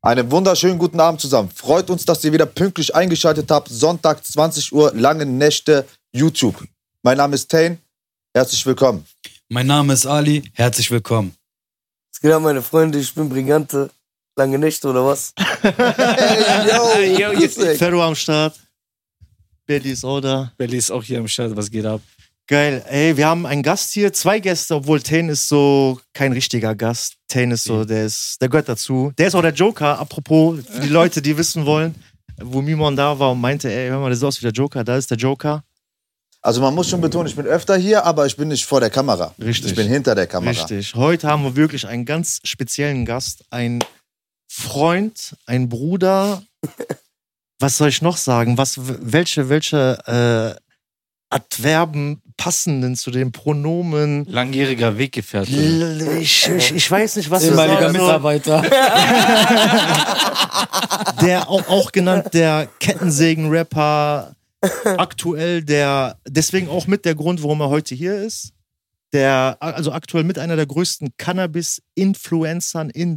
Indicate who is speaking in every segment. Speaker 1: Einen wunderschönen guten Abend zusammen. Freut uns, dass ihr wieder pünktlich eingeschaltet habt. Sonntag 20 Uhr, lange Nächte, YouTube. Mein Name ist Tane. Herzlich willkommen.
Speaker 2: Mein Name ist Ali, herzlich willkommen.
Speaker 3: Es geht an meine Freunde, ich bin Brigante. Lange Nächte oder was?
Speaker 1: Hey, yo, Grüß
Speaker 4: Ferro am Start. Belly ist auch da.
Speaker 2: Belly ist auch hier am Start, was geht ab?
Speaker 4: Geil. Ey, wir haben einen Gast hier, zwei Gäste, obwohl Tane ist so kein richtiger Gast. Tane ist so, der ist, der gehört dazu. Der ist auch der Joker, apropos, für die Leute, die wissen wollen, wo Mimon da war und meinte, ey, hör mal, das ist aus wie der Joker, da ist der Joker.
Speaker 1: Also man muss schon betonen, ich bin öfter hier, aber ich bin nicht vor der Kamera.
Speaker 4: Richtig.
Speaker 1: Ich bin hinter der Kamera.
Speaker 4: Richtig. Heute haben wir wirklich einen ganz speziellen Gast, einen Freund, einen Bruder. Was soll ich noch sagen? Was, welche, welche äh, Adverben passen denn zu den Pronomen?
Speaker 2: Langjähriger Weggefährte.
Speaker 4: L- Ich, ich, ich weiß nicht, was wir
Speaker 5: ehemaliger
Speaker 4: sagen sollen.
Speaker 5: Mitarbeiter.
Speaker 4: Also, Der auch, auch genannt der Kettensägen-Rapper, aktuell der, deswegen auch mit der Grund, warum er heute hier ist. Der, also aktuell mit einer der größten Cannabis-Influencern in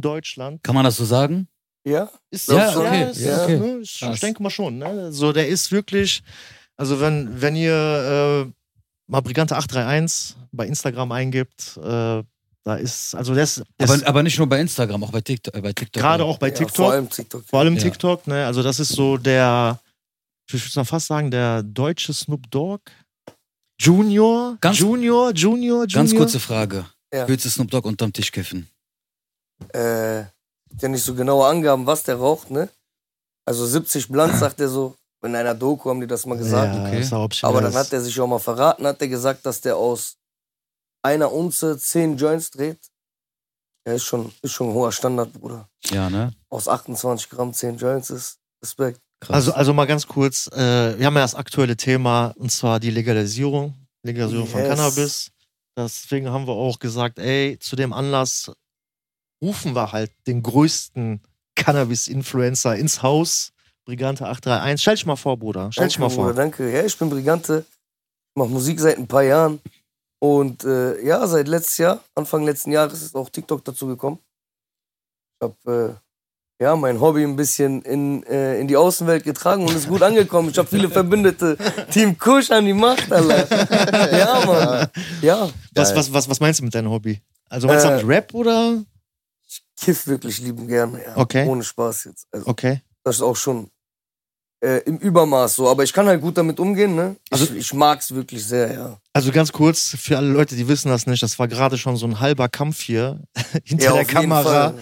Speaker 4: Deutschland.
Speaker 2: Kann man das so sagen?
Speaker 3: Ja?
Speaker 4: Ist
Speaker 3: Ja,
Speaker 4: das so?
Speaker 3: okay,
Speaker 4: Ja, ist,
Speaker 5: ja, okay.
Speaker 4: ne, ist,
Speaker 2: Krass.
Speaker 4: ich denke mal schon. Ne? So, der ist wirklich, also wenn, wenn ihr äh, mal Brigante831 bei Instagram eingibt, äh, da ist, also der ist, der
Speaker 2: Aber, äh,
Speaker 4: ist
Speaker 2: aber nicht nur bei Instagram, auch bei TikTok. Äh, bei TikTok
Speaker 4: gerade auch bei
Speaker 3: ja,
Speaker 4: TikTok,
Speaker 3: Vor allem TikTok.
Speaker 2: Ja.
Speaker 4: TikTok, ne? also das ist so der, ich würde mal fast sagen, der deutsche Snoop Dogg. Junior,
Speaker 2: Ganz-
Speaker 4: Junior, Junior, Junior.
Speaker 2: Ganz kurze Frage.
Speaker 3: Ja.
Speaker 2: Willst du Snoop Dogg unterm Tisch kiffen?
Speaker 3: Äh, gibt ja nicht so genaue Angaben, was der raucht, ne? Also 70 Blanz, sagt er so. In einer Doku haben die das mal gesagt.
Speaker 4: Ja,
Speaker 2: okay.
Speaker 4: ist auch optional.
Speaker 3: Aber dann hat er sich auch mal verraten, hat er gesagt, dass der aus einer Unze 10 Joints dreht. Ja, ist schon, ist schon ein hoher Standard, Bruder.
Speaker 2: Ja, ne?
Speaker 3: Aus 28 Gramm 10 Joints ist Respekt.
Speaker 2: Krass.
Speaker 4: Also, also mal ganz kurz, äh, wir haben ja das aktuelle Thema und zwar die Legalisierung, Legalisierung von
Speaker 3: Yes.
Speaker 4: Cannabis. Deswegen haben wir auch gesagt, ey, zu dem Anlass rufen wir halt den größten Cannabis-Influencer ins Haus, Brigante 831. Stell dich mal vor, Bruder. Stell dich
Speaker 3: Danke,
Speaker 4: mal vor.
Speaker 3: Oh, Bruder, danke. Ja, ich bin Brigante. Ich mache Musik seit ein paar Jahren. Und äh, ja, seit letztes Jahr, Anfang letzten Jahres, ist auch TikTok dazu gekommen. Ich habe äh, ja, mein Hobby ein bisschen in, äh, in die Außenwelt getragen und ist gut angekommen. Ich habe viele Verbündete. Team Kusch an die Macht, Alter. Ja, Mann. Ja,
Speaker 4: Was,
Speaker 1: Geil.
Speaker 4: was, was, was meinst du mit deinem Hobby? Also meinst du
Speaker 3: Äh,
Speaker 4: damit Rap oder?
Speaker 3: kiff wirklich lieben gerne. Ja.
Speaker 4: Okay.
Speaker 3: Ohne Spaß jetzt. Also,
Speaker 4: Okay.
Speaker 3: das ist auch schon äh, im Übermaß so. Aber ich kann halt gut damit umgehen, ne? Ich,
Speaker 4: Also-
Speaker 3: ich mag's wirklich sehr, ja.
Speaker 4: Also ganz kurz, für alle Leute, die wissen das nicht, das war gerade schon so ein halber Kampf hier hinter
Speaker 3: ja,
Speaker 4: der Kamera.
Speaker 3: Auf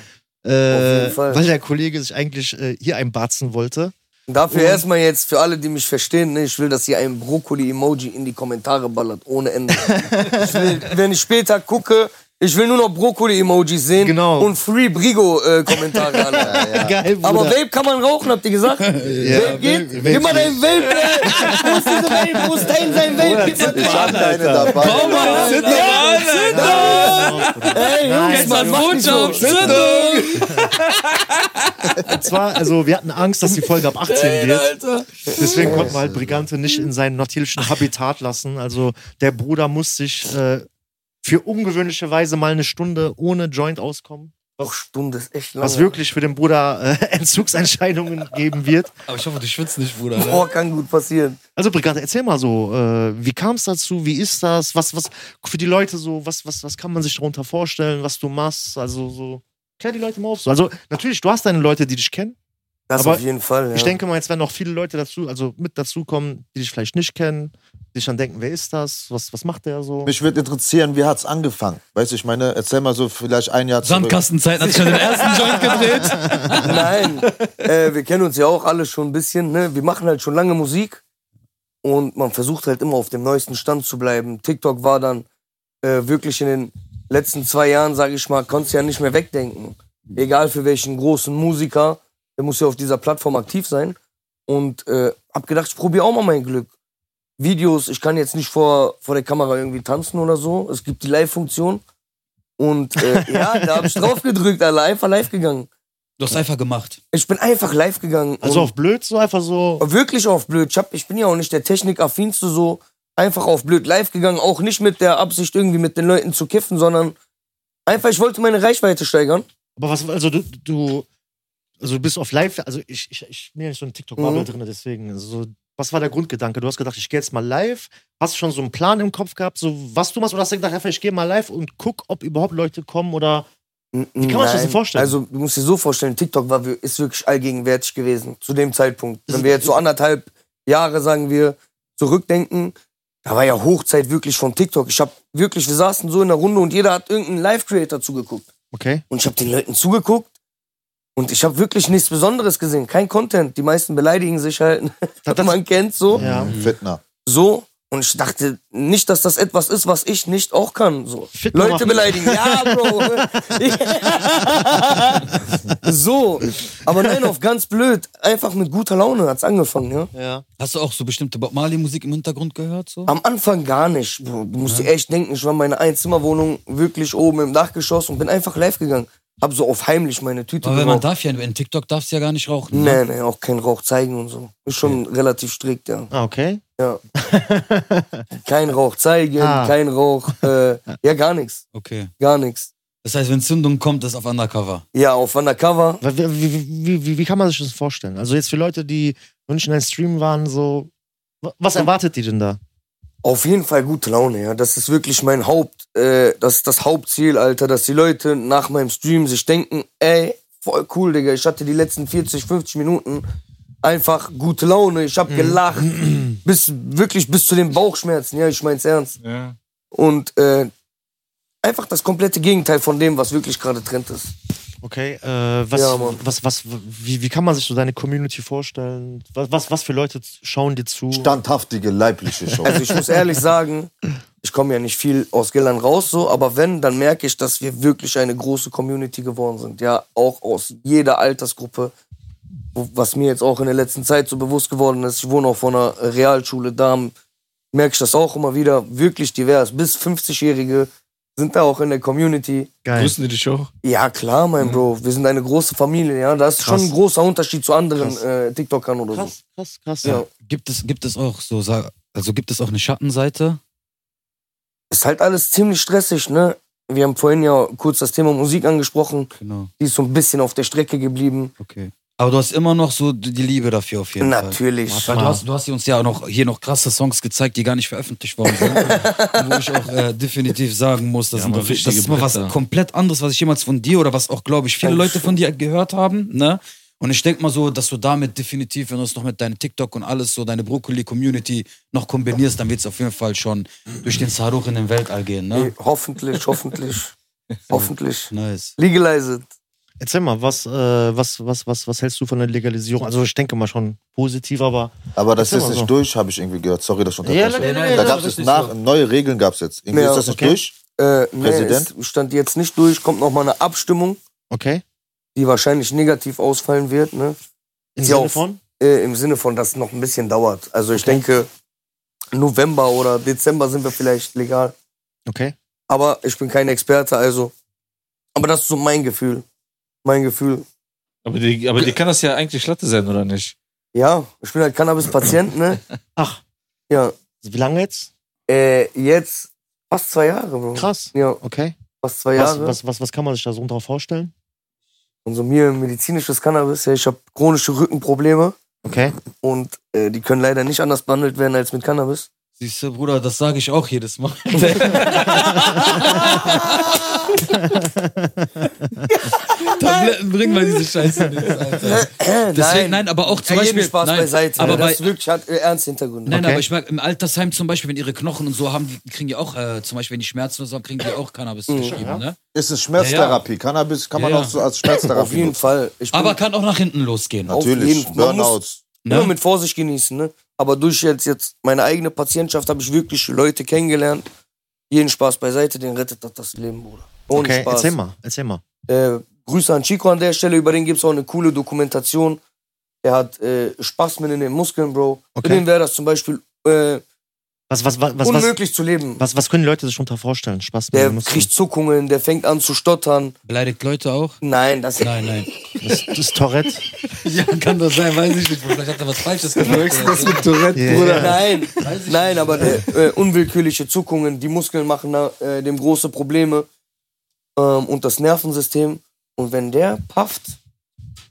Speaker 4: Äh,
Speaker 3: jeden Fall.
Speaker 4: weil der Kollege sich eigentlich äh, hier einbarzen wollte.
Speaker 3: Dafür
Speaker 4: Und-
Speaker 3: erstmal jetzt für alle, die mich verstehen, ne, ich will, dass ihr ein Brokkoli-Emoji in die Kommentare ballert, ohne Ende. ich will, wenn ich später gucke, ich will nur noch Brokkoli-Emojis sehen
Speaker 4: Genau.
Speaker 3: und Free Brigo-Kommentare. Alter.
Speaker 4: Geil, Bruder.
Speaker 3: Aber Vape kann man rauchen, habt ihr gesagt? Vape geht?
Speaker 4: Vape-
Speaker 3: Gib mal dein Vape! ey. Wo ist diese Vape? Wo ist dein sein Vape? Gib mal
Speaker 1: Ich
Speaker 3: den
Speaker 1: hab deine dabei.
Speaker 3: Ey, Jungs, man macht nicht so.
Speaker 4: Und zwar, also wir hatten Angst, dass die Folge ab 18 wird. Deswegen konnten wir halt Brigante nicht in seinen natürlichen Habitat lassen. Also der Bruder muss sich äh, für ungewöhnliche Weise mal eine Stunde ohne Joint auskommen.
Speaker 3: Doch, Stunde ist echt lange.
Speaker 4: Was wirklich für den Bruder äh, Entzugsentscheidungen geben wird.
Speaker 2: aber ich hoffe, du schwitzt nicht, Bruder. ne?
Speaker 3: Boah, kann gut passieren.
Speaker 4: Also Brigante, erzähl mal so, äh, wie kam es dazu? Wie ist das? Was, was für die Leute so, was, was, was kann man sich darunter vorstellen, was du machst? Also so, klär die Leute mal auf. So. Also natürlich, du hast deine Leute, die dich kennen.
Speaker 3: Das
Speaker 4: Aber
Speaker 3: auf jeden Fall, ja.
Speaker 4: Ich denke mal, jetzt werden noch viele Leute dazu, also mit dazukommen, die dich vielleicht nicht kennen, die sich dann denken, wer ist das? Was, was macht der so?
Speaker 1: Mich würde interessieren, wie hat's angefangen? Weißt du, ich meine, erzähl mal so vielleicht ein Jahr zurück.
Speaker 2: Sandkastenzeit hat sich schon den ersten Joint gedreht.
Speaker 3: Nein, äh, wir kennen uns ja auch alle schon ein bisschen. Ne? Wir machen halt schon lange Musik und man versucht halt immer auf dem neuesten Stand zu bleiben. TikTok war dann äh, wirklich in den letzten zwei Jahren, sage ich mal, konntest du ja nicht mehr wegdenken. Egal für welchen großen Musiker, der muss ja auf dieser Plattform aktiv sein. Und äh, hab gedacht, ich probiere auch mal mein Glück. Videos, ich kann jetzt nicht vor, vor der Kamera irgendwie tanzen oder so. Es gibt die Live-Funktion. Und äh, ja, da hab ich drauf gedrückt, alle einfach live gegangen.
Speaker 2: Du hast einfach gemacht.
Speaker 3: Ich bin einfach live gegangen.
Speaker 4: Also
Speaker 3: und
Speaker 4: auf blöd, so einfach so.
Speaker 3: wirklich auf blöd. Ich, hab, ich bin ja auch nicht der Technikaffinste so. Einfach auf blöd live gegangen. Auch nicht mit der Absicht, irgendwie mit den Leuten zu kiffen, sondern einfach, ich wollte meine Reichweite steigern.
Speaker 4: Aber was, also du, du Also du bist auf Live, also ich, ich, ich bin ja nicht so in TikTok-Bubble
Speaker 3: Mhm.
Speaker 4: drin, deswegen. Also, so, was war der Grundgedanke? Du hast gedacht, ich gehe jetzt mal live. Hast du schon so einen Plan im Kopf gehabt, so was du machst? Oder hast du gedacht, einfach, ich gehe mal live und guck, ob überhaupt Leute kommen oder.
Speaker 3: Wie
Speaker 4: kann man sich das denn vorstellen?
Speaker 3: Also, du musst dir so vorstellen, TikTok war, wir- ist wirklich allgegenwärtig gewesen zu dem Zeitpunkt. Wenn wir jetzt so anderthalb Jahre, sagen wir, zurückdenken, da war ja Hochzeit wirklich von TikTok. Ich habe wirklich, wir saßen so in der Runde und jeder hat irgendeinen Live-Creator zugeguckt.
Speaker 4: Okay.
Speaker 3: Und ich habe den Leuten zugeguckt und ich habe wirklich nichts Besonderes gesehen. Kein Content. Die meisten beleidigen sich halt.
Speaker 4: Das- das-
Speaker 3: Man kennt so.
Speaker 4: Ja.
Speaker 1: Fitner.
Speaker 3: So. Und ich dachte nicht, dass das etwas ist, was ich nicht auch kann. So.
Speaker 4: Fit
Speaker 3: Leute
Speaker 4: machen.
Speaker 3: beleidigen. Ja, Bro. so. Aber nein, auf ganz blöd. Einfach mit guter Laune hat's angefangen, ja.
Speaker 4: Ja.
Speaker 2: Hast du auch so bestimmte Bob Marley-Musik im Hintergrund gehört? So?
Speaker 3: Am Anfang gar nicht. Bro. Du musst dir echt denken, ich war in meiner Einzimmerwohnung wirklich oben im Dachgeschoss und bin einfach live gegangen. Hab so auf heimlich meine Tüte
Speaker 2: Aber wenn man darf
Speaker 3: geraucht.
Speaker 2: ja, in TikTok darfst du ja gar nicht rauchen. ne?
Speaker 3: Nee, nee, auch kein Rauch zeigen und so. Ist schon relativ strikt, ja.
Speaker 4: Ah, okay.
Speaker 3: ja. kein Rauch zeigen,
Speaker 4: Ah.
Speaker 3: kein Rauch. Äh, ja, gar nichts.
Speaker 2: Okay.
Speaker 3: Gar nichts.
Speaker 2: Das heißt, wenn Zündung kommt, ist auf Undercover.
Speaker 3: Ja, auf Undercover.
Speaker 4: Wie, wie, wie, wie, wie kann man sich das vorstellen? Also jetzt für Leute, die wünschen einen Stream waren, so. wa- Was erwartet die denn da?
Speaker 3: Auf jeden Fall gute Laune, ja. Das ist wirklich mein Haupt, äh, das ist das Hauptziel, Alter, dass die Leute nach meinem Stream sich denken, ey, voll cool, Digga. Ich hatte die letzten 40, 50 Minuten einfach gute Laune. Ich hab gelacht. bis wirklich bis zu den Bauchschmerzen, ja, ich mein's ernst.
Speaker 5: Ja.
Speaker 3: Und äh, einfach das komplette Gegenteil von dem, was wirklich gerade Trend ist.
Speaker 4: Okay, äh, was,
Speaker 3: Ja, Mann.
Speaker 4: was, was, wie, wie kann man sich so deine Community vorstellen? Was, was, was für Leute z- schauen dir zu?
Speaker 1: Standhaftige leibliche Show.
Speaker 3: Also ich muss ehrlich sagen, ich komme ja nicht viel aus Gelland raus, so, aber wenn, dann merke ich, dass wir wirklich eine große Community geworden sind. Ja, auch aus jeder Altersgruppe. Wo- Was mir jetzt auch in der letzten Zeit so bewusst geworden ist, ich wohne auch vor einer Realschule, da merke ich das auch immer wieder, wirklich divers. Bis 50-Jährige sind da auch in der Community.
Speaker 4: Geil.
Speaker 5: Grüßen die dich auch?
Speaker 3: Ja, klar, mein Bro. Wir sind eine große Familie, ja. Das ist
Speaker 4: Mhm. Krass.
Speaker 3: schon ein großer Unterschied zu anderen
Speaker 4: Krass.
Speaker 3: äh, TikTokern oder
Speaker 4: Krass, krass, krass.
Speaker 3: so. Ja.
Speaker 2: Gibt es, gibt es auch so, sag- also gibt es auch eine Schattenseite?
Speaker 3: Ist halt alles ziemlich stressig, ne? Wir haben vorhin ja kurz das Thema Musik angesprochen.
Speaker 2: Genau,
Speaker 3: Die ist so ein bisschen auf der Strecke geblieben.
Speaker 2: okay. Aber du hast immer noch so die die Liebe dafür auf jeden Fall.
Speaker 3: Natürlich.
Speaker 2: Weil du hast, du hast uns ja auch noch, hier noch krasse Songs gezeigt, die gar nicht veröffentlicht worden sind. wo ich auch äh, definitiv sagen muss, das,
Speaker 5: Ja,
Speaker 2: sind
Speaker 5: mal
Speaker 2: doch- das
Speaker 5: richtige
Speaker 2: ist mal was
Speaker 5: Bretter.
Speaker 2: komplett anderes, was ich jemals von dir oder was auch, glaube ich, viele Leute von dir gehört haben. Ne? Und ich denke mal so, dass du damit definitiv, wenn du es noch mit deinem TikTok und alles so, deine Brokkoli-Community noch kombinierst, dann wird es auf jeden Fall schon durch den Saruch in den Weltall gehen. Ne?
Speaker 3: Ey, Hoffentlich, hoffentlich. hoffentlich.
Speaker 2: Nice.
Speaker 3: Legalized.
Speaker 4: Erzähl mal, was, äh, was, was, was, was hältst du von der Legalisierung? Also ich denke mal schon positiv, aber
Speaker 1: Aber das
Speaker 4: Erzähl
Speaker 1: ist
Speaker 4: mal
Speaker 1: nicht
Speaker 4: so.
Speaker 1: durch, habe ich irgendwie gehört. Sorry, dass ich
Speaker 4: Ja,
Speaker 1: unterbreche.
Speaker 4: nein, nein, nein,
Speaker 1: da
Speaker 4: nein,
Speaker 1: gab
Speaker 4: das
Speaker 1: es nach, neue Regeln gab es jetzt. Irgendwie
Speaker 3: Ja,
Speaker 1: ist das nicht
Speaker 4: okay.
Speaker 1: durch?
Speaker 3: Äh, nee,
Speaker 1: Präsident?
Speaker 3: es stand jetzt nicht durch. Kommt noch mal eine Abstimmung,
Speaker 4: okay.
Speaker 3: die wahrscheinlich negativ ausfallen wird, ne?
Speaker 4: Im
Speaker 3: Ja,
Speaker 4: Sinne
Speaker 3: auf-
Speaker 4: von?
Speaker 3: Äh, Im Sinne von, dass es noch ein bisschen dauert. Also ich
Speaker 4: Okay.
Speaker 3: denke, November oder Dezember sind wir vielleicht legal.
Speaker 4: Okay.
Speaker 3: Aber ich bin kein Experte, also. Aber das ist so mein Gefühl. Mein Gefühl.
Speaker 5: Aber die, aber die kann das ja eigentlich Latte sein, oder nicht?
Speaker 3: Ja, ich bin halt Cannabis-Patient, ne?
Speaker 4: Ach,
Speaker 3: Ja.
Speaker 4: wie lange jetzt?
Speaker 3: Äh, jetzt fast zwei Jahre, Bro.
Speaker 4: Krass.
Speaker 3: Ja,
Speaker 4: Okay.
Speaker 3: fast zwei
Speaker 4: Was,
Speaker 3: Jahre.
Speaker 4: was, was, was kann man sich da so drauf vorstellen?
Speaker 3: Konsumiere medizinisches Cannabis. Ja, ich habe chronische Rückenprobleme
Speaker 4: Okay.
Speaker 3: und äh, die können leider nicht anders behandelt werden als mit Cannabis.
Speaker 2: Siehst du, Bruder, das sage ich auch jedes Mal. Tabletten bringen wir diese Scheiße nicht, Alter. Deswegen, nein, aber auch zum
Speaker 3: Ja, jeden
Speaker 2: Beispiel.
Speaker 3: Spaß
Speaker 2: nein,
Speaker 3: beiseite.
Speaker 2: aber
Speaker 3: Aber
Speaker 2: bei,
Speaker 3: das wirklich hat äh, ernste Hintergründe.
Speaker 2: Nein,
Speaker 4: Okay.
Speaker 2: aber ich merke, im Altersheim zum Beispiel, wenn ihre Knochen und so haben, die kriegen ja auch, äh, zum Beispiel, wenn die Schmerzen oder so haben, kriegen die auch Cannabis verschrieben, ne?
Speaker 1: Ist eine Schmerztherapie. Cannabis kann man
Speaker 2: Ja, ja.
Speaker 1: auch so als
Speaker 3: Auf
Speaker 1: Schmerztherapie
Speaker 3: jeden
Speaker 1: nutzen.
Speaker 3: Fall. Ich bin-
Speaker 2: Aber kann auch nach hinten losgehen.
Speaker 3: Auf jeden
Speaker 1: Natürlich.
Speaker 3: Fall. Man muss-
Speaker 1: Burnouts.
Speaker 2: Ne?
Speaker 3: Immer mit Vorsicht genießen, ne? Aber durch jetzt, jetzt meine eigene Patientschaft habe ich wirklich Leute kennengelernt. Jeden Spaß beiseite, den rettet das, das Leben, Bruder. Ohne
Speaker 4: okay,
Speaker 3: Spaß.
Speaker 4: erzähl mal, erzähl mal.
Speaker 3: Äh, Grüße an Chico an der Stelle, über den gibt es auch eine coole Dokumentation. Er hat äh, Spasmen in den Muskeln, Bro.
Speaker 4: Okay.
Speaker 3: Für den wäre das zum Beispiel äh,
Speaker 4: Was, was, was, was, was,
Speaker 3: unmöglich zu leben.
Speaker 4: was, was können die Leute sich darunter vorstellen? Spaß
Speaker 3: Der
Speaker 4: mit dem
Speaker 3: kriegt Zuckungen, der fängt an zu stottern.
Speaker 2: Beleidigt Leute auch?
Speaker 3: Nein, das
Speaker 2: Nein, nein.
Speaker 4: Muskel. Das, das ist Tourette.
Speaker 2: ja, kann das sein, weiß ich nicht. Vielleicht hat er was Falsches gesagt. oder
Speaker 4: Yeah.
Speaker 3: Nein, nein, aber der, äh, unwillkürliche Zuckungen, die Muskeln machen da, äh, dem große Probleme ähm, und das Nervensystem. Und wenn der pafft,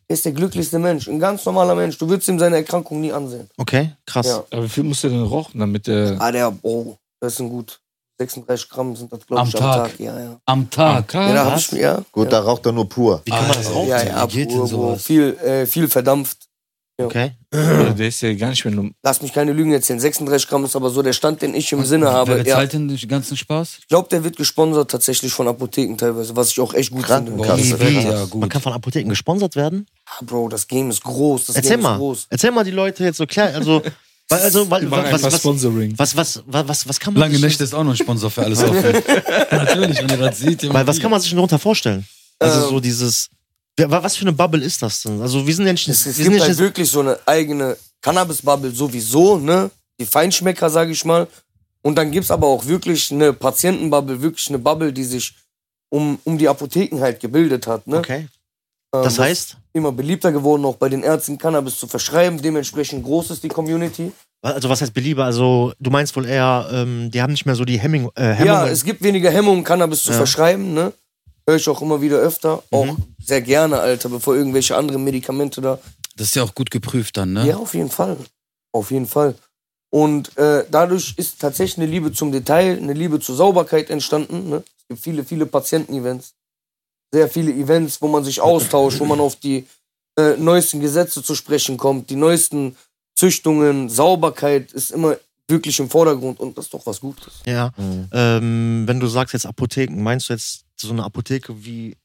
Speaker 3: Er ist der glücklichste Mensch, ein ganz normaler Mensch. Du würdest ihm seine Erkrankung nie ansehen.
Speaker 4: Okay, krass.
Speaker 3: Ja.
Speaker 5: Aber wie viel muss der denn rauchen, damit der.
Speaker 3: Ah, der, oh, das sind gut 36 Gramm sind das, glaube
Speaker 2: Am
Speaker 3: ich, am
Speaker 2: Tag.
Speaker 3: Tag. Ja,
Speaker 4: Mhm.
Speaker 3: ja.
Speaker 2: Am Tag.
Speaker 3: ja, da
Speaker 5: Krass.
Speaker 3: hab ich, mir- ja.
Speaker 1: Gut, da raucht er nur pur.
Speaker 4: Wie kann man das
Speaker 2: Alter,
Speaker 4: rauchen?
Speaker 3: Ah, ja, ja,
Speaker 2: wie geht denn
Speaker 3: Ruhe,
Speaker 2: sowas?
Speaker 3: Viel, äh, viel verdampft.
Speaker 4: Okay.
Speaker 5: der ist ja gar nicht mehr. nur-
Speaker 3: Lass mich keine Lügen erzählen. 36 Gramm ist aber so der Stand, den ich im Sinne
Speaker 2: Wer
Speaker 3: habe. Ja.
Speaker 2: bezahlt denn den ganzen Spaß?
Speaker 3: Ich glaube, der wird gesponsert tatsächlich von Apotheken teilweise, was ich auch echt gut finde.
Speaker 1: Krankenkasse. Krass.
Speaker 2: Wie? Ja, gut.
Speaker 4: Man kann von Apotheken gesponsert werden.
Speaker 3: Ah, Bro, das Game ist groß. Das
Speaker 4: Erzähl
Speaker 3: Game
Speaker 4: mal.
Speaker 3: ist groß.
Speaker 4: Erzähl mal die Leute jetzt so klar. Also, weil- also weil-
Speaker 5: Die machen
Speaker 4: was,
Speaker 5: einfach
Speaker 4: was, was,
Speaker 5: Sponsoring.
Speaker 4: was, was, was, was kann man
Speaker 2: Lange
Speaker 4: sich,
Speaker 2: Nächte ist auch noch ein Sponsor für alles offen. Natürlich, wenn ihr das seht. ihr
Speaker 4: Weil was
Speaker 2: macht
Speaker 4: kann man sich denn darunter vorstellen? Also
Speaker 3: Ähm.
Speaker 4: so dieses. Wer- wa- Was für eine Bubble ist das denn? Also wir sind ja nicht.
Speaker 3: Es,
Speaker 4: wir
Speaker 3: es
Speaker 4: sind
Speaker 3: gibt
Speaker 4: ja
Speaker 3: halt
Speaker 4: nicht
Speaker 3: wirklich so eine eigene Cannabis-Bubble sowieso, ne? Die Feinschmecker, sage ich mal. Und dann gibt's aber auch wirklich eine Patientenbubble, wirklich eine Bubble, die sich um, um die Apotheken halt gebildet hat, ne?
Speaker 4: okay.
Speaker 3: Ähm,
Speaker 4: Das heißt,
Speaker 3: ist Immer beliebter geworden, auch bei den Ärzten Cannabis zu verschreiben. Dementsprechend groß ist die Community.
Speaker 4: also was heißt Belieber? Also du meinst wohl eher, ähm, die haben nicht mehr so die Hemming, äh,
Speaker 3: Ja,
Speaker 4: Hemmungen.
Speaker 3: es gibt weniger Hemmungen, Cannabis zu
Speaker 4: Ja.
Speaker 3: verschreiben, ne? Höre ich auch immer wieder öfter. Auch sehr gerne, Alter, bevor irgendwelche anderen Medikamente da
Speaker 2: Das ist ja auch gut geprüft dann, ne?
Speaker 3: Ja, auf jeden Fall. Auf jeden Fall. Und äh, dadurch ist tatsächlich eine Liebe zum Detail, eine Liebe zur Sauberkeit entstanden. Ne? Es gibt viele, viele Patienten-Events. Sehr viele Events, wo man sich austauscht, wo man auf die äh, neuesten Gesetze zu sprechen kommt, die neuesten Züchtungen, Sauberkeit ist immer wirklich im Vordergrund und das ist doch was Gutes.
Speaker 4: Ja.
Speaker 3: Mhm.
Speaker 4: Ähm, wenn du sagst jetzt Apotheken, meinst du jetzt so eine Apotheke wie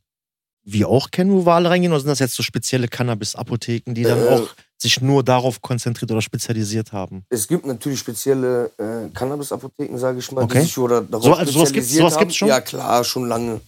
Speaker 4: wir auch kennen, wo wir alle reingehen, oder sind das jetzt so spezielle Cannabis-Apotheken, die dann
Speaker 3: Äh.
Speaker 4: auch sich nur darauf konzentriert oder spezialisiert haben?
Speaker 3: Es gibt natürlich spezielle äh, Cannabis-Apotheken, sage ich mal,
Speaker 4: Okay.
Speaker 3: die sich oder darauf
Speaker 4: So, also sowas gibt's-
Speaker 3: spezialisiert
Speaker 4: sowas
Speaker 3: haben.
Speaker 4: gibt's schon?
Speaker 3: Ja, klar, schon lange.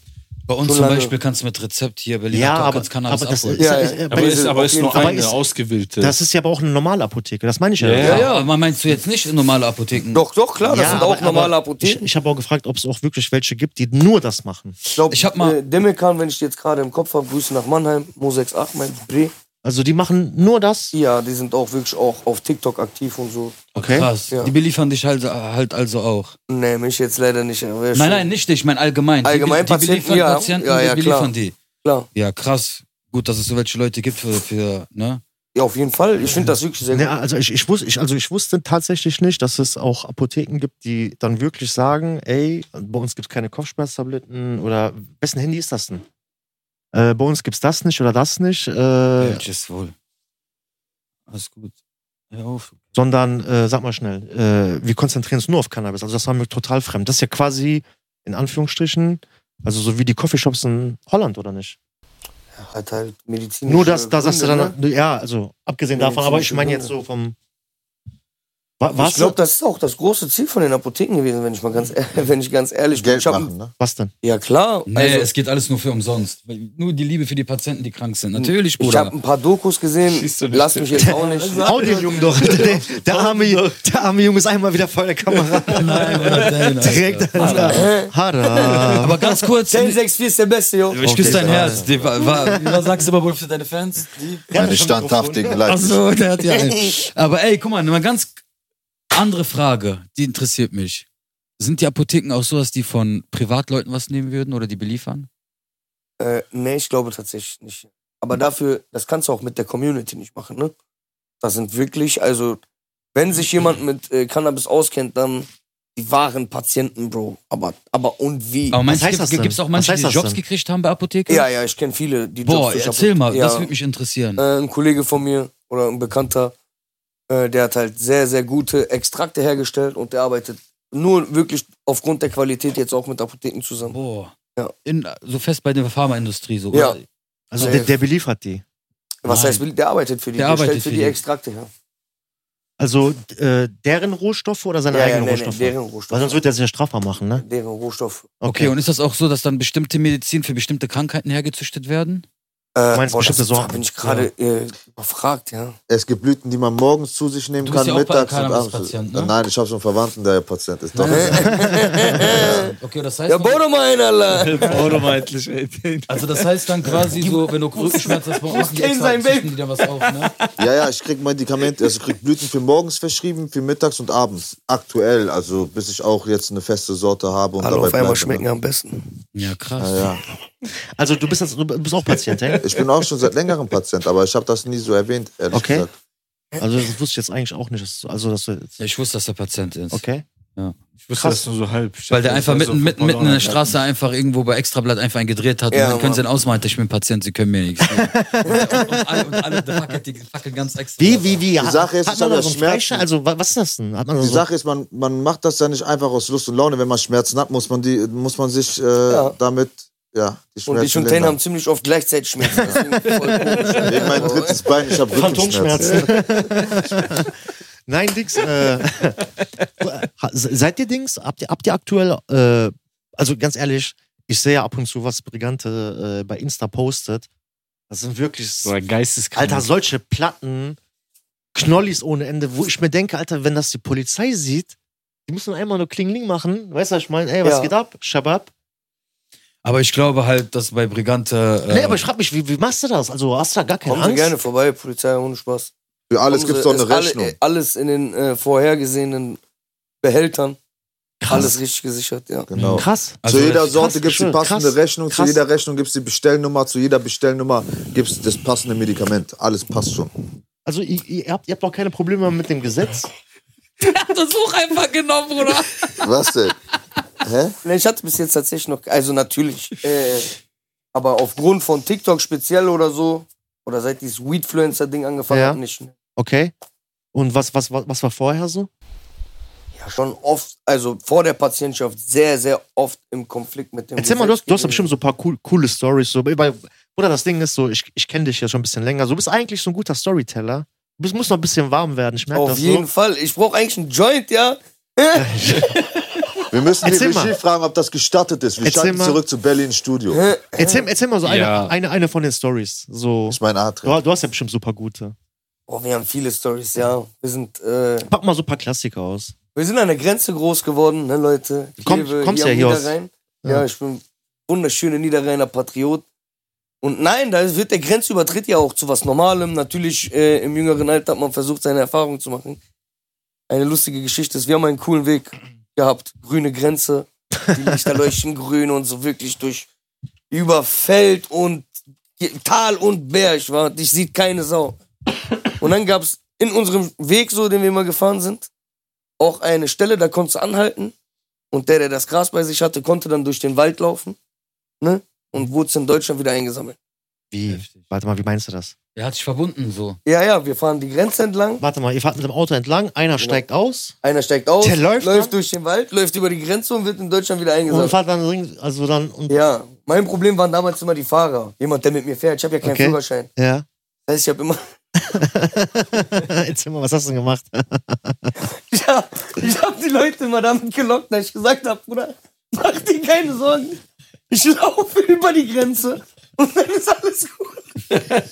Speaker 2: Bei uns
Speaker 3: Schon
Speaker 2: zum
Speaker 3: lange.
Speaker 2: Beispiel kannst du mit Rezept hier Berlin
Speaker 4: ja,
Speaker 2: Doktor,
Speaker 4: aber,
Speaker 2: kannst Cannabis
Speaker 4: aber das,
Speaker 2: abholen.
Speaker 4: ist,
Speaker 3: Ja,
Speaker 4: ist,
Speaker 3: ja.
Speaker 4: äh,
Speaker 5: Aber
Speaker 4: bei-
Speaker 5: ist, aber
Speaker 3: auf
Speaker 5: ist
Speaker 3: jeden
Speaker 5: nur
Speaker 4: Fall.
Speaker 5: eine
Speaker 4: Aber ist-
Speaker 5: ausgewählte.
Speaker 4: das ist ja aber auch eine normale Apotheke, das meine ich ja.
Speaker 5: Ja,
Speaker 2: Ja, ja, aber meinst du jetzt nicht normale Apotheken?
Speaker 3: Doch, doch, klar, das
Speaker 4: Ja,
Speaker 3: sind
Speaker 4: aber-
Speaker 3: auch normale
Speaker 4: aber
Speaker 3: Apotheken.
Speaker 4: Ich, ich habe auch gefragt, ob es auch wirklich welche gibt, die nur das machen.
Speaker 3: Ich glaube,
Speaker 2: Ich hab mal-
Speaker 3: äh, Demekan, wenn ich die jetzt gerade im Kopf habe, Grüße nach Mannheim, Mosex Ahmed, Bre.
Speaker 4: Also die machen nur das.
Speaker 3: Ja, die sind auch wirklich auch auf TikTok aktiv und so.
Speaker 4: Okay.
Speaker 2: Krass.
Speaker 3: Ja.
Speaker 2: Die beliefern dich halt, halt also auch.
Speaker 3: Nee, mich jetzt leider nicht. aber
Speaker 2: Nein,
Speaker 3: schon-
Speaker 2: nein, nicht dich, ich meine allgemein. Die- die,
Speaker 3: Allgemein
Speaker 2: die
Speaker 3: Patienten,
Speaker 2: beliefern
Speaker 3: ja.
Speaker 2: Patienten,
Speaker 3: Ja, ja,
Speaker 2: die
Speaker 3: klar.
Speaker 2: beliefern die.
Speaker 3: Klar.
Speaker 2: Ja, krass. Gut, dass es so welche Leute gibt für, für ne?
Speaker 3: Ja, auf jeden Fall. Ich finde das wirklich sehr
Speaker 4: Ne,
Speaker 3: gut.
Speaker 4: also, ich, ich wusste, ich, also ich wusste tatsächlich nicht, dass es auch Apotheken gibt, die dann wirklich sagen, ey, bei uns gibt es keine Kopfschmerztabletten oder wessen Handy ist das denn? Äh, bei uns gibt's das nicht oder das nicht, äh,
Speaker 2: Welches wohl? Alles gut. Hör auf.
Speaker 4: sondern, äh, sag mal schnell, äh, wir konzentrieren uns nur auf Cannabis. Also das war mir total fremd. Das ist ja quasi, in Anführungsstrichen, also so wie die Coffeeshops in Holland, oder nicht?
Speaker 3: Hat halt ne? medizinisch.
Speaker 4: Nur dass da sagst du dann, ja, also abgesehen
Speaker 3: Ja,
Speaker 4: davon, aber ich
Speaker 3: ziemliche
Speaker 4: meine jetzt
Speaker 3: Gründe.
Speaker 4: so vom. Wa-
Speaker 3: Was? Ich
Speaker 4: Was,
Speaker 3: glaube, das ist auch das große Ziel von den Apotheken gewesen, wenn ich mal ganz, e- wenn ich ganz ehrlich bin.
Speaker 1: Geld
Speaker 3: Ich hab-
Speaker 1: machen, ne?
Speaker 4: was denn?
Speaker 3: Ja, klar.
Speaker 2: Nee,
Speaker 3: also,
Speaker 2: es geht alles nur für umsonst. Weil Nur die Liebe für die Patienten, die krank sind. Natürlich,
Speaker 3: ich habe
Speaker 2: Bruder.
Speaker 3: ein paar Dokus gesehen.
Speaker 5: Schießt du nicht.
Speaker 3: Lass mich jetzt auch nicht.
Speaker 4: Hau den Jungen doch. Der, der, arme, der arme Junge ist einmal wieder vor der Kamera.
Speaker 2: Nein, Bruder, nein, Alter.
Speaker 4: Direkt Ah. Hara.
Speaker 2: Aber ganz kurz.
Speaker 3: 1064 ist der Beste, jo.
Speaker 2: Ich küsse dein Herz. Die, wa, wa, was sagst du aber wohl für deine Fans? Die?
Speaker 1: Meine standhaftigen Leute.
Speaker 2: Achso, der hat ja einen. Aber ey, guck mal, eine ganz andere Frage, die interessiert mich. Sind die Apotheken auch so, dass die von Privatleuten was nehmen würden oder die beliefern?
Speaker 3: Äh, nee, ich glaube tatsächlich nicht. Aber dafür, das kannst du auch mit der Community nicht machen, ne? Das sind wirklich, also, wenn sich jemand mit äh, Cannabis auskennt, dann die wahren Patienten, Bro. Aber, aber und wie?
Speaker 2: Aber meinst
Speaker 4: heißt das
Speaker 2: du,
Speaker 4: denn?
Speaker 2: gibt es auch
Speaker 4: Was
Speaker 2: manche,
Speaker 4: heißt
Speaker 2: die
Speaker 4: das
Speaker 2: Jobs
Speaker 4: denn?
Speaker 2: gekriegt haben bei Apotheken?
Speaker 3: ja, ja, ich kenne viele, die
Speaker 2: Boah,
Speaker 3: durch
Speaker 2: erzähl
Speaker 3: Apotheken-
Speaker 2: mal,
Speaker 3: ja,
Speaker 2: das würde mich interessieren.
Speaker 3: äh, Ein Kollege von mir oder ein Bekannter, äh, der hat halt sehr, sehr gute Extrakte hergestellt und der arbeitet nur wirklich aufgrund der Qualität jetzt auch mit Apotheken zusammen.
Speaker 2: Boah.
Speaker 3: Ja.
Speaker 2: In, so fest bei der Pharmaindustrie so.
Speaker 3: Ja.
Speaker 2: oder?
Speaker 4: Also der, der beliefert die.
Speaker 3: Was
Speaker 2: Nein.
Speaker 3: heißt, der arbeitet für die,
Speaker 2: Der
Speaker 3: der,
Speaker 2: arbeitet
Speaker 3: stellt für
Speaker 2: für
Speaker 3: die
Speaker 2: die.
Speaker 3: Extrakte her.
Speaker 4: Also äh, deren Rohstoffe oder seine eigenen Rohstoffe?
Speaker 3: deren Rohstoffe.
Speaker 4: Weil sonst wird er sich ja strafbar machen, ne?
Speaker 3: deren Rohstoff.
Speaker 2: Okay, und ist das auch so, dass dann bestimmte Medizin für bestimmte Krankheiten hergezüchtet werden?
Speaker 3: Äh,
Speaker 4: meinst bestimmte
Speaker 3: das-
Speaker 4: Sorten.
Speaker 3: Da bin ich gerade äh, überfragt, ja.
Speaker 1: Es gibt Blüten, die man morgens zu sich nehmen
Speaker 2: Du
Speaker 1: kann,
Speaker 2: bist ja auch
Speaker 1: mittags
Speaker 2: bei-
Speaker 1: und abends.
Speaker 2: Cannabis-Patient, ne?
Speaker 1: Nein, ich habe schon einen Verwandten, der Patient ist. Doch.
Speaker 2: Okay, das heißt,
Speaker 3: Ja, bau doch mal einen, Alter.
Speaker 5: Automeidlich, ey.
Speaker 2: also das heißt dann quasi so, wenn du Rückenschmerzen hast, brauchst
Speaker 3: die extra sein, züchten
Speaker 2: dir was auf, ne?
Speaker 1: Ja, ja, ich krieg Medikamente, also ich krieg Blüten für morgens verschrieben, für mittags und abends. Aktuell, also bis ich auch jetzt eine feste Sorte habe und
Speaker 3: Alle
Speaker 1: dabei
Speaker 3: auf
Speaker 1: bleibe.
Speaker 3: einmal
Speaker 1: ne?
Speaker 3: schmecken am besten.
Speaker 2: Ja, krass.
Speaker 1: Ja, ja.
Speaker 4: Also du bist, jetzt- du bist auch Patient, hä?
Speaker 1: Ich bin auch schon seit längerem Patient, aber ich habe das nie so erwähnt, ehrlich
Speaker 4: Okay.
Speaker 1: gesagt.
Speaker 4: Also das wusste ich jetzt eigentlich auch nicht. dass du- Also dass du jetzt,
Speaker 2: Ja, Ich wusste, dass der Patient ist.
Speaker 4: okay.
Speaker 5: Ich wusste
Speaker 4: Krass.
Speaker 5: das nur so halb. Also Ich
Speaker 2: Weil der
Speaker 5: dachte,
Speaker 2: einfach
Speaker 5: das war
Speaker 2: mitten,
Speaker 5: so
Speaker 2: mitten,
Speaker 5: von
Speaker 2: mitten in der
Speaker 5: vornherein.
Speaker 2: Straße einfach irgendwo bei Extrablatt einfach einen gedreht hat.
Speaker 3: Ja,
Speaker 2: und dann können
Speaker 3: Mann.
Speaker 2: sie ihn ausmalen, ich bin Patient, sie können mir nichts. und, und alle, und alle fackeln, die fackeln ganz extra.
Speaker 4: Wie, wie, wie?
Speaker 1: Die Sache ist,
Speaker 4: hat
Speaker 1: ich
Speaker 4: man
Speaker 1: habe ja
Speaker 4: da so einen
Speaker 1: Schmerzen.
Speaker 4: Freischein? Also wa- was ist das denn? Hat man da
Speaker 3: Also.
Speaker 1: Die
Speaker 4: so,
Speaker 1: Sache ist, man, man macht das ja nicht einfach aus Lust und Laune. Wenn man Schmerzen hat, muss man, die, muss man sich äh,
Speaker 3: Ja.
Speaker 1: damit, ja, die
Speaker 3: Und
Speaker 1: Schmerzen
Speaker 3: ich und Ten haben ziemlich oft gleichzeitig Schmerzen. Deswegen ist es voll komisch.
Speaker 1: Wegen meinem drittes Bein, ich habe Rückenschmerzen.
Speaker 4: Phantomschmerzen. Nein, Dings. Äh, ha- seid ihr Dings? Habt ihr, habt ihr aktuell, äh, also ganz ehrlich, ich sehe ja ab und zu, was Brigante äh, bei Insta postet. Das sind wirklich,
Speaker 5: So ein geisteskrank.
Speaker 4: Alter, solche Platten, Knollis ohne Ende, wo ich mir denke, Alter, wenn das die Polizei sieht, die müssen einmal nur Klingling machen. Weißt du, was ich meine? Ey, was
Speaker 3: Ja.
Speaker 4: geht ab? Shabab.
Speaker 2: Aber ich glaube halt, dass bei Brigante. Äh,
Speaker 4: Nee, aber ich frag mich, wie, wie machst du das? Also hast du da gar keine
Speaker 3: Kommen Sie
Speaker 4: Angst?
Speaker 3: gerne vorbei, Polizei, ohne Spaß.
Speaker 1: Für alles
Speaker 3: Kommen
Speaker 1: gibt es
Speaker 3: Sie,
Speaker 1: doch eine
Speaker 3: ist alle-
Speaker 1: Rechnung.
Speaker 3: Alles in den äh, vorhergesehenen Behältern.
Speaker 4: Krass.
Speaker 3: Alles richtig gesichert, ja.
Speaker 1: Genau.
Speaker 4: Krass.
Speaker 2: also
Speaker 1: zu jeder
Speaker 2: ich-
Speaker 4: krass,
Speaker 1: Sorte gibt es die
Speaker 4: schön,
Speaker 1: passende
Speaker 4: krass,
Speaker 1: Rechnung, zu
Speaker 4: krass.
Speaker 1: jeder Rechnung gibt es die Bestellnummer, zu jeder Bestellnummer gibt es das passende Medikament. Alles passt schon.
Speaker 4: Also ihr, ihr, habt, ihr habt doch keine Probleme mit dem Gesetz.
Speaker 2: das Buch einfach genommen, Bruder.
Speaker 1: Was denn? Hä?
Speaker 3: Nee, Ich hatte bis jetzt tatsächlich noch, also natürlich, äh, aber aufgrund von TikTok speziell oder so, oder seit dieses Weedfluencer-Ding angefangen
Speaker 4: Ja.
Speaker 3: hat, nicht. ne? mehr.
Speaker 4: Okay. Und was, was, was, was war vorher so?
Speaker 3: Ja, schon oft, also vor der Patientschaft sehr, sehr oft im Konflikt mit dem.
Speaker 4: Erzähl mal, du hast, du hast
Speaker 3: Gesetzgeber.
Speaker 4: bestimmt so ein paar cool, coole Stories. So. Weil, Bruder, das Ding ist so, ich, ich kenne dich ja schon ein bisschen länger. So, Du bist eigentlich so ein guter Storyteller. Du bist, musst noch ein bisschen warm werden, ich merke
Speaker 3: Auf
Speaker 4: das
Speaker 3: jeden
Speaker 4: so.
Speaker 3: Fall. Ich brauche eigentlich einen Joint, ja?
Speaker 1: Wir müssen die
Speaker 4: Erzähl mal.
Speaker 1: Regie fragen, ob das gestattet ist. Wir
Speaker 4: Erzähl
Speaker 1: schalten
Speaker 4: mal.
Speaker 1: zurück zu Berlin Studio.
Speaker 3: Hä?
Speaker 4: Erzähl, erzähl mal so eine,
Speaker 5: Ja.
Speaker 4: eine, eine von den Stories. So.
Speaker 1: Ich meine, Adrian.
Speaker 4: Du, du hast ja bestimmt super gute.
Speaker 3: Oh, wir haben viele Stories, ja. Wir sind, äh,
Speaker 4: Pack mal so ein paar Klassiker aus.
Speaker 3: wir sind an der Grenze groß geworden, ne, Leute?
Speaker 4: Komm- kommst ja
Speaker 3: am
Speaker 4: hier aus-
Speaker 3: Niederrhein.
Speaker 4: Ja.
Speaker 3: Ja. ich bin wunderschöner Niederrheiner Patriot. Und nein, da wird der Grenzübertritt ja auch zu was Normalem. Natürlich, äh, im jüngeren Alter hat man versucht, seine Erfahrungen zu machen. Eine lustige Geschichte ist, wir haben einen coolen Weg gehabt. Grüne Grenze, die Lichter leuchten grün und so wirklich durch über Feld und Tal und Berg, war. Dich sieht keine Sau. Und dann gab's in unserem Weg, so den wir mal gefahren sind, auch eine Stelle, da konntest du anhalten. Und der, der das Gras bei sich hatte, konnte dann durch den Wald laufen. Ne? Und wurde in Deutschland wieder eingesammelt.
Speaker 4: Wie? Warte mal, wie meinst du das?
Speaker 2: Er hat sich verbunden so.
Speaker 3: Ja, ja, wir fahren die Grenze entlang.
Speaker 4: Warte mal, ihr fahrt mit dem Auto entlang,
Speaker 3: Genau.
Speaker 4: einer steigt aus
Speaker 3: Einer steigt aus,
Speaker 4: Der läuft dann?
Speaker 3: durch den Wald, läuft über die Grenze und wird in Deutschland wieder
Speaker 4: und
Speaker 3: eingesammelt.
Speaker 4: fahrt dann, ring- also dann, und,
Speaker 3: ja, mein Problem waren damals immer die Fahrer. Jemand, der mit mir fährt. Ich habe ja keinen
Speaker 4: Okay.
Speaker 3: Führerschein.
Speaker 4: ja.
Speaker 3: Das heißt, ich habe immer.
Speaker 4: Erzähl mal, was hast du denn gemacht?
Speaker 3: Ich habe hab die Leute immer damit gelockt, dass ich gesagt habe, Bruder, mach dir keine Sorgen. Ich laufe über die Grenze und dann ist alles gut.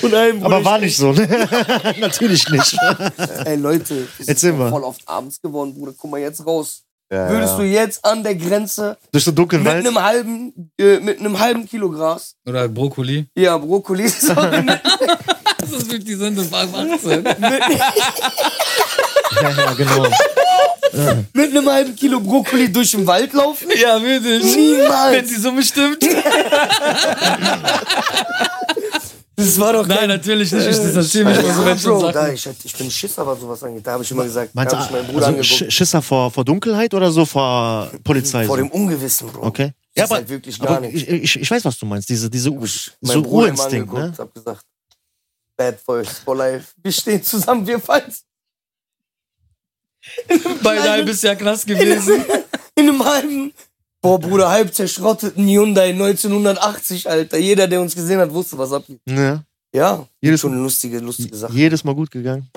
Speaker 3: und einem
Speaker 4: Aber war nicht so, ne? Natürlich nicht.
Speaker 3: Ey, Leute, wir sind
Speaker 4: Erzähl
Speaker 3: doch
Speaker 4: mal.
Speaker 3: voll oft abends geworden, Bruder. Guck mal jetzt raus.
Speaker 1: Ja,
Speaker 3: Würdest
Speaker 1: ja.
Speaker 3: du jetzt an der Grenze
Speaker 4: Durch so dunklen
Speaker 3: mit
Speaker 4: Wald.
Speaker 3: einem halben, äh, mit einem halben Kilo Gras,
Speaker 2: Oder Brokkoli.
Speaker 3: ja, Brokkoli, sorry, mit,
Speaker 2: Das ist wirklich die Sendung bei 18.
Speaker 4: Ja, ja, genau.
Speaker 3: mit einem halben Kilo Brokkoli durch den Wald laufen?
Speaker 2: ja, wirklich. Wenn
Speaker 3: Niemals!
Speaker 2: die Summe stimmt.
Speaker 3: Das war doch
Speaker 2: Nein, natürlich nicht. Ich distanziere mich von so
Speaker 3: Ja,
Speaker 2: Menschen
Speaker 3: Äh, Bro,
Speaker 2: und
Speaker 3: da,
Speaker 2: Sachen.
Speaker 3: ich, hätte- ich bin ein Schisser, was sowas angeht. Da habe ich immer gesagt, da
Speaker 4: Meinst du,
Speaker 3: habe ich meinen Bruder
Speaker 4: also Sch
Speaker 3: angeguckt.
Speaker 4: Schisser vor, vor Dunkelheit oder so vor Polizei?
Speaker 3: Vor
Speaker 4: so?
Speaker 3: dem Ungewissen, Bro.
Speaker 4: okay.
Speaker 3: Ja, aber, halt wirklich gar
Speaker 4: aber
Speaker 3: nicht.
Speaker 4: ich, ich, ich weiß, was du meinst. Diese, diese
Speaker 3: Hab ich
Speaker 4: so
Speaker 3: meinen Bruder immer
Speaker 4: Urinstinkt,
Speaker 3: angeguckt,
Speaker 4: ne?
Speaker 3: hab gesagt, Bad Boys for Life. Wir stehen zusammen, wir fallen
Speaker 2: Beinahe ein halbes Jahr Knast gewesen.
Speaker 3: in einem halben. Boah, Bruder, halb zerschrotteten Hyundai 1980, Alter. Jeder, der uns gesehen hat, wusste, was abgeht.
Speaker 4: Ne?
Speaker 3: Ja,
Speaker 4: Jedes,
Speaker 3: schon eine lustige, lustige Sache.
Speaker 4: jedes Mal gut gegangen.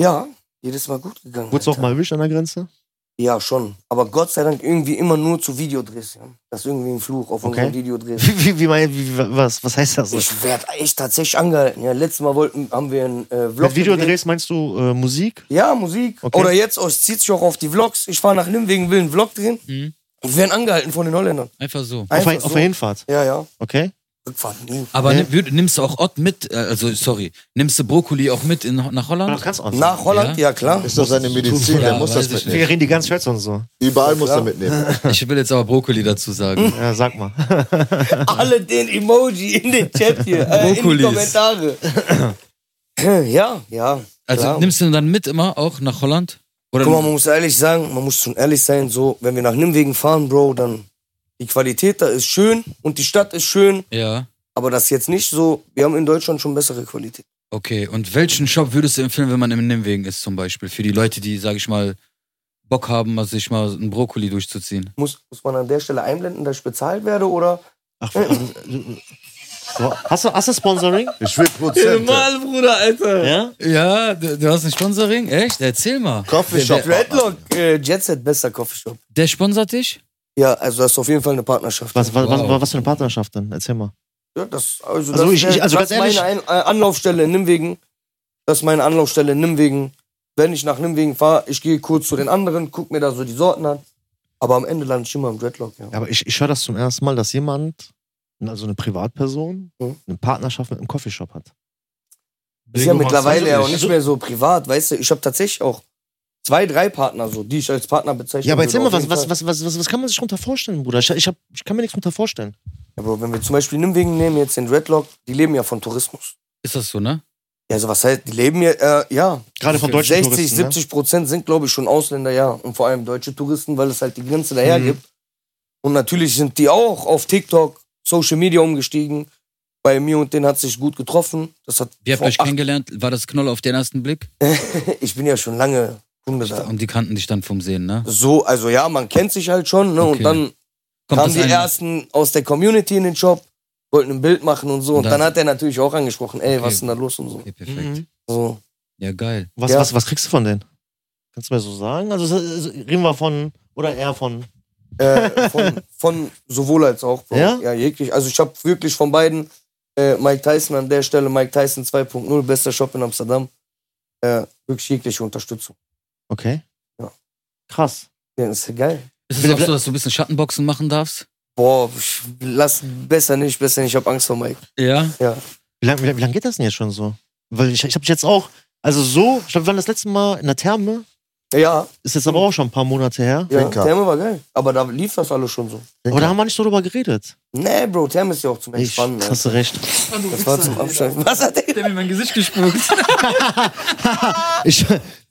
Speaker 3: Ja, jedes Mal gut gegangen.
Speaker 4: Wurdest du auch
Speaker 3: Alter.
Speaker 4: mal erwischt an der Grenze?
Speaker 3: Ja, schon. Aber Gott sei Dank irgendwie immer nur zu Videodrehs. Ja. Das ist irgendwie ein Fluch auf
Speaker 4: Okay.
Speaker 3: unseren Videodrehs.
Speaker 4: Wie, wie, wie, mein- wie, was, was heißt das?
Speaker 3: Ich werd echt tatsächlich angehalten. Ja, letztes Mal wollten, haben wir einen äh, Vlog.
Speaker 4: Mit
Speaker 3: gedreht.
Speaker 4: Videodrehs meinst du äh, Musik?
Speaker 3: Ja, Musik.
Speaker 4: Okay.
Speaker 3: Oder jetzt, oh, es zieht sich auch auf die Vlogs. Ich fahre nach Nimwegen, will einen Vlog drehen.
Speaker 2: Mhm.
Speaker 3: Und wir werden angehalten von den Holländern.
Speaker 2: Einfach so.
Speaker 4: Auf,
Speaker 3: Einfach
Speaker 4: ein, auf
Speaker 3: so.
Speaker 4: der Hinfahrt,
Speaker 3: Ja, ja.
Speaker 4: okay?
Speaker 3: Rückfahrt, nee.
Speaker 2: Aber
Speaker 4: Nee.
Speaker 2: nimm- würd- nimmst du auch Ott mit, äh, also sorry, nimmst du Brokkoli auch mit in, nach
Speaker 4: Aber
Speaker 2: Holland?
Speaker 4: kannst du auch sagen.
Speaker 3: Nach Holland, ja, klar.
Speaker 1: Ist doch seine Medizin, der
Speaker 2: Ja,
Speaker 1: muss das
Speaker 2: weiß ich
Speaker 1: mitnehmen.
Speaker 4: Wir reden die ganze Zeit sonst so.
Speaker 1: Überall muss
Speaker 3: klar.
Speaker 1: er mitnehmen.
Speaker 2: Ich will jetzt aber Brokkoli dazu
Speaker 3: Hm.
Speaker 2: sagen.
Speaker 4: Ja, sag mal.
Speaker 3: Alle den Emoji in den Chat hier, äh, in die
Speaker 2: Brokkolis.
Speaker 3: Kommentare. ja, ja.
Speaker 2: Also
Speaker 3: klar.
Speaker 2: nimmst du ihn dann mit immer auch nach Holland? Oder
Speaker 3: Guck mal, man muss ehrlich sagen, man muss schon ehrlich sein, so, wenn wir nach Nimwegen fahren, Bro, dann die Qualität da ist schön und die Stadt ist schön,
Speaker 2: ja.
Speaker 3: aber das jetzt nicht so, wir haben in Deutschland schon bessere Qualität.
Speaker 2: Okay, und welchen Shop würdest du empfehlen, wenn man im Nimwegen ist zum Beispiel? Für die Leute, die, sag ich mal, Bock haben, mal sich mal einen Brokkoli durchzuziehen.
Speaker 3: Muss, muss man an der Stelle einblenden, dass ich bezahlt werde oder?
Speaker 4: Ach, also, so, hast, du, hast du Sponsoring?
Speaker 1: Ich will Prozente.
Speaker 5: Normal, Bruder, Alter.
Speaker 4: Ja?
Speaker 2: Ja, du, du hast ein Sponsoring? Echt? Erzähl mal.
Speaker 1: Coffeeshop.
Speaker 3: Redlock, äh, Jet Set, bester Coffeeshop.
Speaker 2: Der sponsert dich?
Speaker 3: Ja, also das ist auf jeden Fall eine Partnerschaft.
Speaker 4: Was, was,
Speaker 2: Wow.
Speaker 4: was, was für eine Partnerschaft denn? Erzähl mal.
Speaker 3: Ja, das, also,
Speaker 4: Also
Speaker 3: das,
Speaker 4: ich- ich- also
Speaker 3: das
Speaker 4: ganz
Speaker 3: ist meine Ein äh, Anlaufstelle in Nimwegen. Das ist meine Anlaufstelle in Nimwegen. Wenn ich nach Nimwegen fahre, ich gehe kurz zu den anderen, guck mir da so die Sorten an. Aber am Ende lande ich immer im Dreadlock, ja.
Speaker 4: Aber ich, ich höre das zum ersten Mal, dass jemand, also eine Privatperson,
Speaker 3: Mhm.
Speaker 4: eine Partnerschaft mit einem Coffeeshop hat.
Speaker 3: ist ja
Speaker 5: Bingo,
Speaker 3: mittlerweile
Speaker 5: machst
Speaker 3: ja
Speaker 5: du
Speaker 3: auch nicht Also mehr so privat, weißt du. Ich habe tatsächlich auch zwei, drei Partner, so, die ich als Partner bezeichne.
Speaker 4: Ja, aber erzähl mal,
Speaker 3: würde, auf
Speaker 4: was,
Speaker 3: jeden
Speaker 4: was,
Speaker 3: Fall.
Speaker 4: was, was, was, was kann man sich darunter vorstellen, Bruder? Ich, ich, hab, ich kann mir nichts darunter vorstellen.
Speaker 3: Ja, Bro, wenn wir zum Beispiel Nimwegen nehmen, jetzt den Dreadlock, die leben ja von Tourismus.
Speaker 2: Ist das so, ne?
Speaker 3: Ja, also was heißt, die leben ja, äh, ja.
Speaker 4: Gerade von deutschen
Speaker 3: 60,
Speaker 4: Touristen. ne?
Speaker 3: 70 Prozent sind, glaube ich, schon Ausländer, ja. Und vor allem deutsche Touristen, weil es halt die Grenze daher
Speaker 4: Mhm.
Speaker 3: gibt. Und natürlich sind die auch auf TikTok, Social Media umgestiegen. Bei mir und denen hat sich gut getroffen. Das hat
Speaker 2: Wie habt ihr
Speaker 3: vor
Speaker 2: euch
Speaker 3: acht-
Speaker 2: kennengelernt? War das Knoll auf den ersten Blick?
Speaker 3: Ich bin ja schon lange Kunde da.
Speaker 2: Und die kannten dich dann vom Sehen, ne?
Speaker 3: So, also ja, man kennt sich halt schon, ne?
Speaker 2: Okay.
Speaker 3: Und dann kamen
Speaker 2: das
Speaker 3: die
Speaker 2: ein-
Speaker 3: ersten aus der Community in den Shop, wollten ein Bild machen und so. Und,
Speaker 2: Und
Speaker 3: dann
Speaker 2: dann-
Speaker 3: hat er natürlich auch angesprochen, ey,
Speaker 2: Okay.
Speaker 3: was ist denn da los und so.
Speaker 2: Okay,
Speaker 4: Ne?
Speaker 2: perfekt.
Speaker 4: Mhm.
Speaker 3: so.
Speaker 2: Ja, geil.
Speaker 4: Was,
Speaker 3: Ja.
Speaker 4: was, was kriegst du von denen? Kannst du mir so sagen? Also äh, reden wir von, oder eher von.
Speaker 3: äh, von, von sowohl als auch. Bro.
Speaker 4: Ja?
Speaker 3: Ja, jeglich. Also ich habe wirklich von beiden äh, Mike Tyson an der Stelle, Mike Tyson 2.0, bester Shop in Amsterdam. Äh, wirklich jegliche Unterstützung.
Speaker 4: Okay.
Speaker 3: Ja.
Speaker 4: Krass.
Speaker 3: Ja, das ist ja geil.
Speaker 2: Ist es auch so, dass du ein bisschen Schattenboxen machen darfst?
Speaker 3: Boah, ich lass besser nicht, besser nicht. Ich habe Angst vor Mike.
Speaker 2: Ja.
Speaker 4: Wie lange wie lang, wie lang geht das denn jetzt schon so? Weil ich, ich habe jetzt auch, also so, ich glaube, wir waren das letzte Mal in der Therme,
Speaker 3: Ja,
Speaker 4: ist jetzt aber auch schon ein paar Monate her.
Speaker 3: Mhm. ja
Speaker 1: Trinker.
Speaker 3: Therme war geil. Aber da lief das alles schon so.
Speaker 4: Aber da haben wir nicht so drüber geredet.
Speaker 3: Nee, Bro, Therme ist ja auch zum
Speaker 4: Ich,
Speaker 3: Entspannen. ne?
Speaker 4: hast du recht.
Speaker 3: Das war zum Abschalten. Was hat der?
Speaker 2: Der mir mein Gesicht gespuckt.
Speaker 4: Ich,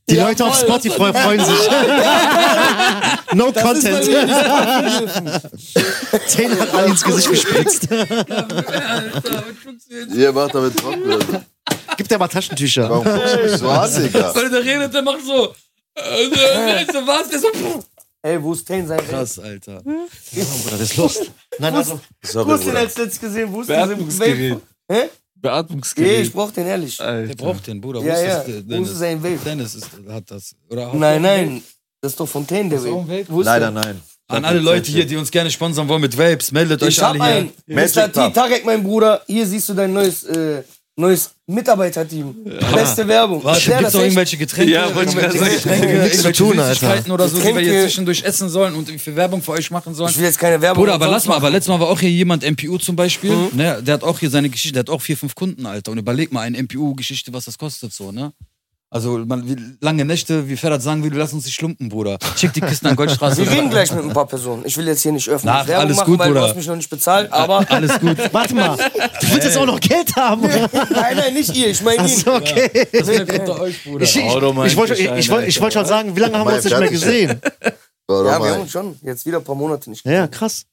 Speaker 4: die Leute auf Spotify freuen sich. no Content. Taylor hat alle ins Gesicht gespritzt.
Speaker 1: Ihr macht damit trocken.
Speaker 4: Gib dir mal Taschentücher.
Speaker 1: Warum guckst du mich so an, Digga?
Speaker 2: Weil der redet, der macht so. Was? Der so.
Speaker 3: Ey, wo ist Tane sein?
Speaker 2: Krass, Alter.
Speaker 4: Bruder, das ist los. Nein, also,
Speaker 1: Sorry,
Speaker 3: Wo ist den
Speaker 1: Bruder.
Speaker 3: als letztes gesehen? Wo ist
Speaker 5: Beatmungsgerät.
Speaker 3: den Hä? Nee, ich
Speaker 5: Beatmungsgerät. Äh,
Speaker 3: brauch den ehrlich.
Speaker 2: Der
Speaker 5: Alter.
Speaker 2: braucht den, Bruder.
Speaker 3: Ja,
Speaker 2: Wo
Speaker 3: ja.
Speaker 2: ist das,
Speaker 3: Wo ist
Speaker 2: Dennis?
Speaker 3: sein Vape?
Speaker 2: Dennis ist, hat das. Oder hat-
Speaker 3: Nein, nein. Das ist doch von Tane, der
Speaker 5: Ist auch
Speaker 3: Vape.
Speaker 5: ein Vape?
Speaker 1: Leider nein.
Speaker 2: An alle Leute hier, die uns gerne sponsern wollen mit Vapes, meldet euch
Speaker 3: Ich hab
Speaker 2: alle hier.
Speaker 3: einen. Mr.
Speaker 1: Magic
Speaker 3: T.
Speaker 1: Pub.
Speaker 3: Tarek, mein Bruder. Hier siehst du dein neues, äh, neues Mitarbeiterteam. Beste Werbung.
Speaker 2: Warte,
Speaker 3: Erklär
Speaker 2: gibt's
Speaker 3: das
Speaker 2: noch
Speaker 3: echt.
Speaker 2: irgendwelche Getränke?
Speaker 5: Ja, wollte ich gerade
Speaker 2: irgendwelche
Speaker 5: sagen.
Speaker 2: Getränke,
Speaker 4: Nichts zu
Speaker 2: irgendwelche
Speaker 4: tun, Alter.
Speaker 2: Süßigkeiten oder so, die wir
Speaker 3: Getränke.
Speaker 2: jetzt zwischendurch essen sollen und für Werbung für euch machen sollen.
Speaker 3: Ich will jetzt keine Werbung.
Speaker 2: Bruder, aber lass mal, aber letztes Mal war auch hier jemand MPU zum Beispiel,
Speaker 3: Hm?
Speaker 2: ne, der hat auch hier seine Geschichte, der hat auch vier, fünf Kunden, Alter. Und überleg mal, eine MPU-Geschichte, was das kostet so, ne? Also man, wie, lange Nächte, wie Ferrat sagen würde, lass uns nicht schlumpen, Bruder. Schick die Kisten an Goldstraße.
Speaker 3: Wir reden gleich mit ein paar Personen. Ich will jetzt hier nicht öffentlich
Speaker 2: Na,
Speaker 3: Werbung
Speaker 2: alles
Speaker 3: machen,
Speaker 2: gut,
Speaker 3: weil du
Speaker 2: Bruder.
Speaker 3: hast mich noch nicht bezahlt. Aber
Speaker 2: Alles gut.
Speaker 4: warte mal. Du willst jetzt auch noch Geld haben.
Speaker 3: nein, nein, nicht ihr. Ich meine ihn.
Speaker 4: Achso, okay.
Speaker 2: Das ist unter euch, Bruder.
Speaker 4: Ich, ich,
Speaker 5: Hau doch mal
Speaker 4: ich, wollte, ich,
Speaker 5: einen
Speaker 4: ich, wollte- ich wollte schon sagen, wie lange haben wir uns nicht mehr gesehen?
Speaker 1: Warum
Speaker 3: Ja, wir haben
Speaker 1: ein?
Speaker 3: uns schon jetzt wieder ein paar Monate nicht.
Speaker 4: Ja, ja, krass.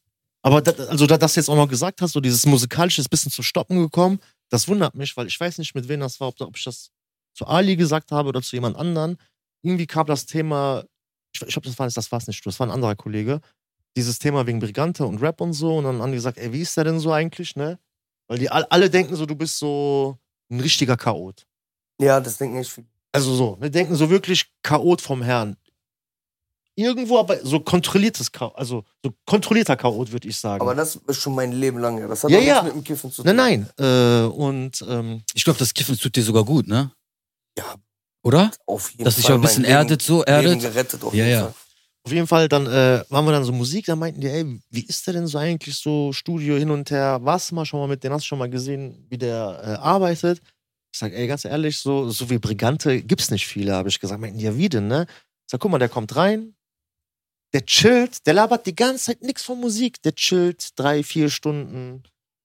Speaker 4: Aber da, also, da, dass du jetzt auch noch gesagt hast, so dieses musikalische ist ein bisschen zu stoppen gekommen, das wundert mich, weil ich weiß nicht, mit wem das war, ob, ob ich das zu Ali gesagt habe oder zu jemand anderen. Irgendwie kam das Thema, ich, ich glaube, das war nicht, das war es nicht, du, das war ein anderer Kollege, dieses Thema wegen Brigante und Rap und so. Und dann haben die gesagt, ey, wie ist der denn so eigentlich, ne? Weil die all, alle denken so, du bist so ein richtiger Chaot.
Speaker 3: Ja, das denken echt viele.
Speaker 4: Also so, ne, denken so wirklich Chaot vom Herrn. Irgendwo aber so kontrolliertes Chaot, also so kontrollierter Chaot, würde ich sagen.
Speaker 3: Aber das ist schon mein Leben lang. ja. Das hat
Speaker 4: Ja,
Speaker 3: auch nichts
Speaker 4: ja.
Speaker 3: mit dem Kiffen zu tun.
Speaker 4: Nein, nein. Äh, und ähm,
Speaker 2: Ich glaube, das Kiffen tut dir sogar gut, ne?
Speaker 3: Ja.
Speaker 2: Oder?
Speaker 3: Auf jeden
Speaker 2: Dass
Speaker 3: Fall
Speaker 2: dich auch ein
Speaker 3: mein
Speaker 2: bisschen
Speaker 3: Leben-
Speaker 2: erdet, so
Speaker 3: Leben
Speaker 2: erdet.
Speaker 3: gerettet auf
Speaker 2: Ja,
Speaker 3: jeden
Speaker 2: ja.
Speaker 3: Fall.
Speaker 4: Auf jeden Fall, dann äh, waren wir dann so Musik, dann meinten die, ey, wie ist der denn so eigentlich so Studio hin und her? Warst du mal schon mal mit denen? Hast du schon mal gesehen, wie der äh, arbeitet? Ich sag, ey, ganz ehrlich, so, so wie Brigante gibt's nicht viele, habe ich gesagt. Meinten die, ja, wie denn, ne? Ich sag, guck mal, der kommt rein, der chillt, der labert die ganze Zeit nichts von Musik. Der chillt drei, vier Stunden,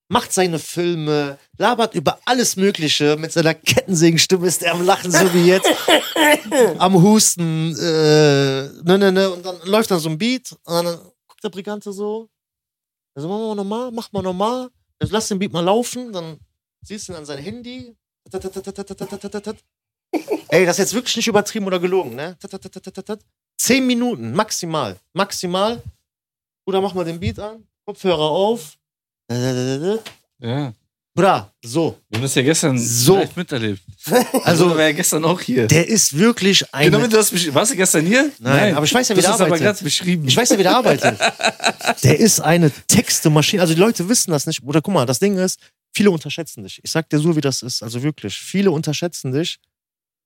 Speaker 4: macht seine Filme, labert über alles Mögliche. Mit seiner Kettensägenstimme ist er am Lachen, so wie jetzt am Husten, äh, ne, ne, ne, und dann läuft dann so ein Beat und dann guckt der Brigante so, also machen wir nochmal, mach mal nochmal, also lass den Beat mal laufen, dann siehst du ihn an sein Handy. Tat, tat, tat, tat, tat, tat, tat, tat. Ey, das ist jetzt wirklich nicht übertrieben oder gelogen, ne? Tat, tat, tat, tat, tat, tat. Zehn Minuten, maximal, maximal. Bruder, mach mal den Beat an, Kopfhörer auf. Tat, tat, tat, tat.
Speaker 5: Ja.
Speaker 4: Bruder, so.
Speaker 5: Wir haben das ja gestern
Speaker 4: So.
Speaker 5: live miterlebt. Also, war ja gestern auch hier.
Speaker 4: Der ist wirklich ein.
Speaker 5: Genau, du hast besch- warst du gestern hier?
Speaker 4: Nein, aber ich weiß ja, wie
Speaker 5: das
Speaker 4: der
Speaker 5: ist aber
Speaker 4: arbeitet.
Speaker 5: gerade beschrieben.
Speaker 4: Ich weiß ja, wie der arbeitet. Der ist eine Textemaschine. Also die Leute wissen das nicht. Oder guck mal, das Ding ist, viele unterschätzen dich. Ich sag dir so, wie das ist. Also wirklich, viele unterschätzen dich.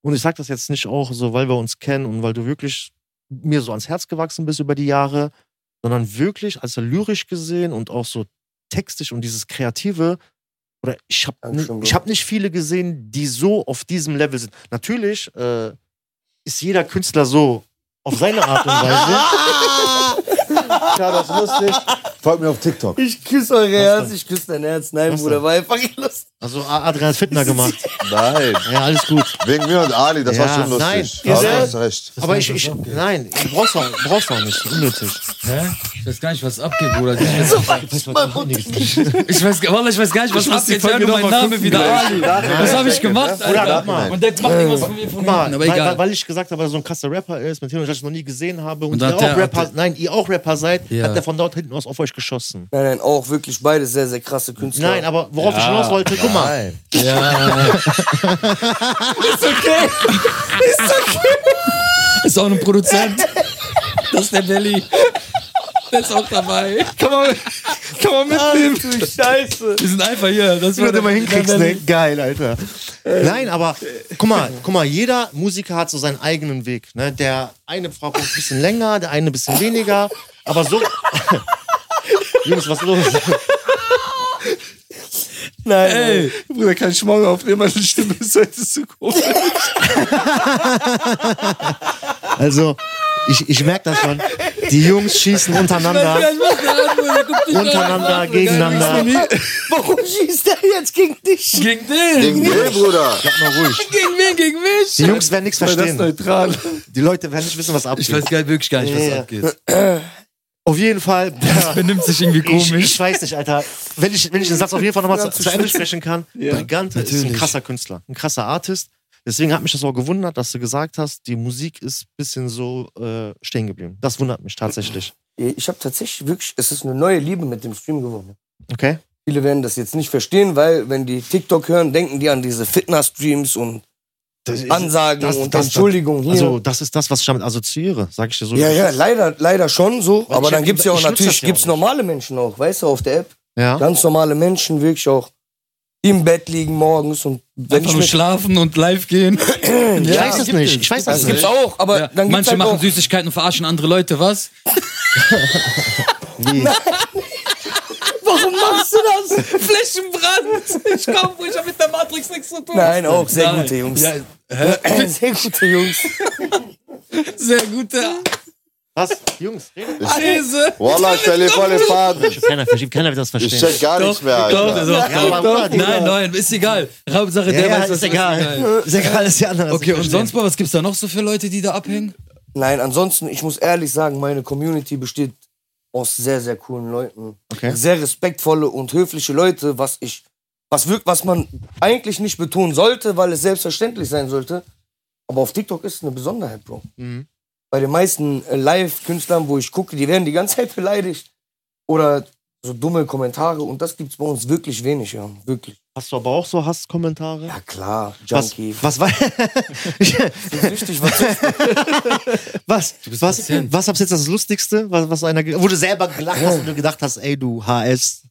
Speaker 4: Und ich sag das jetzt nicht auch so, weil wir uns kennen und weil du wirklich mir so ans Herz gewachsen bist über die Jahre, sondern wirklich, also lyrisch gesehen und auch so textisch und dieses Kreative. Oder ich habe
Speaker 3: Dankeschön, Bro.
Speaker 4: ich hab nicht viele gesehen, die so auf diesem Level sind. Natürlich äh, ist jeder Künstler so auf seine Art und Weise.
Speaker 1: Ja, das ist lustig. Folgt mir auf TikTok.
Speaker 3: Ich küsse euer Herz, ich küsse dein Herz. Nein,
Speaker 4: Was
Speaker 3: Bruder, war einfach lustig.
Speaker 4: Also A- Adrian hat Fitner gemacht.
Speaker 1: Nein.
Speaker 4: Ja, alles gut.
Speaker 1: Wegen mir und Ali, das war
Speaker 4: Ja,
Speaker 1: schon
Speaker 4: nein.
Speaker 1: lustig.
Speaker 4: Ihr
Speaker 1: Ja,
Speaker 4: seid-
Speaker 1: du hast recht.
Speaker 4: Aber ich, ich nein, du brauchst auch, brauchst auch nicht. Unnötig.
Speaker 2: Hä? Ich weiß gar nicht, was abgeht, Bruder. Ich weiß, ich weiß, gar- Wallah, ich weiß gar nicht, was
Speaker 5: Ich muss die
Speaker 2: abgeht. Ich
Speaker 5: Folge
Speaker 2: nur
Speaker 5: noch
Speaker 2: mein
Speaker 5: mal
Speaker 2: Name
Speaker 5: gucken
Speaker 2: wieder
Speaker 5: gleich.
Speaker 2: Ali.
Speaker 1: Nachher-
Speaker 2: Was habe ich gemacht,
Speaker 1: Oder
Speaker 2: Alter?
Speaker 1: guck mal.
Speaker 2: Und der macht irgendwas von mir von
Speaker 4: Guck mal,
Speaker 2: hinten, aber
Speaker 4: Weil, weil,
Speaker 2: egal.
Speaker 4: weil ich gesagt habe, weil er so ein krasser Rapper ist, mit dem ich das noch nie gesehen habe und,
Speaker 2: Und
Speaker 4: ihr
Speaker 2: hat
Speaker 4: auch
Speaker 2: der-
Speaker 4: Rapper,
Speaker 2: hat
Speaker 4: nein, ihr auch Rapper seid,
Speaker 2: Ja.
Speaker 4: hat er von dort hinten aus auf euch geschossen.
Speaker 3: Nein, nein, auch wirklich beide sehr, sehr krasse Künstler.
Speaker 4: Nein, aber worauf ich hinaus wollte, guck mal.
Speaker 2: Ist auch ein Produzent. Das ist der Belly. Der ist auch dabei.
Speaker 5: Kann man, kann man mitnehmen.
Speaker 3: du Scheiße.
Speaker 2: Wir sind einfach hier. Das
Speaker 4: Wenn
Speaker 2: war
Speaker 4: du
Speaker 2: der-
Speaker 4: mal hinkriegst,
Speaker 2: der
Speaker 4: ne?
Speaker 2: Belly.
Speaker 4: Geil, Alter. Nein, aber guck mal, guck mal, jeder Musiker hat so seinen eigenen Weg. Ne? Der eine braucht ein bisschen länger, der eine ein bisschen weniger. Aber so. Jungs, was ist los?
Speaker 3: Nein, nein.
Speaker 2: Ey,
Speaker 5: Bruder, kein Schmorgen aufnehmen, meine Stimme ist heute zu komisch.
Speaker 4: Also, ich, ich merke das schon. Die Jungs schießen untereinander,
Speaker 2: vielleicht macht der an, Bruder. Guck dich
Speaker 4: untereinander,
Speaker 2: an, Bruder.
Speaker 4: gegeneinander.
Speaker 3: warum schießt er jetzt gegen dich?
Speaker 2: Gegen den?
Speaker 1: Wegen mir, Bruder.
Speaker 4: Bleib mal ruhig.
Speaker 2: Gegen wen? Gegen
Speaker 4: Die
Speaker 2: mich?
Speaker 4: Jungs werden nichts
Speaker 5: Das halt-
Speaker 4: verstehen.
Speaker 5: ist neutral.
Speaker 4: Die Leute werden nicht wissen, was
Speaker 2: Ich
Speaker 4: abgeht.
Speaker 2: weiß gar, wirklich gar nicht, was
Speaker 4: Ja.
Speaker 2: abgeht.
Speaker 4: Auf jeden Fall.
Speaker 2: Das benimmt sich irgendwie
Speaker 4: Ich,
Speaker 2: komisch.
Speaker 4: ich weiß nicht, Alter. Wenn ich, wenn ich den Satz auf jeden Fall nochmal zu, zu Ende sprechen kann.
Speaker 5: Ja.
Speaker 4: Brigante ist ein
Speaker 2: Natürlich.
Speaker 4: krasser Künstler, ein krasser Artist. Deswegen hat mich das auch gewundert, dass du gesagt hast, die Musik ist ein bisschen so äh, stehen geblieben. Das wundert mich tatsächlich.
Speaker 3: Ich habe tatsächlich wirklich, es ist eine neue Liebe mit dem Stream geworden.
Speaker 4: Okay?
Speaker 3: Viele werden das jetzt nicht verstehen, weil wenn die TikTok hören, denken die an diese Fitness-Streams und Ansagen
Speaker 4: das-
Speaker 3: und
Speaker 4: das-
Speaker 3: Entschuldigung hier.
Speaker 4: Also, das ist das, was ich damit assoziiere, sag ich dir so.
Speaker 3: ja, ja, leider, leider schon so.
Speaker 4: Weil
Speaker 3: aber
Speaker 4: ich
Speaker 3: dann
Speaker 4: hab-
Speaker 3: gibt's ja
Speaker 4: ich
Speaker 3: auch
Speaker 4: nutz das
Speaker 3: natürlich
Speaker 4: ja
Speaker 3: gibt's
Speaker 4: auch nicht.
Speaker 3: normale Menschen auch, weißt du, auf der App.
Speaker 4: ja.
Speaker 3: Ganz normale Menschen wirklich auch die im Bett liegen morgens und wenn
Speaker 2: Einfach
Speaker 3: ich
Speaker 2: nur
Speaker 3: mit,
Speaker 2: schlafen und live gehen.
Speaker 4: Ich
Speaker 3: Ja, Also,
Speaker 4: weiß es
Speaker 2: gibt
Speaker 4: nicht.
Speaker 2: es.
Speaker 4: Ich weiß
Speaker 3: das
Speaker 4: es
Speaker 3: gibt's
Speaker 4: nicht.
Speaker 3: auch, aber
Speaker 2: Ja.
Speaker 3: dann gibt's
Speaker 2: Manche
Speaker 3: halt
Speaker 2: machen
Speaker 3: auch,
Speaker 2: Süßigkeiten und verarschen andere Leute, was?
Speaker 3: Warum machst du das?
Speaker 2: Flächenbrand! Ich komm, ich hab mit der Matrix nichts zu tun.
Speaker 3: Nein, auch sehr gute Jungs.
Speaker 2: Ja,
Speaker 3: sehr gute Jungs.
Speaker 2: sehr gute
Speaker 4: Was? Jungs, redet.
Speaker 2: These.
Speaker 1: Wallah, ich verliere voll den Faden.
Speaker 4: Keiner, versteht- keiner wird das verstehen.
Speaker 1: Ich check gar nichts mehr,
Speaker 2: Doch,
Speaker 1: Alter.
Speaker 2: doch, doch.
Speaker 4: Ja, aber Bruder, die-
Speaker 2: Nein, nein, ist egal. Hauptsache,
Speaker 4: Ja,
Speaker 2: der
Speaker 4: ja,
Speaker 2: weiß, was
Speaker 4: ist egal. Ist egal, ist ja anders.
Speaker 2: Okay, und sonst mal, was gibt's da noch so für Leute, die da abhängen?
Speaker 3: Nein, ansonsten, ich muss ehrlich sagen, meine Community besteht aus sehr, sehr coolen Leuten.
Speaker 4: Okay.
Speaker 3: Sehr respektvolle und höfliche Leute, was ich, was wirkt, was man eigentlich nicht betonen sollte, weil es selbstverständlich sein sollte. Aber auf TikTok ist es eine Besonderheit, Bro.
Speaker 2: Mhm.
Speaker 3: Bei den meisten äh, Live-Künstlern, wo ich gucke, die werden die ganze Zeit beleidigt. Oder so dumme Kommentare. Und das gibt's bei uns wirklich wenig, ja. Wirklich.
Speaker 4: Hast du aber auch so Hasskommentare?
Speaker 3: Ja klar,
Speaker 4: Was,
Speaker 3: Junkie.
Speaker 4: was, war-
Speaker 3: Das ist richtig, was ist
Speaker 4: was,
Speaker 2: bist
Speaker 4: was,
Speaker 2: Patient.
Speaker 4: was hab's jetzt das Lustigste, was, was einer, ge- wo du selber gelacht hast und du gedacht hast, ey, du HS,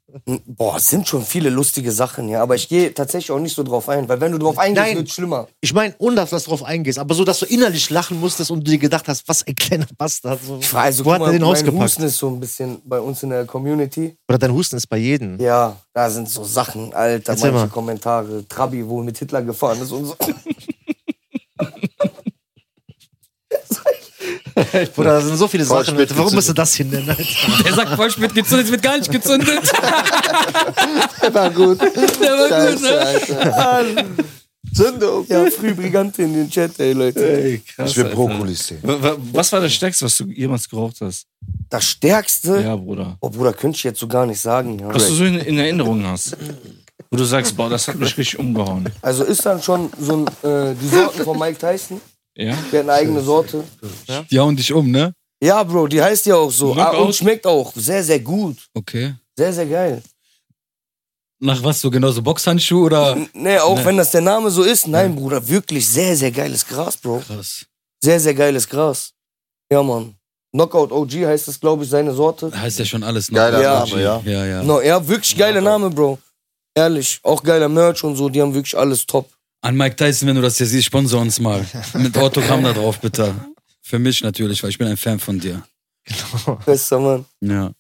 Speaker 3: Boah, es sind schon viele lustige Sachen, ja. Aber ich gehe tatsächlich auch nicht so drauf ein, weil wenn du drauf eingehst,
Speaker 4: Nein.
Speaker 3: wird schlimmer.
Speaker 4: Ich meine, ohne dass du drauf eingehst, aber so, dass du innerlich lachen musstest und dir gedacht hast, was ein kleiner Bastard. So.
Speaker 3: Ich war Also,
Speaker 4: Wo
Speaker 3: guck
Speaker 4: hat er
Speaker 3: mal,
Speaker 4: den
Speaker 3: mein
Speaker 4: ausgepackt?
Speaker 3: Husten ist so ein bisschen bei uns in der Community.
Speaker 4: Oder dein Husten ist bei jedem.
Speaker 3: Ja, da sind so Sachen, Alter,
Speaker 4: Erzähl
Speaker 3: manche
Speaker 4: mal.
Speaker 3: Kommentare. Trabi, wo mit Hitler gefahren ist und so.
Speaker 4: Oder da sind so viele
Speaker 1: Voll
Speaker 4: Sachen, Alter. Warum
Speaker 1: spitze.
Speaker 4: musst du das hier nennen, Alter?
Speaker 2: Der sagt voll spät gezündet, es wird gar nicht gezündet.
Speaker 1: War gut.
Speaker 2: Der war gut,
Speaker 1: Scheiße,
Speaker 2: ne?
Speaker 1: Alter. Zündung.
Speaker 3: Ja, früh Brigante in den Chat, ey, Leute.
Speaker 5: Ey, krass,
Speaker 1: Ich will
Speaker 5: Alter.
Speaker 1: Brokkoli sehen.
Speaker 5: Wa- wa- Was war das Stärkste, was du jemals geraucht hast?
Speaker 3: Das Stärkste,
Speaker 5: Ja, Bruder.
Speaker 3: oh Bruder, könnte ich jetzt so gar nicht sagen. Ja.
Speaker 5: Was du so in, in Erinnerung hast. Wo du sagst, boah, das hat mich richtig umgehauen.
Speaker 3: Also ist dann schon so ein, äh, die Sorten von Mike Tyson,
Speaker 5: Ja?
Speaker 3: der hat eine eigene Sorte.
Speaker 2: Die hauen dich um, ne?
Speaker 3: Ja, Bro, die heißt ja auch so. Ah,
Speaker 5: Knockout?
Speaker 3: und schmeckt auch sehr, sehr gut.
Speaker 2: Okay.
Speaker 3: Sehr, sehr geil.
Speaker 2: Nach was so genau, so Boxhandschuh oder?
Speaker 3: N- Nee, auch wenn das der Name so ist. Nein, Bruder, wirklich sehr, sehr geiles Gras, Bro.
Speaker 2: Krass.
Speaker 3: Sehr, sehr geiles Gras. Ja, Mann. Knockout OG heißt das, glaube ich, seine Sorte.
Speaker 2: Heißt ja schon alles noch.
Speaker 1: Geiler
Speaker 3: Ja.
Speaker 1: Name, ja.
Speaker 2: Ja, ja.
Speaker 3: No, ja, wirklich geiler Name, Bro. Ehrlich, auch geiler Merch und so, die haben wirklich alles top.
Speaker 2: An Mike Tyson, wenn du das hier siehst, sponsor uns mal. Mit Autogramm da drauf, bitte. Für mich natürlich, weil ich bin ein Fan von dir.
Speaker 3: Bester Mann.
Speaker 2: Ja.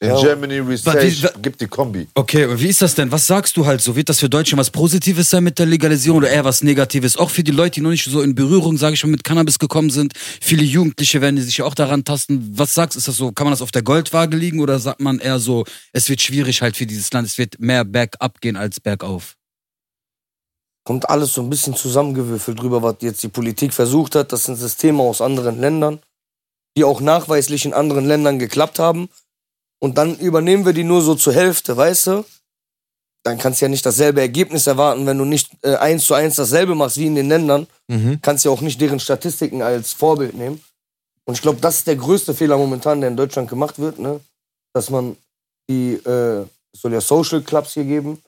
Speaker 1: In
Speaker 3: Ja.
Speaker 1: Germany
Speaker 2: wie-
Speaker 1: Research
Speaker 2: wa-
Speaker 1: gibt die Kombi.
Speaker 2: Okay, und wie ist das denn? Was sagst du halt so? Wird das für Deutsche was Positives sein mit der Legalisierung oder eher was Negatives? Auch für die Leute, die noch nicht so in Berührung, sage ich mal, mit Cannabis gekommen sind. Viele Jugendliche werden sich ja auch daran tasten. Was sagst du? Ist das so? Kann man das auf der Goldwaage liegen oder sagt man eher so, es wird schwierig halt für dieses Land, es wird mehr bergab gehen als bergauf?
Speaker 3: kommt alles so ein bisschen zusammengewürfelt drüber, was jetzt die Politik versucht hat. Das sind Systeme aus anderen Ländern, die auch nachweislich in anderen Ländern geklappt haben. Und dann übernehmen wir die nur so zur Hälfte, weißt du? Dann kannst du ja nicht dasselbe Ergebnis erwarten, wenn du nicht äh, eins zu eins dasselbe machst wie in den Ländern.
Speaker 4: Mhm.
Speaker 3: Kannst ja auch nicht deren Statistiken als Vorbild nehmen. Und ich glaube, das ist der größte Fehler momentan, der in Deutschland gemacht wird, ne? Dass man die, äh, es soll ja Social Clubs hier geben,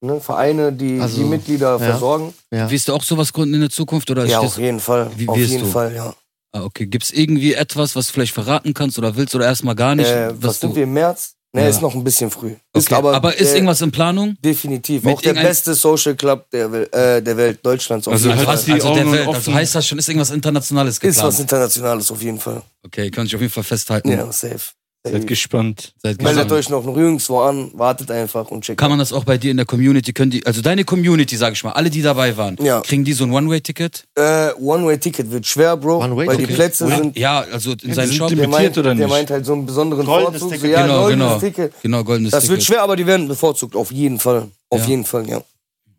Speaker 3: ne? Vereine, die
Speaker 4: Also,
Speaker 3: die Mitglieder
Speaker 4: ja.
Speaker 3: versorgen.
Speaker 4: Ja.
Speaker 2: Wirst du auch sowas gründen in der Zukunft oder ist
Speaker 3: Ja,
Speaker 2: Also das
Speaker 3: auf jeden Fall.
Speaker 2: Wie
Speaker 3: auf
Speaker 2: wirst
Speaker 3: jeden
Speaker 2: du?
Speaker 3: Fall, ja.
Speaker 2: Ah, okay. Gibt's irgendwie etwas, was du vielleicht verraten kannst oder willst oder erstmal gar nicht?
Speaker 3: Äh, was
Speaker 2: du-
Speaker 3: sind wir im März? Ne,
Speaker 2: Ja.
Speaker 3: ist noch ein bisschen früh. Ist
Speaker 2: Okay.
Speaker 3: aber,
Speaker 2: aber, ist
Speaker 3: der-
Speaker 2: irgendwas in Planung?
Speaker 3: Definitiv.
Speaker 2: Mit
Speaker 3: Auch der
Speaker 2: irgendein-
Speaker 3: beste Social Club der, Wel- äh, der Welt, Deutschlands. Auf
Speaker 5: Also
Speaker 3: jeden
Speaker 5: halt
Speaker 3: Fall.
Speaker 5: was die
Speaker 2: also,
Speaker 5: Augen
Speaker 2: der Welt, also
Speaker 5: offen.
Speaker 2: heißt das schon, ist irgendwas Internationales
Speaker 3: Ist
Speaker 2: geplant?
Speaker 3: was Internationales auf jeden Fall.
Speaker 2: okay, kann ich auf jeden Fall festhalten.
Speaker 3: Ja, safe.
Speaker 5: Seid gespannt.
Speaker 2: Seid
Speaker 3: Meldet
Speaker 2: gespannt.
Speaker 3: euch noch nirgendwo an, wartet einfach und checkt.
Speaker 2: Kann man das auch bei dir in der Community, können die, also deine Community, sag ich mal, alle, die dabei waren,
Speaker 3: Ja.
Speaker 2: kriegen die so ein One-Way-Ticket?
Speaker 3: Äh, One-Way-Ticket wird schwer, Bro,
Speaker 4: One-Way-
Speaker 3: weil die
Speaker 4: okay.
Speaker 3: Plätze sind.
Speaker 2: Ja, also in seinem
Speaker 5: sind
Speaker 2: Shop.
Speaker 5: die-
Speaker 3: Der meint,
Speaker 5: Limitiert oder
Speaker 3: der
Speaker 5: nicht?
Speaker 3: meint halt so einen besonderen
Speaker 4: Goldenes
Speaker 3: Vorzug.
Speaker 4: Ticket.
Speaker 3: Ja,
Speaker 2: Genau,
Speaker 3: goldenes
Speaker 2: genau.
Speaker 3: Ticket.
Speaker 2: Genau, goldenes
Speaker 3: Das wird
Speaker 2: Ticket.
Speaker 3: schwer, aber die werden bevorzugt, auf jeden Fall. Auf
Speaker 2: Ja.
Speaker 3: jeden Fall, ja.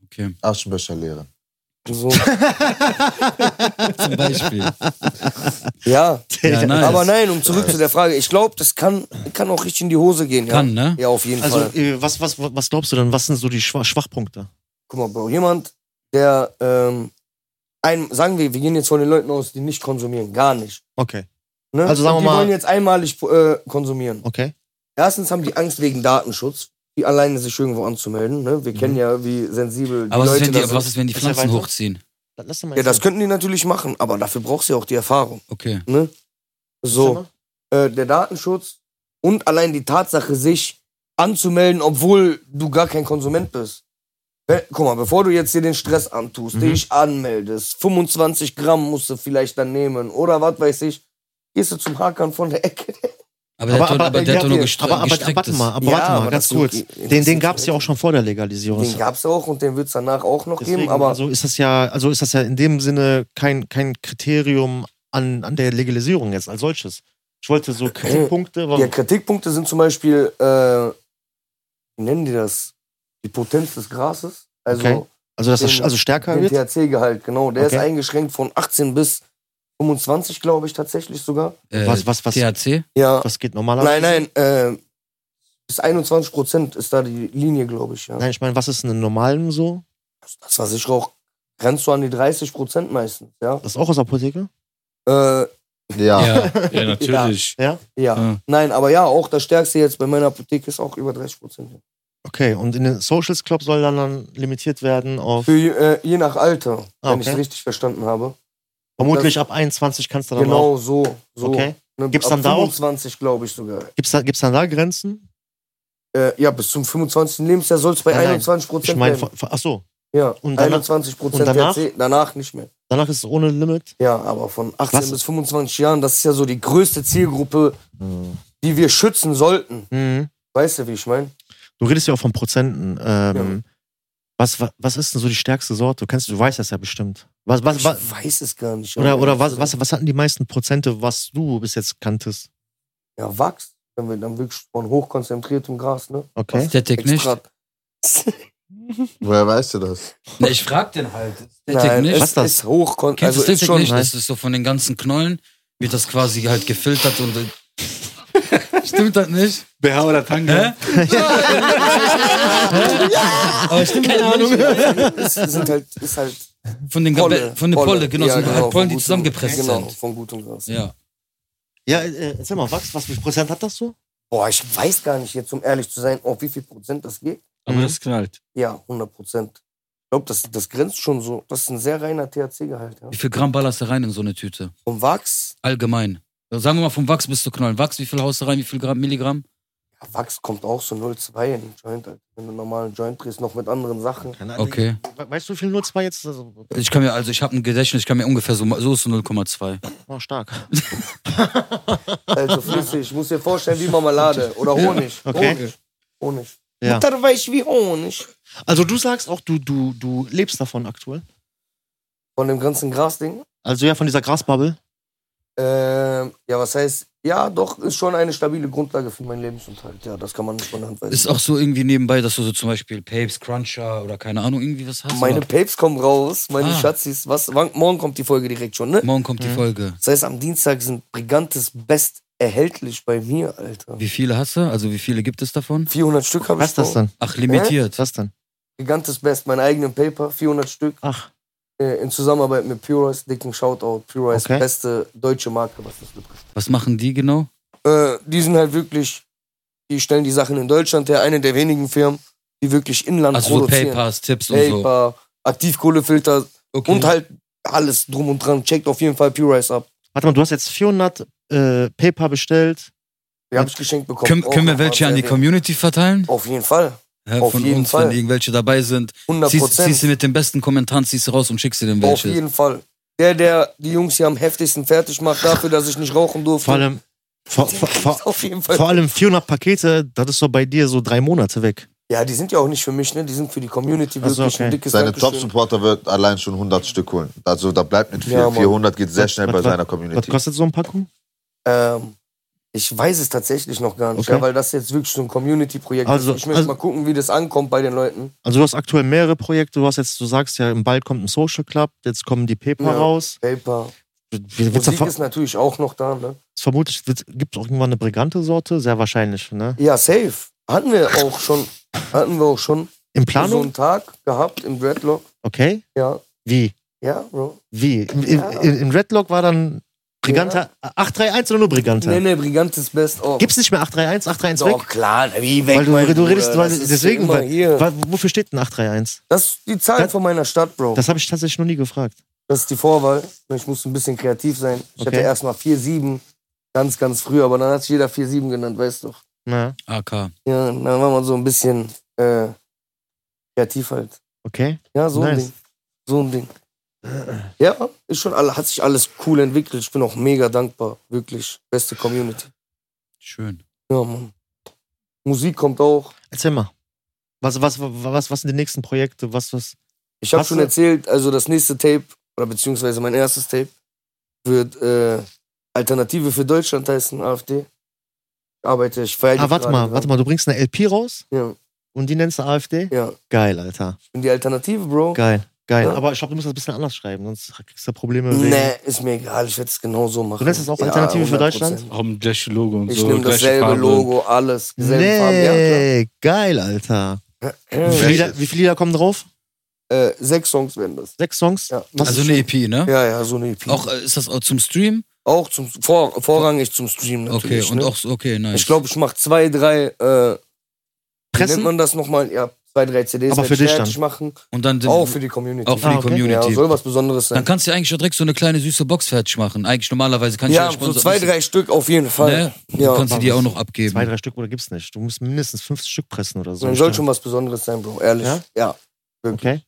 Speaker 2: Okay,
Speaker 1: Aschenbecher leeren.
Speaker 3: So.
Speaker 2: zum Beispiel.
Speaker 3: ja.
Speaker 2: ja, nice.
Speaker 3: Aber nein, um zurück zu der Frage. Ich glaube, das kann, kann auch richtig in die Hose gehen. Ja,
Speaker 2: Kann, ne?
Speaker 3: ja auf jeden
Speaker 4: Also,
Speaker 3: Fall.
Speaker 4: äh, was, was, was glaubst du denn? Was sind so die Schwa- Schwachpunkte?
Speaker 3: Guck mal, Bro, jemand, der, ähm, ein, sagen wir, wir gehen jetzt von den Leuten aus, die nicht konsumieren, gar nicht.
Speaker 4: Okay,
Speaker 3: Ne?
Speaker 4: Also sagen
Speaker 3: Und
Speaker 4: wir
Speaker 3: Die
Speaker 4: mal-
Speaker 3: wollen jetzt einmalig äh, konsumieren.
Speaker 4: okay.
Speaker 3: Erstens haben die Angst wegen Datenschutz, die alleine sich irgendwo anzumelden. Ne? Wir kennen ja, wie sensibel die
Speaker 2: Aber was ist,
Speaker 3: Leute
Speaker 2: wenn die,
Speaker 3: da
Speaker 2: aber was
Speaker 3: sind.
Speaker 2: ist, wenn die
Speaker 4: Ist der
Speaker 2: Pflanzen
Speaker 4: weiter?
Speaker 2: hochziehen?
Speaker 4: Lass doch mal
Speaker 3: Ja, das
Speaker 4: erzählen.
Speaker 3: könnten die natürlich machen, aber dafür brauchst du ja auch die Erfahrung.
Speaker 2: Okay.
Speaker 3: Ne? So. äh, der Datenschutz und allein die Tatsache, sich anzumelden, obwohl du gar kein Konsument bist. Wenn, guck mal, bevor du jetzt dir den Stress antust,
Speaker 4: Mhm.
Speaker 3: dich anmeldest, 25 Gramm musst du vielleicht dann nehmen oder was weiß ich, gehst du zum Hackern von der Ecke.
Speaker 2: Aber, Äh, der, aber, aber der hat doch nur gestre-
Speaker 4: aber, aber,
Speaker 2: gestrecktes.
Speaker 4: aber warte mal, aber
Speaker 3: Ja,
Speaker 4: warte mal,
Speaker 3: aber
Speaker 4: ganz
Speaker 3: das-
Speaker 4: kurz.
Speaker 3: das-
Speaker 4: Den, den gab es ja auch schon vor der Legalisierung.
Speaker 3: Den gab's auch und den wird's danach auch noch
Speaker 4: Deswegen,
Speaker 3: geben, aber
Speaker 4: also ist das ja, also ist das ja in dem Sinne kein, kein Kriterium an, an der Legalisierung jetzt als solches. Ich wollte so Kritikpunkte,
Speaker 3: ja,
Speaker 4: warum,
Speaker 3: Kritikpunkte sind zum Beispiel, äh, wie nennen die das? Die Potenz des Grases. Also
Speaker 4: Okay. also dass das
Speaker 3: den-
Speaker 4: also stärker
Speaker 3: Den
Speaker 4: wird.
Speaker 3: THC-Gehalt, genau. Der
Speaker 4: Okay.
Speaker 3: ist eingeschränkt von 18 bis 25, glaube ich, tatsächlich sogar.
Speaker 2: Äh,
Speaker 4: Was, was, was,
Speaker 2: THC?
Speaker 3: Ja.
Speaker 4: was geht normaler?
Speaker 3: Nein, nein, äh, bis 21 Prozent ist da die Linie, glaube ich. Ja.
Speaker 4: Nein, ich meine, was ist in einem normalen so?
Speaker 3: Das, was ich rauche, grenzt so an die 30 Prozent meistens, ja.
Speaker 4: Das ist auch aus der Apotheke?
Speaker 3: Äh,
Speaker 1: Ja.
Speaker 2: Ja.
Speaker 5: Ja, natürlich.
Speaker 3: ja.
Speaker 5: Ah.
Speaker 3: Nein, aber ja, auch das Stärkste jetzt bei meiner Apotheke ist auch über 30 Prozent.
Speaker 4: Okay, und in den Socials Club soll dann, dann limitiert werden auf
Speaker 3: Für, je- äh, je nach Alter, wenn
Speaker 4: Ah, okay.
Speaker 3: ich es richtig verstanden habe.
Speaker 4: vermutlich ab 21 kannst du dann
Speaker 3: genau
Speaker 4: auch.
Speaker 3: so. so.
Speaker 4: Okay.
Speaker 3: Ne,
Speaker 4: Gibt's
Speaker 3: ab
Speaker 4: dann da auch-
Speaker 3: 25, glaube ich sogar.
Speaker 4: Gibt's da, gibt's dann da Grenzen?
Speaker 3: Äh, ja, bis zum 25. Lebensjahr soll es bei
Speaker 4: Nein, nein.
Speaker 3: 21 Prozent
Speaker 4: Ich meine,
Speaker 3: bleiben.
Speaker 4: von- von- ach so,
Speaker 3: Ja,
Speaker 4: und danach-
Speaker 3: 21 Prozent
Speaker 4: und danach?
Speaker 3: THC, danach nicht mehr.
Speaker 4: danach ist es ohne Limit.
Speaker 3: Ja, aber von 18
Speaker 4: Was?
Speaker 3: bis 25 Jahren, das ist ja so die größte Zielgruppe,
Speaker 2: Hm.
Speaker 3: die wir schützen sollten.
Speaker 4: Mhm.
Speaker 3: Weißt du, wie ich meine?
Speaker 4: Du redest ja auch von Prozenten. Ähm, was, wa- was ist denn so die stärkste Sorte? Du kennst, du weißt das ja bestimmt. Was, was,
Speaker 3: Ich
Speaker 4: was,
Speaker 3: weiß es gar nicht.
Speaker 4: oder
Speaker 3: um
Speaker 4: oder
Speaker 3: ehrlich
Speaker 4: was,
Speaker 3: zu
Speaker 4: was,
Speaker 3: sein.
Speaker 4: was hatten die meisten Prozente, was du bis jetzt kanntest?
Speaker 3: Ja, Wachs, wenn wir dann wirklich von hochkonzentriertem Gras, ne?
Speaker 4: Okay.
Speaker 2: Static nicht.
Speaker 3: Extra-
Speaker 1: Woher weißt du das?
Speaker 2: Ne, ich frag den halt. Static
Speaker 3: Nein,
Speaker 2: nicht.
Speaker 4: Was
Speaker 3: es
Speaker 4: das?
Speaker 3: ist hochkonzentriert.
Speaker 2: Kennst
Speaker 3: Also
Speaker 2: du
Speaker 3: ist
Speaker 2: Static
Speaker 3: schon,
Speaker 2: nicht? Das ist so von den ganzen Knollen, wird das quasi halt gefiltert und. äh, Stimmt das nicht?
Speaker 5: BH oder Tanga?
Speaker 2: Aber stimmt das nicht?
Speaker 3: es sind halt, ist halt
Speaker 2: Von den Gabe-
Speaker 3: Polle.
Speaker 2: von den Polle, genau,
Speaker 3: Ja,
Speaker 2: sind halt
Speaker 3: von
Speaker 2: Pollen, die
Speaker 3: gutem-
Speaker 2: zusammengepresst
Speaker 3: Genau,
Speaker 2: sind.
Speaker 3: von gutem Gras.
Speaker 2: Ja.
Speaker 4: Ja, äh, erzähl mal, Wachs, was wie viel Prozent hat das so?
Speaker 3: Boah, ich weiß gar nicht jetzt, um ehrlich zu sein, auf wie viel Prozent das geht.
Speaker 4: Mhm.
Speaker 5: Aber das knallt.
Speaker 3: Ja, 100 Prozent. Ich glaube, das, das grenzt schon so. Das ist ein sehr reiner THC-Gehalt. Ja.
Speaker 2: Wie viel Gramm ballerst du rein in so eine Tüte?
Speaker 3: Vom Wachs,
Speaker 2: Allgemein. Also sagen wir mal vom Wachs bis zu Knollen. Wachs, wie viel haust du rein? Wie viel Gramm, Milligramm?
Speaker 3: ja, Wachs kommt auch so 0,2 in den Joint. Alter. Wenn du einen normalen Joint drehst, noch mit anderen Sachen.
Speaker 4: Keine Ahnung.
Speaker 2: Okay.
Speaker 4: We- Weißt du, wie viel 02 jetzt? ist? Also,
Speaker 2: Ich kann mir, also ich habe ein Gedächtnis, ich kann mir ungefähr so, so ist so 0,2.
Speaker 4: oh, stark.
Speaker 3: Also flüssig. Ich muss dir vorstellen, wie Marmelade oder Honig.
Speaker 4: Okay.
Speaker 3: Honig. Honig.
Speaker 4: Ja.
Speaker 3: Butterweich wie Honig.
Speaker 4: Also du sagst auch, du, du, du lebst davon aktuell.
Speaker 3: Von dem ganzen Grasding.
Speaker 4: Also ja, von dieser Grasbubble.
Speaker 3: Ähm, ja, was heißt, ja, doch, ist schon eine stabile Grundlage für meinen Lebensunterhalt. Ja, das kann man nicht von der Hand weisen.
Speaker 2: Ist auch so irgendwie nebenbei, dass du so zum Beispiel Papes, Cruncher oder keine Ahnung, irgendwie was hast.
Speaker 3: Meine
Speaker 2: oder?
Speaker 3: Papes kommen raus, meine
Speaker 2: Ah.
Speaker 3: Schatzis. Was, wann, morgen kommt die Folge direkt schon, ne?
Speaker 2: Morgen kommt die Folge.
Speaker 3: Das heißt, am Dienstag sind Brigantes Best erhältlich bei mir, Alter.
Speaker 2: Wie viele hast du? Also wie viele gibt es davon?
Speaker 3: 400 Stück habe ich.
Speaker 4: Was ist das
Speaker 3: drauf.
Speaker 4: denn?
Speaker 2: Ach, limitiert.
Speaker 4: Was denn?
Speaker 3: Brigantes Best, meinen eigenen Paper, 400 Stück.
Speaker 4: Ach,
Speaker 3: Äh, in Zusammenarbeit mit Purice, dicken Shoutout. Purice,
Speaker 4: Okay.
Speaker 3: beste deutsche Marke, was das betrifft.
Speaker 2: Was machen die genau?
Speaker 3: Äh, die sind halt wirklich, die stellen die Sachen in Deutschland her, eine der wenigen Firmen, die wirklich inland
Speaker 2: Also so
Speaker 3: produzieren.
Speaker 2: Papers, Tipps und so.
Speaker 3: Paper, Aktivkohlefilter
Speaker 2: Okay.
Speaker 3: und halt alles drum und dran. Checkt auf jeden Fall Purice ab.
Speaker 4: warte mal, du hast jetzt 400 äh, Paper bestellt.
Speaker 3: Die habe ich geschenkt bekommen.
Speaker 2: Können,
Speaker 3: Auch
Speaker 2: können wir
Speaker 3: nochmal
Speaker 2: welche an
Speaker 3: sehr
Speaker 2: die
Speaker 3: wenig.
Speaker 2: Community verteilen?
Speaker 3: Auf jeden Fall.
Speaker 2: Ja,
Speaker 3: auf
Speaker 2: von
Speaker 3: jeden
Speaker 2: uns,
Speaker 3: Fall.
Speaker 2: wenn irgendwelche dabei sind.
Speaker 3: 100
Speaker 2: Ziehst,
Speaker 3: Prozent.
Speaker 2: ziehst du mit den besten Kommentaren, ziehst du raus und schickst dir den
Speaker 3: Auf
Speaker 2: welche.
Speaker 3: jeden Fall. Der, der die Jungs hier am heftigsten fertig macht, dafür, dass ich nicht rauchen durfte.
Speaker 4: Vor allem, vor, vor, vor,
Speaker 3: auf jeden Fall.
Speaker 4: vor allem 400 Pakete, das ist so bei dir so drei Monate weg.
Speaker 3: Ja, die sind ja auch nicht für mich, ne? Die sind für die Community
Speaker 4: Ach so,
Speaker 3: wirklich
Speaker 4: okay.
Speaker 3: ein dickes
Speaker 1: Seine
Speaker 3: Dankeschön.
Speaker 1: Top-Supporter wird allein schon 100 Stück holen. Also da bleibt nicht viel.
Speaker 3: Ja, Mann.
Speaker 1: 400 geht sehr
Speaker 4: Was-
Speaker 1: schnell
Speaker 4: was-
Speaker 1: bei
Speaker 4: was-
Speaker 1: seiner
Speaker 4: Was
Speaker 1: Community.
Speaker 4: kostet so ein Packung?
Speaker 3: Ähm, ich weiß es tatsächlich noch gar nicht,
Speaker 4: Okay.
Speaker 3: ja, weil das jetzt wirklich so ein Community-Projekt
Speaker 4: Also-
Speaker 3: ist. Ich möchte
Speaker 4: also-
Speaker 3: mal gucken, wie das ankommt bei den Leuten.
Speaker 4: Also du hast aktuell mehrere Projekte. Du hast jetzt, du sagst ja, im Bald kommt ein Social Club, jetzt kommen die Paper
Speaker 3: Ja.
Speaker 4: raus.
Speaker 3: Paper.
Speaker 4: Wie- Wird's da
Speaker 3: Musik
Speaker 4: ver
Speaker 3: ist natürlich auch noch da, ne?
Speaker 4: vermutlich gibt es auch irgendwann eine brigante Sorte, sehr wahrscheinlich. Ne?
Speaker 3: Ja, safe. Hatten wir auch schon, hatten wir auch schon
Speaker 4: In
Speaker 3: so
Speaker 4: Planung?
Speaker 3: einen Tag gehabt im Dreadlock.
Speaker 4: Okay.
Speaker 3: Ja,
Speaker 4: Wie?
Speaker 3: ja, Bro.
Speaker 4: Wie? Im, im, im, im Redlock war dann Brigante 831 oder nur Brigante?
Speaker 3: Nee, nee, Brigantes Best of.
Speaker 4: Gibt's nicht mehr 831, 831
Speaker 3: Doch,
Speaker 4: weg?
Speaker 3: klar, ne? wie weg.
Speaker 4: Weil du-
Speaker 3: mein
Speaker 4: du
Speaker 3: Bruder,
Speaker 4: redest- weil-
Speaker 3: das ist
Speaker 4: deswegen,
Speaker 3: immer
Speaker 4: weil-
Speaker 3: hier.
Speaker 4: Wa- Wofür steht denn 831?
Speaker 3: Das ist die Zahl
Speaker 4: Das-
Speaker 3: von meiner Stadt, Bro.
Speaker 4: Das habe ich tatsächlich noch nie gefragt.
Speaker 3: Das ist die Vorwahl. Ich musste ein bisschen kreativ sein. Ich
Speaker 4: Okay.
Speaker 3: hatte erstmal 4-7, ganz, ganz früh, aber dann hat sich jeder 4-7 genannt, weißt du.
Speaker 4: Na,
Speaker 2: AK.
Speaker 3: Ja, dann war man so ein bisschen äh, kreativ halt.
Speaker 4: okay.
Speaker 3: Ja, so ein
Speaker 4: Nice.
Speaker 3: Ding. So ein Ding. Ja, ist schon alle, hat sich alles cool entwickelt. Ich bin auch mega dankbar. Wirklich. Beste Community.
Speaker 2: Schön.
Speaker 3: Ja, Mann. Musik kommt auch.
Speaker 4: Erzähl mal. Was, was, was, was sind die nächsten Projekte? Was, was?
Speaker 3: Ich habe
Speaker 4: Hast
Speaker 3: schon
Speaker 4: du-
Speaker 3: erzählt, also das nächste Tape, oder beziehungsweise mein erstes Tape, wird äh, Alternative für Deutschland heißen, AfD. Arbeite ich feier die
Speaker 4: Ah, warte
Speaker 3: gerade
Speaker 4: mal,
Speaker 3: dran.
Speaker 4: warte mal. Du bringst eine LP raus
Speaker 3: Ja,
Speaker 4: und die nennst du AfD?
Speaker 3: ja.
Speaker 4: Geil, Alter.
Speaker 3: Ich bin die Alternative, Bro.
Speaker 4: Geil, geil.
Speaker 3: Ja.
Speaker 4: Aber ich glaube, du musst das ein bisschen anders schreiben, sonst kriegst du Probleme. wegen-
Speaker 3: Nee, ist mir egal, ich werde es genauso machen.
Speaker 4: Du nennst es auch Alternative für
Speaker 3: 100%.
Speaker 4: Deutschland?
Speaker 5: Warum gleiche Logo und
Speaker 3: Ich
Speaker 5: so?
Speaker 3: nehme
Speaker 5: gleiche
Speaker 3: dasselbe
Speaker 5: Farbe.
Speaker 3: Logo, alles, dieselbe Farbe.
Speaker 4: Nee, geil, Alter.
Speaker 3: Ja,
Speaker 4: Wie
Speaker 3: klar.
Speaker 4: viele, Lieder, wie viele Lieder kommen drauf?
Speaker 3: äh, sechs Songs werden das.
Speaker 4: Sechs Songs?
Speaker 3: Ja.
Speaker 4: Was
Speaker 2: also
Speaker 4: ist-
Speaker 2: eine EP, ne?
Speaker 3: Ja, ja, so eine EP.
Speaker 2: Auch äh, ist das auch zum Stream?
Speaker 3: Auch zum, vor, vorrangig zum Stream
Speaker 2: Okay,
Speaker 3: natürlich.
Speaker 2: und
Speaker 3: ne?
Speaker 2: auch so, okay, nice.
Speaker 3: Ich glaube, ich mache zwei, drei, äh, wie nennt
Speaker 4: Pressen?
Speaker 3: man das nochmal? Ja, zwei, drei CDs
Speaker 4: Aber
Speaker 3: werd
Speaker 4: für
Speaker 3: ich
Speaker 4: dich
Speaker 3: fertig
Speaker 4: dann?
Speaker 3: machen.
Speaker 2: Und dann
Speaker 3: Auch für die Community.
Speaker 2: auch für
Speaker 4: Ah,
Speaker 2: die
Speaker 4: okay.
Speaker 2: Community.
Speaker 3: Ja, soll was Besonderes
Speaker 2: dann
Speaker 3: sein.
Speaker 2: kannst du eigentlich schon direkt so eine kleine süße Box fertig machen. Eigentlich normalerweise kann ich
Speaker 3: Ja,
Speaker 2: als
Speaker 3: so
Speaker 2: Sponsor-
Speaker 3: zwei, drei Stück auf jeden Fall.
Speaker 2: Ne? Du
Speaker 3: Ja.
Speaker 2: Ne? kannst du die auch noch
Speaker 4: Zwei,
Speaker 2: abgeben.
Speaker 4: drei Stück oder gibt's nicht. Du musst mindestens 50 Stück pressen oder so.
Speaker 3: Dann soll schon was Besonderes sein, Bro, ehrlich.
Speaker 4: Ja?
Speaker 3: Ja?
Speaker 4: Okay.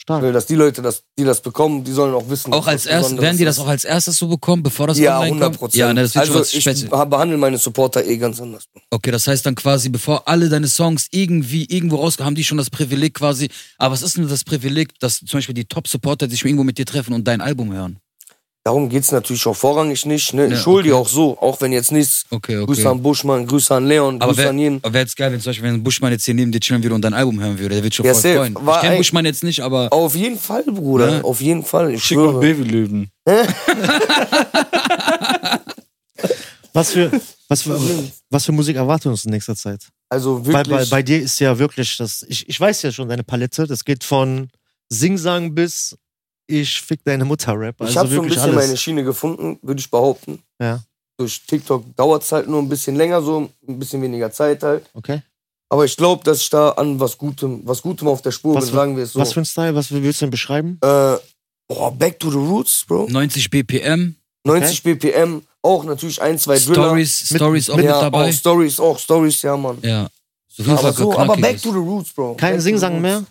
Speaker 3: Ich
Speaker 4: Stark.
Speaker 3: will, dass die Leute, das, die das bekommen, die sollen auch wissen.
Speaker 2: Auch als erstes, werden die das auch als erstes so bekommen, bevor das
Speaker 3: Ja,
Speaker 2: online
Speaker 3: 100
Speaker 2: kommt?
Speaker 3: Prozent.
Speaker 2: Ja, ne, das wird
Speaker 3: also
Speaker 2: schon was
Speaker 3: ich
Speaker 2: Spezielles.
Speaker 3: beh- behandle meine Supporter eh ganz anders.
Speaker 2: Okay, das heißt dann quasi, bevor alle deine Songs irgendwie irgendwo rauskommen, haben die schon das Privileg quasi. Aber was ist denn das Privileg, dass zum Beispiel die Top-Supporter sich irgendwo mit dir treffen und dein Album hören?
Speaker 3: Darum geht's natürlich auch vorrangig nicht. Ne?
Speaker 2: Ja,
Speaker 3: Ich hol die auch so, auch wenn jetzt nichts.
Speaker 2: Okay, okay.
Speaker 3: Grüße an Buschmann, Grüße an Leon,
Speaker 2: aber
Speaker 3: Grüße
Speaker 2: wäre
Speaker 3: an jeden.
Speaker 2: wär jetzt geil, wenn zum Beispiel wenn Buschmann jetzt hier neben dir chillen würde und dein Album hören würde. Der wird schon
Speaker 3: Ja,
Speaker 2: voll
Speaker 3: safe.
Speaker 2: freuen.
Speaker 3: War
Speaker 2: ich kenne
Speaker 3: ein-
Speaker 2: Buschmann jetzt nicht, aber
Speaker 3: Auf jeden Fall, Bruder.
Speaker 2: Ne?
Speaker 3: Auf jeden Fall. Ich
Speaker 5: Schick mal
Speaker 3: schwöre.
Speaker 5: Babylöwen.
Speaker 4: Was für, was für, was für Musik erwartet uns in nächster Zeit?
Speaker 3: Also
Speaker 4: Bei,
Speaker 3: wirklich.
Speaker 4: bei, bei dir ist ja wirklich das. Ich, ich weiß ja schon deine Palette. Das geht von Singsang bis ich fick deine Mutter Rap. Also
Speaker 3: ich habe so ein
Speaker 4: wirklich
Speaker 3: bisschen
Speaker 4: alles.
Speaker 3: meine Schiene gefunden, würde ich behaupten.
Speaker 4: Ja.
Speaker 3: Durch TikTok dauert's halt nur ein bisschen länger, so ein bisschen weniger Zeit halt.
Speaker 4: okay.
Speaker 3: Aber ich glaube, dass ich da an was Gutem, was Gutem auf der Spur
Speaker 4: Was
Speaker 3: bin,
Speaker 4: für-
Speaker 3: sagen wir es so.
Speaker 4: Was für ein Style? Was willst du denn beschreiben?
Speaker 3: äh, oh, Back to the Roots, Bro.
Speaker 2: 90 BPM,
Speaker 3: 90 BPM, auch natürlich ein, zwei Driller.
Speaker 2: Stories,
Speaker 4: Mit-
Speaker 2: Stories auch
Speaker 4: mit-
Speaker 2: mit,
Speaker 3: ja,
Speaker 2: dabei.
Speaker 3: Auch Stories, auch Stories, ja, Mann.
Speaker 2: ja. also So viel
Speaker 3: Aber, so, aber back
Speaker 2: Knackiges.
Speaker 3: to the roots, Bro. Back to
Speaker 4: Kein
Speaker 3: the
Speaker 4: Singsang
Speaker 3: roots.
Speaker 4: mehr?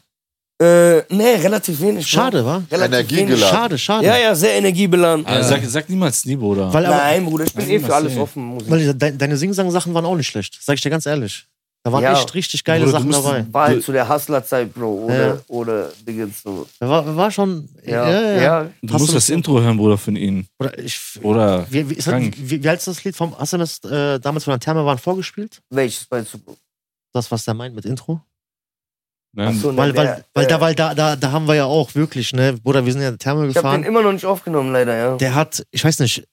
Speaker 3: Äh, nee, relativ wenig. Bro.
Speaker 4: Schade, wa?
Speaker 3: Relativ
Speaker 1: Energiegeladen.
Speaker 3: wenig.
Speaker 4: Schade, schade.
Speaker 3: Ja, ja, sehr energiebeladen.
Speaker 5: Ah, sag, sag niemals nie, Bruder.
Speaker 4: Weil, aber,
Speaker 3: Nein, Bruder, ich bin
Speaker 5: Nein,
Speaker 3: eh für alles
Speaker 5: Marcel.
Speaker 3: offen. Muss ich.
Speaker 4: weil de, deine Singsang-Sachen waren auch nicht schlecht. Sag ich dir ganz ehrlich. Da waren
Speaker 3: Ja.
Speaker 4: echt richtig geile
Speaker 5: Bruder, du
Speaker 4: Sachen
Speaker 5: musst-
Speaker 4: dabei.
Speaker 3: War halt zu der Hustlerzeit, Bro. Oder,
Speaker 4: Ja.
Speaker 3: oder Dingens so.
Speaker 4: Da war, war schon.
Speaker 3: Ja, ja.
Speaker 5: Du
Speaker 4: Hast
Speaker 5: musst
Speaker 4: du
Speaker 5: das
Speaker 4: das-
Speaker 5: Intro hören, Bruder, von ihnen.
Speaker 4: Oder ich,
Speaker 5: Oder
Speaker 4: Wie, wie, ist das,
Speaker 5: Krank.
Speaker 4: wie, wie heißt das Lied? Vom, hast du das äh, damals von der Therme waren vorgespielt?
Speaker 3: Welches meinst du?
Speaker 4: Das, was der meint mit Intro?
Speaker 5: ne?
Speaker 3: Ach so, ne,
Speaker 4: Weil, weil,
Speaker 3: der-
Speaker 4: weil, da,
Speaker 3: äh,
Speaker 4: weil da, da, da haben wir ja auch wirklich, ne? Bruder, wir sind ja in der Therme
Speaker 3: Ich hab den
Speaker 4: gefahren.
Speaker 3: immer noch nicht aufgenommen, leider, ja.
Speaker 4: Der hat, ich weiß nicht,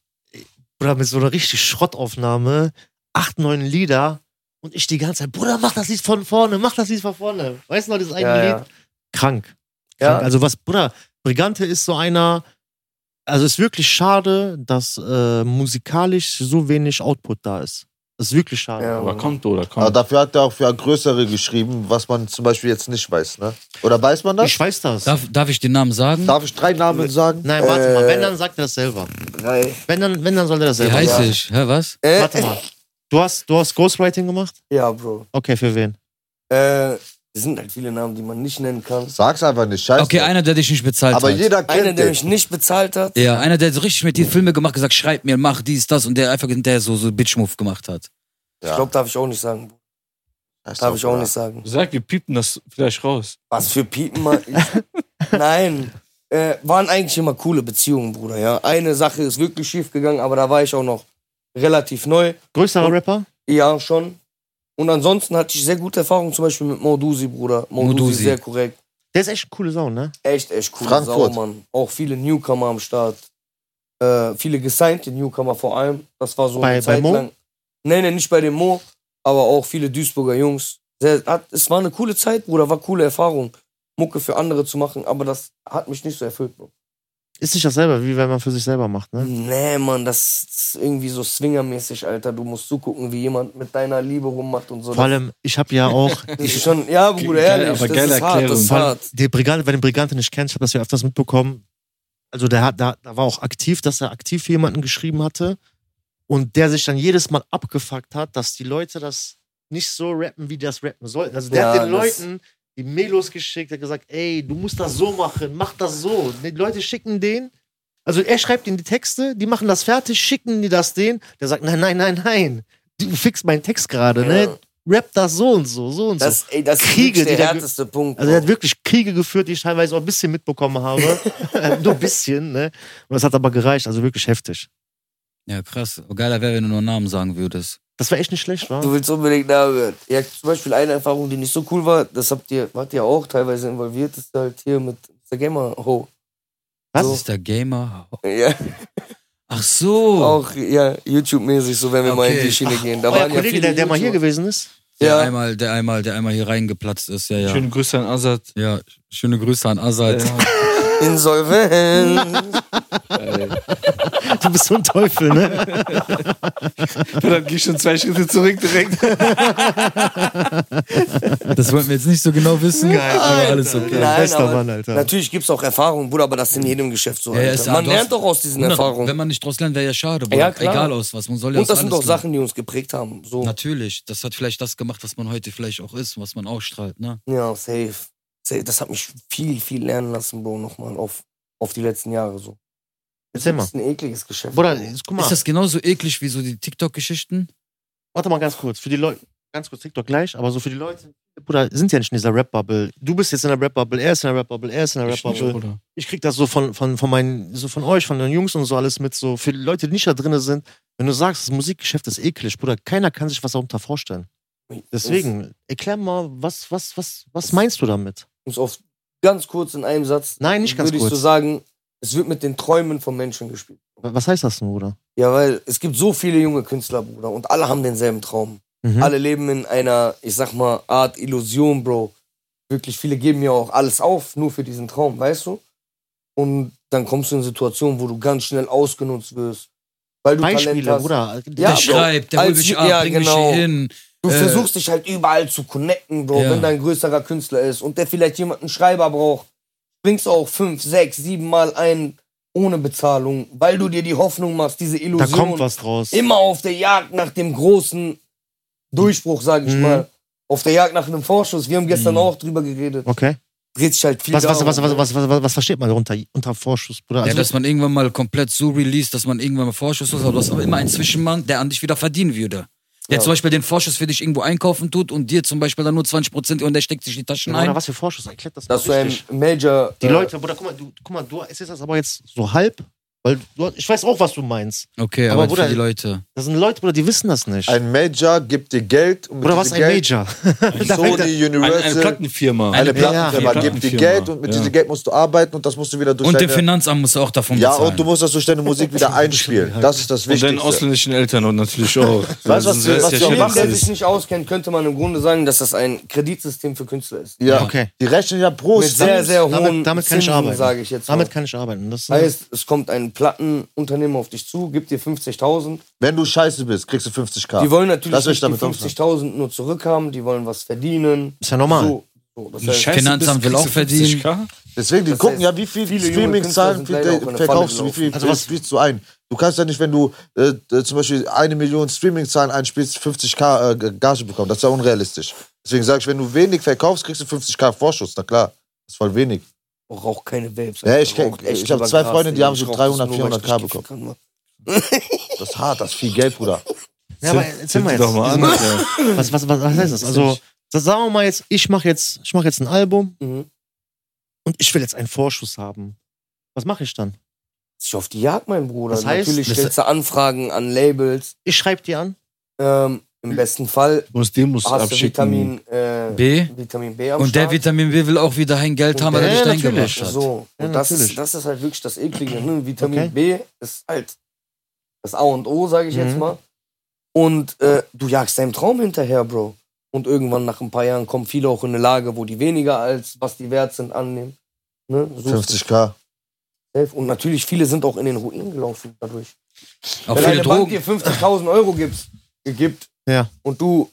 Speaker 4: Bruder, mit so einer richtig Schrottaufnahme, acht, neun Lieder und ich die ganze Zeit, Bruder, mach das Lied von vorne, mach das Lied von vorne. Weißt du noch, dieses eine
Speaker 3: Ja, ja.
Speaker 4: Lied? Krank.
Speaker 3: Ja.
Speaker 4: Krank. Also, was, Bruder, Brigante ist so einer. Also, es ist wirklich schade, dass äh, musikalisch so wenig Output da ist. Das ist wirklich schade.
Speaker 3: Ja.
Speaker 5: Aber kommt, Bruder,
Speaker 1: Aber
Speaker 5: kommt.
Speaker 1: dafür hat er auch für größere geschrieben, was man zum Beispiel jetzt nicht weiß, ne? Oder weiß man das?
Speaker 4: Ich weiß das.
Speaker 2: Darf, darf ich den Namen sagen?
Speaker 1: Darf ich drei Namen sagen?
Speaker 4: Nein, warte mal.
Speaker 3: Äh.
Speaker 4: Wenn, dann sagt er das selber.
Speaker 3: Drei.
Speaker 4: Wenn, dann, wenn, dann soll er das
Speaker 2: Wie
Speaker 4: selber
Speaker 2: heißt
Speaker 4: sagen.
Speaker 2: ich? Hä, was?
Speaker 3: Äh,
Speaker 4: Warte mal. Du hast, du hast Ghostwriting gemacht?
Speaker 3: Ja, Bro.
Speaker 4: Okay, für wen?
Speaker 3: Äh, es sind halt viele Namen, die man nicht nennen kann.
Speaker 1: Sag's einfach nicht, scheiße.
Speaker 2: Okay, einer, der dich nicht bezahlt
Speaker 1: Aber
Speaker 2: hat.
Speaker 1: jeder
Speaker 3: Einer,
Speaker 1: kennt
Speaker 3: der
Speaker 1: den.
Speaker 3: mich nicht bezahlt hat.
Speaker 2: Ja, einer, der so richtig mit dir Filme gemacht gesagt, schreib mir, mach dies, das und der einfach der so, so Bitch-Move gemacht hat.
Speaker 3: Ich glaube, darf ich auch nicht sagen.
Speaker 1: Das ist
Speaker 3: Darf ich auch
Speaker 1: klar.
Speaker 3: nicht sagen.
Speaker 5: Sag, wir piepen das vielleicht raus.
Speaker 3: Was für Piepen, Mann. Ich- Nein. Äh, waren eigentlich immer coole Beziehungen, Bruder, ja. Eine Sache ist wirklich schief gegangen, aber da war ich auch noch relativ neu.
Speaker 4: Größerer Rapper?
Speaker 3: Ja, schon. Und ansonsten hatte ich sehr gute Erfahrungen, zum Beispiel mit Mordusi, Bruder. Mordusi,
Speaker 2: Mordusi.
Speaker 3: sehr korrekt.
Speaker 4: Der ist echt eine coole Sau, ne?
Speaker 3: Echt, echt coole
Speaker 1: Frankfurt.
Speaker 3: Sau, Mann. Auch viele Newcomer am Start. Äh, viele gesignte Newcomer vor allem. Das war so
Speaker 4: Bei-
Speaker 3: eine
Speaker 4: bei
Speaker 3: Zeit
Speaker 4: Mo?
Speaker 3: lang. Nee, nee, nicht bei dem Mo, aber auch viele Duisburger Jungs. Sehr, hat, es war eine coole Zeit, Bruder, war coole Erfahrung, Mucke für andere zu machen, aber das hat mich nicht so erfüllt, Bro.
Speaker 4: Ist nicht dasselbe, wie wenn man für sich selber macht, ne?
Speaker 3: Nee, Mann, das ist irgendwie so swingermäßig, Alter. Du musst zugucken, wie jemand mit deiner Liebe rummacht und so.
Speaker 4: Vor allem, ich habe ja auch
Speaker 3: das ist schon, ja, Bruder,
Speaker 5: Geil,
Speaker 3: ehrlich,
Speaker 5: aber
Speaker 3: das
Speaker 5: geile
Speaker 3: ist hart, das ist
Speaker 5: Erklärung.
Speaker 3: hart.
Speaker 4: die Brigante, wenn du Brigante nicht kennst, ich habe das ja öfters mitbekommen. Also der hat, da, da war auch aktiv, dass er aktiv für jemanden geschrieben hatte und der sich dann jedes Mal abgefuckt hat, dass die Leute das nicht so rappen, wie die das rappen sollten. Also der
Speaker 3: Ja,
Speaker 4: hat den
Speaker 3: das-
Speaker 4: Leuten die Melos geschickt, hat gesagt, ey, du musst das so machen, mach das so. Die Leute schicken den, also er schreibt ihnen die Texte, die machen das fertig, schicken die das denen. Der sagt, nein, nein, nein, nein, du fixst meinen Text gerade, ne? Rap das so und so, so und so.
Speaker 3: Das, ey, das ist
Speaker 4: Kriege, die
Speaker 3: wirklich
Speaker 4: da
Speaker 3: der
Speaker 4: ge-
Speaker 3: härteste Punkt.
Speaker 4: Also er hat
Speaker 3: Bro.
Speaker 4: wirklich Kriege geführt, die ich teilweise auch ein bisschen mitbekommen habe. Nur ein bisschen, ne? Und das hat aber gereicht, also wirklich heftig.
Speaker 2: Ja, krass. Geiler wäre, wenn du nur Namen sagen würdest.
Speaker 4: Das war echt nicht schlecht, wa?
Speaker 3: Du willst unbedingt da hören. Ja, zum Beispiel eine Erfahrung, die nicht so cool war, das habt ihr, wart ihr auch teilweise involviert, ist halt hier mit Mr. Gamer Ho.
Speaker 4: Was?
Speaker 2: Das ist der Gamer.
Speaker 3: Ja,
Speaker 2: Ach so.
Speaker 3: auch ja, YouTube-mäßig, so wenn wir mal in
Speaker 2: Okay.
Speaker 3: die Schiene gehen. Da
Speaker 4: Oh. Euer
Speaker 3: waren ja
Speaker 4: Kollege,
Speaker 3: viele
Speaker 4: der, der mal hier
Speaker 3: YouTuber.
Speaker 4: gewesen ist.
Speaker 2: Der
Speaker 3: Ja.
Speaker 2: einmal, der einmal, der einmal hier reingeplatzt ist, ja, ja.
Speaker 5: Schöne Grüße an Azad.
Speaker 2: Ja, schöne Grüße an Azad.
Speaker 3: Insolvent.
Speaker 4: Du bist so ein Teufel, ne?
Speaker 5: Dann geh ich schon zwei Schritte zurück direkt.
Speaker 2: Das wollten wir jetzt nicht so genau wissen. Geil, aber alles okay.
Speaker 3: Nein,
Speaker 4: Bester
Speaker 3: aber
Speaker 4: Mann, Alter.
Speaker 3: Natürlich gibt es auch Erfahrungen, Bruder, aber das ist in jedem Geschäft so.
Speaker 2: Ja, ja,
Speaker 3: Alter.
Speaker 2: ist ja-
Speaker 3: man
Speaker 2: du hast-
Speaker 3: lernt doch aus diesen
Speaker 2: Hundert-
Speaker 3: Erfahrungen.
Speaker 2: Wenn man nicht draus lernt, wäre ja schade. Bruder.
Speaker 3: Ja, klar.
Speaker 2: Egal aus was. Man soll ja
Speaker 3: Und
Speaker 2: aus
Speaker 3: das sind
Speaker 2: alles
Speaker 3: doch
Speaker 2: lernen.
Speaker 3: Sachen, die uns geprägt haben. So.
Speaker 2: Natürlich, das hat vielleicht das gemacht, was man heute vielleicht auch ist, was man ausstrahlt, ne?
Speaker 3: Ja, safe. safe. Das hat mich viel, viel lernen lassen, Bro, nochmal auf, auf die letzten Jahre so.
Speaker 4: Erzähl mal.
Speaker 3: Das ist ein ekliges Geschäft.
Speaker 4: Bruder,
Speaker 3: Bro.
Speaker 4: jetzt guck mal.
Speaker 2: Ist das genauso eklig wie so die TikTok-Geschichten?
Speaker 4: Warte mal ganz kurz. Für die Leute, ganz kurz, TikTok gleich, aber so für die Leute. Bruder, sind ja nicht in dieser Rap-Bubble. Du bist jetzt in der Rap-Bubble, er ist in der Rap-Bubble, er ist in der Rap-Bubble.
Speaker 2: Bruder.
Speaker 4: Ich krieg das so von, von, von, meinen, so von euch, von den Jungs und so alles mit. So für die Leute, die nicht da drin sind, wenn du sagst, das Musikgeschäft ist eklig, Bruder, keiner kann sich was darunter vorstellen. Deswegen, erklär mal, was, was, was, was meinst du damit?
Speaker 3: Um es auf ganz kurz in einem Satz,
Speaker 4: Nein, nicht ganz
Speaker 3: würde ich so
Speaker 4: kurz.
Speaker 3: sagen, es wird mit den Träumen von Menschen gespielt.
Speaker 4: was heißt das denn, Bruder?
Speaker 3: Ja, weil es gibt so viele junge Künstler, Bruder, und alle haben denselben Traum.
Speaker 4: Mhm.
Speaker 3: Alle leben in einer, ich sag mal, Art Illusion, Bro. Wirklich, viele geben ja auch alles auf, nur für diesen Traum, weißt du? Und dann kommst du in Situationen, wo du ganz schnell ausgenutzt wirst, weil du Talent
Speaker 4: Beispiele,
Speaker 3: hast.
Speaker 4: Bruder.
Speaker 2: Der
Speaker 3: Ja, Bro.
Speaker 2: schreibt, der holt
Speaker 3: Als-
Speaker 2: mich ab,
Speaker 3: ja,
Speaker 2: bringt
Speaker 3: genau.
Speaker 2: mich hier hin.
Speaker 3: Du
Speaker 2: Äh,
Speaker 3: versuchst dich halt überall zu connecten, Bro,
Speaker 2: Ja.
Speaker 3: wenn da ein größerer Künstler ist und der vielleicht jemanden Schreiber braucht. Bringst auch fünf, sechs, sieben Mal ein ohne Bezahlung, weil du dir die Hoffnung machst, diese
Speaker 4: Da
Speaker 3: Illusion.
Speaker 4: kommt was draus.
Speaker 3: Immer auf der Jagd nach dem großen Durchbruch, sag ich
Speaker 4: Mhm.
Speaker 3: mal. Auf der Jagd nach einem Vorschuss. Wir haben gestern auch drüber geredet.
Speaker 4: Okay.
Speaker 3: Dreht sich halt viel
Speaker 4: Was, was,
Speaker 3: darum.
Speaker 4: was, was, was, was, was, was versteht man darunter? Unter Vorschuss, Bruder?
Speaker 2: ja,
Speaker 4: Also,
Speaker 2: dass man irgendwann mal komplett so released, dass man irgendwann mal Vorschuss hat, aber du hast aber immer einen Zwischenmann, der an dich wieder verdienen würde. Der zum Beispiel den Vorschuss für dich irgendwo einkaufen tut und dir zum Beispiel dann nur 20% und der steckt sich in die Taschen
Speaker 4: Bruder,
Speaker 2: ein.
Speaker 4: was für Vorschuss? Erklärt das,
Speaker 3: Dass du
Speaker 4: mal
Speaker 3: ein
Speaker 4: richtig.
Speaker 3: Major.
Speaker 4: Die
Speaker 3: äh,
Speaker 4: Leute, Bruder, guck mal, du, guck mal, du es ist das aber jetzt so halb, weil du, ich weiß auch, was du meinst.
Speaker 2: Okay,
Speaker 4: Aber
Speaker 2: aber,
Speaker 4: Bruder,
Speaker 2: für die Leute.
Speaker 4: Das sind Leute, Bruder, die wissen das nicht.
Speaker 1: Ein Major gibt dir Geld und mit
Speaker 4: Bruder, was
Speaker 1: diesem
Speaker 4: ein
Speaker 1: Also, Geld
Speaker 4: Major?
Speaker 1: Sony,
Speaker 5: Eine,
Speaker 1: Universal,
Speaker 3: äh,
Speaker 5: eine Plattenfirma.
Speaker 1: eine
Speaker 2: Eine
Speaker 1: Plattenfirma
Speaker 4: Plattenfirma.
Speaker 1: gibt dir
Speaker 5: Plattenfirma.
Speaker 1: Geld und mit
Speaker 5: Ja.
Speaker 1: diesem Geld musst du arbeiten und das musst du wieder durch
Speaker 2: Und der
Speaker 1: deine...
Speaker 2: Finanzamt muss auch davon
Speaker 1: Ja,
Speaker 2: bezahlen.
Speaker 1: und du musst das durch deine Musik wieder einspielen. Das ist das
Speaker 5: Und deinen
Speaker 1: Wichtigste.
Speaker 5: ausländischen Eltern und natürlich auch.
Speaker 1: was-
Speaker 5: Sonst wär's
Speaker 1: was
Speaker 5: ja
Speaker 1: wir
Speaker 5: schlimm,
Speaker 1: machen,
Speaker 3: Jemand,
Speaker 5: was
Speaker 3: äh, der
Speaker 5: ist.
Speaker 3: sich nicht auskennt, könnte man im Grunde sagen, dass das ein Kreditsystem für Künstler ist.
Speaker 1: Ja,
Speaker 4: Okay.
Speaker 1: die rechnen ja pro
Speaker 3: Mit
Speaker 1: Cent.
Speaker 3: sehr, sehr hohen
Speaker 4: Damit, damit kann ich
Speaker 3: Zinsen,
Speaker 4: arbeiten.
Speaker 3: sage ich jetzt mal. Also,
Speaker 4: damit kann ich arbeiten. Das
Speaker 3: Heißt, es kommt ein Plattenunternehmen auf dich zu, gibt dir 50.000.
Speaker 1: Wenn du scheiße bist, kriegst du 50k.
Speaker 3: Die wollen
Speaker 1: Lass
Speaker 3: natürlich
Speaker 1: euch
Speaker 3: nicht die
Speaker 1: damit anfangen.
Speaker 3: 50.000 nur zurückhaben, die wollen was verdienen.
Speaker 4: Ist ja normal.
Speaker 3: So, so. Das
Speaker 5: Wenn du
Speaker 3: heißt,
Speaker 5: scheiße
Speaker 2: Finanzamt
Speaker 5: bist,
Speaker 2: will
Speaker 5: kriegst
Speaker 2: auch
Speaker 5: du 50k?
Speaker 1: Deswegen, die
Speaker 3: Das
Speaker 1: gucken
Speaker 3: heißt,
Speaker 1: ja, wie viel
Speaker 3: viele junge
Speaker 1: Streaming-Zahlen
Speaker 3: Künstler sind leider auch in
Speaker 1: viel
Speaker 3: der
Speaker 1: verkaufst du,
Speaker 3: Falle
Speaker 1: wie viel
Speaker 4: Also
Speaker 1: also
Speaker 4: was-
Speaker 1: spielst du ein. Du kannst ja nicht, wenn du äh, äh, zum Beispiel eine Million Streaming-Zahlen einspielst, 50k äh, Gage bekommen. Das ist ja unrealistisch. Deswegen sage ich, wenn du wenig verkaufst, kriegst du 50k Vorschuss. Na klar, das ist voll wenig.
Speaker 3: Rauch keine Vapes.
Speaker 1: Ja, ich
Speaker 3: Alter. Rauch
Speaker 1: kenn- ich
Speaker 3: echt
Speaker 1: hab
Speaker 3: über
Speaker 1: zwei
Speaker 3: Gras,
Speaker 1: Freunde, die
Speaker 3: ey.
Speaker 1: haben
Speaker 3: Ich
Speaker 1: so
Speaker 3: rauch
Speaker 1: 300,
Speaker 3: das nur, weil ich
Speaker 1: 400k
Speaker 3: nicht kiffen kann, Mann.
Speaker 1: Das ist hart, das ist viel Geld, Bruder.
Speaker 4: ja, aber erzähl mal
Speaker 5: Zieh
Speaker 4: jetzt.
Speaker 5: Doch mal an, Alter.
Speaker 4: Was, was, was, was heißt das? Also, das sagen wir mal jetzt, ich mache jetzt, ich mach jetzt ein Album
Speaker 3: Mhm.
Speaker 4: und ich will jetzt einen Vorschuss haben. Was mache ich dann?
Speaker 3: Ich auf die Jagd, mein Bruder.
Speaker 4: Das heißt,
Speaker 3: natürlich
Speaker 4: das-
Speaker 3: stellst du Anfragen an Labels.
Speaker 4: Ich schreibe dir an.
Speaker 3: Ähm, Im besten Fall
Speaker 5: Du musst Demos
Speaker 3: hast du
Speaker 5: abschicken.
Speaker 3: Vitamin, äh,
Speaker 2: B.
Speaker 3: Vitamin B am
Speaker 2: Und der
Speaker 3: Start.
Speaker 2: Vitamin B will auch wieder ein Geld
Speaker 3: Und
Speaker 2: haben, weil
Speaker 4: der-
Speaker 2: er dich
Speaker 4: Ja,
Speaker 2: dahin
Speaker 4: natürlich.
Speaker 2: gebracht hat.
Speaker 3: Genau. So,
Speaker 4: Ja,
Speaker 3: und das,
Speaker 4: natürlich.
Speaker 3: ist, das ist halt wirklich das Eklige. Ne? Vitamin
Speaker 4: Okay.
Speaker 3: B ist halt das A und O, sage ich jetzt
Speaker 4: Mhm.
Speaker 3: mal. Und äh, du jagst deinem Traum hinterher, Bro. Und irgendwann nach ein paar Jahren kommen viele auch in eine Lage, wo die weniger als was die wert sind annehmen. Ne? Suchst
Speaker 1: 50k.
Speaker 3: du selbst. Und natürlich viele sind auch in den Ruin gelaufen dadurch.
Speaker 2: Auch
Speaker 3: Wenn
Speaker 2: viele
Speaker 3: eine Bank
Speaker 2: Drogen.
Speaker 3: dir 50.000 Euro gibst, gibt
Speaker 4: Ja.
Speaker 3: und du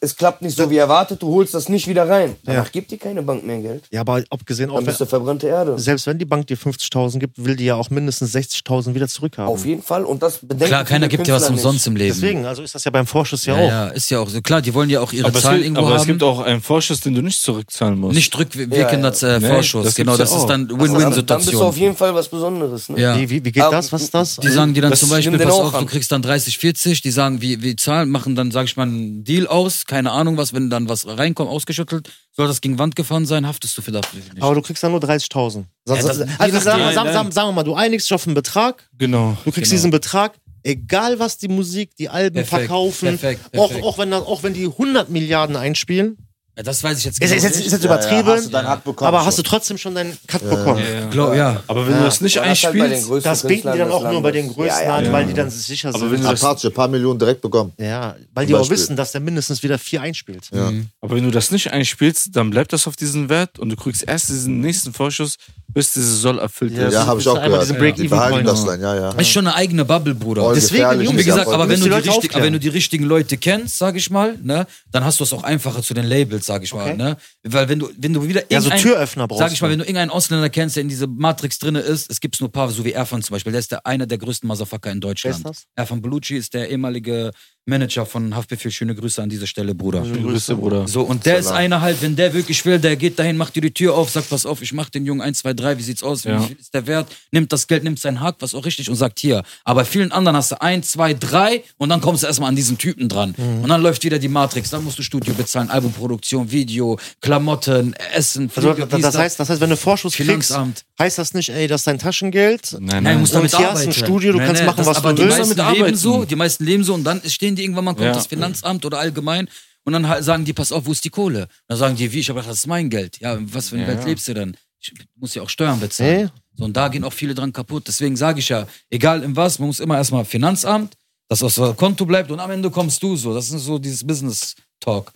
Speaker 3: es klappt nicht so wie erwartet, du holst das nicht wieder rein. Danach gibt dir keine Bank mehr Geld.
Speaker 4: Ja, aber abgesehen, auch
Speaker 3: Dann
Speaker 4: wenn,
Speaker 3: bist du verbrannte Erde.
Speaker 4: selbst wenn die Bank dir 50.000 gibt, will die ja auch mindestens 60.000 wieder zurückhaben.
Speaker 3: Auf jeden Fall. Und das bedenken
Speaker 2: Mhm. Klar, keiner
Speaker 3: viele
Speaker 2: gibt dir was
Speaker 3: Künstler
Speaker 2: umsonst im Leben.
Speaker 4: Deswegen, also ist das ja beim Vorschuss ja,
Speaker 2: ja,
Speaker 4: auch.
Speaker 2: ja, ist ja auch so. Klar, die wollen ja auch ihre
Speaker 5: Aber, es
Speaker 2: Zahlen
Speaker 5: gibt,
Speaker 2: irgendwo
Speaker 5: aber
Speaker 2: haben.
Speaker 5: es gibt auch einen Vorschuss, den du nicht zurückzahlen musst.
Speaker 2: nicht rückwirkender
Speaker 3: Ja,
Speaker 2: äh,
Speaker 5: Nee,
Speaker 2: Vorschuss.
Speaker 5: das
Speaker 2: genau,
Speaker 5: gibt's ja
Speaker 2: das ist
Speaker 5: auch.
Speaker 2: dann
Speaker 3: nicht. also Dann bist du
Speaker 2: Win-Win-Situation.
Speaker 3: auf jeden Fall was Besonderes. Ne?
Speaker 2: Ja.
Speaker 4: Wie, wie, wie geht
Speaker 3: Aber-
Speaker 4: das? Was ist das?
Speaker 2: Die sagen dir dann
Speaker 5: Das
Speaker 2: zum Beispiel,
Speaker 3: nimmt den
Speaker 2: pass
Speaker 3: auch
Speaker 2: auf, du
Speaker 3: an.
Speaker 2: kriegst dann 30, 40, die sagen, wie, wie zahlen, machen dann, sag ich mal, einen Deal aus, keine Ahnung was, wenn dann was reinkommt, ausgeschüttelt, soll das gegen Wand gefahren sein, haftest du für dafür nicht.
Speaker 4: Aber du kriegst dann nur 30.000. Sa-
Speaker 2: Ja,
Speaker 4: sa-
Speaker 2: das-
Speaker 4: also
Speaker 2: je
Speaker 4: sagen,
Speaker 2: nachdem.
Speaker 4: sagen,
Speaker 5: Nein,
Speaker 4: sagen,
Speaker 5: nein.
Speaker 4: sagen wir mal, du einigst dich auf einen Betrag,
Speaker 5: Genau.
Speaker 4: du kriegst
Speaker 2: Genau.
Speaker 4: diesen Betrag, egal was die Musik, die Alben
Speaker 2: Perfekt,
Speaker 4: verkaufen,
Speaker 2: perfekt,
Speaker 4: auch,
Speaker 2: perfekt.
Speaker 4: auch, wenn, das- auch wenn die 100 Milliarden einspielen,
Speaker 2: Ja, das weiß ich jetzt genau
Speaker 4: Ist, ist, jetzt, ist jetzt
Speaker 1: Ja,
Speaker 4: übertrieben,
Speaker 1: Ja, Genau. hast du deinen Hack bekommen
Speaker 4: aber hast du
Speaker 1: schon.
Speaker 4: trotzdem schon deinen Cut bekommen.
Speaker 5: Ja.
Speaker 2: Glaub, ja.
Speaker 5: Aber wenn du das nicht
Speaker 3: Und das halt bei den
Speaker 5: einspielst,
Speaker 3: größten
Speaker 4: Das bieten die
Speaker 3: Künstlern
Speaker 4: dann
Speaker 3: des
Speaker 4: auch nur bei den
Speaker 3: Landes.
Speaker 4: Größten
Speaker 3: Ja, ja.
Speaker 4: an, weil die dann sicher
Speaker 5: Aber
Speaker 4: sind.
Speaker 5: wenn du das-
Speaker 1: Apache, ein paar Millionen direkt bekommen.
Speaker 4: ja, weil
Speaker 1: Zum
Speaker 4: die auch
Speaker 1: Beispiel.
Speaker 4: wissen, dass der mindestens wieder vier einspielt.
Speaker 1: Ja.
Speaker 2: Mhm.
Speaker 5: aber wenn du das nicht einspielst, dann bleibt das auf diesem Wert und du kriegst erst diesen nächsten Vorschuss, bis diese Soll erfüllt
Speaker 4: Ja,
Speaker 5: wird.
Speaker 1: Ja, habe ich auch
Speaker 4: einmal
Speaker 1: gehört.
Speaker 4: diesen
Speaker 1: Die
Speaker 4: Break-Even-Point
Speaker 1: behalten das
Speaker 5: noch.
Speaker 1: dann, ja, ja.
Speaker 2: Ist schon eine eigene Bubble, Bruder.
Speaker 1: Voll
Speaker 4: deswegen,
Speaker 1: gefährlich,
Speaker 4: Jungs,
Speaker 2: Wie
Speaker 1: ist ja
Speaker 2: gesagt,
Speaker 1: voll-
Speaker 2: aber wenn,
Speaker 4: Müsst
Speaker 2: du
Speaker 4: ihr
Speaker 2: die
Speaker 4: Leute
Speaker 2: richtig, aber
Speaker 4: aufklären.
Speaker 2: wenn du die richtigen Leute kennst, sag ich mal, ne, dann hast du es auch einfacher zu den Labels, sag ich mal,
Speaker 4: Okay.
Speaker 2: ne? Weil wenn du, wenn du wieder
Speaker 4: Ja, so
Speaker 2: irgendein-
Speaker 4: Türöffner brauchst
Speaker 2: Sag ich mal,
Speaker 4: du.
Speaker 2: wenn du irgendeinen Ausländer kennst, der in diese Matrix drinne ist, es gibt nur ein paar, so wie Erfan zum Beispiel, der ist der, einer der größten Motherfucker in Deutschland.
Speaker 4: Wer ist
Speaker 2: Erfan Bellucci ist der ehemalige Manager von Haftbefehl. Schöne Grüße an dieser Stelle, Bruder.
Speaker 4: Mhm.
Speaker 5: Schöne Grüße, Bruder.
Speaker 2: So, und der ist einer halt, wenn der wirklich will, der geht dahin, macht dir die Tür auf, sagt, pass auf, ich mach den Jungen 1, 2, 3, wie sieht's aus,
Speaker 5: Ja.
Speaker 2: wie viel ist der wert, nimmt das Geld, nimmt seinen Hack, was auch richtig und sagt hier. Aber bei vielen anderen hast du 1, 2, 3 und dann kommst du erstmal an diesen Typen dran.
Speaker 5: Mhm.
Speaker 2: Und dann läuft wieder die Matrix, dann musst du Studio bezahlen, Albumproduktion, Video, Klamotten, Essen,
Speaker 4: Also,
Speaker 2: Flüge,
Speaker 4: das,
Speaker 2: dies,
Speaker 4: das, heißt, das heißt, wenn du Vorschuss kriegst,
Speaker 2: Finanzamt.
Speaker 4: heißt das nicht, ey, das ist dein Taschengeld.
Speaker 5: Nein,
Speaker 2: Nein, du musst
Speaker 4: Und
Speaker 2: damit
Speaker 4: hier hast du
Speaker 2: arbeiten.
Speaker 4: ein Studio, du kannst machen,
Speaker 2: das,
Speaker 4: was
Speaker 2: aber
Speaker 4: du
Speaker 2: die
Speaker 4: willst.
Speaker 2: Meisten
Speaker 5: Damit
Speaker 2: leben
Speaker 5: arbeiten.
Speaker 2: so, die meisten leben so und dann stehen die irgendwann mal, kommt
Speaker 5: Ja.
Speaker 2: das Finanzamt oder allgemein und dann halt sagen die, pass auf, wo ist die Kohle? Und dann sagen die, wie? Ich habe gedacht, das ist mein Geld. Ja, in was für ein
Speaker 5: Ja,
Speaker 2: Welt
Speaker 5: ja.
Speaker 2: lebst du denn? Ich muss ja auch Steuern bezahlen.
Speaker 4: Hä?
Speaker 2: So, und da gehen auch viele dran kaputt. Deswegen sage ich ja, egal in was, man muss immer erstmal Finanzamt, dass was auf dem Konto bleibt und am Ende kommst du so. Das ist so dieses Business-Talk.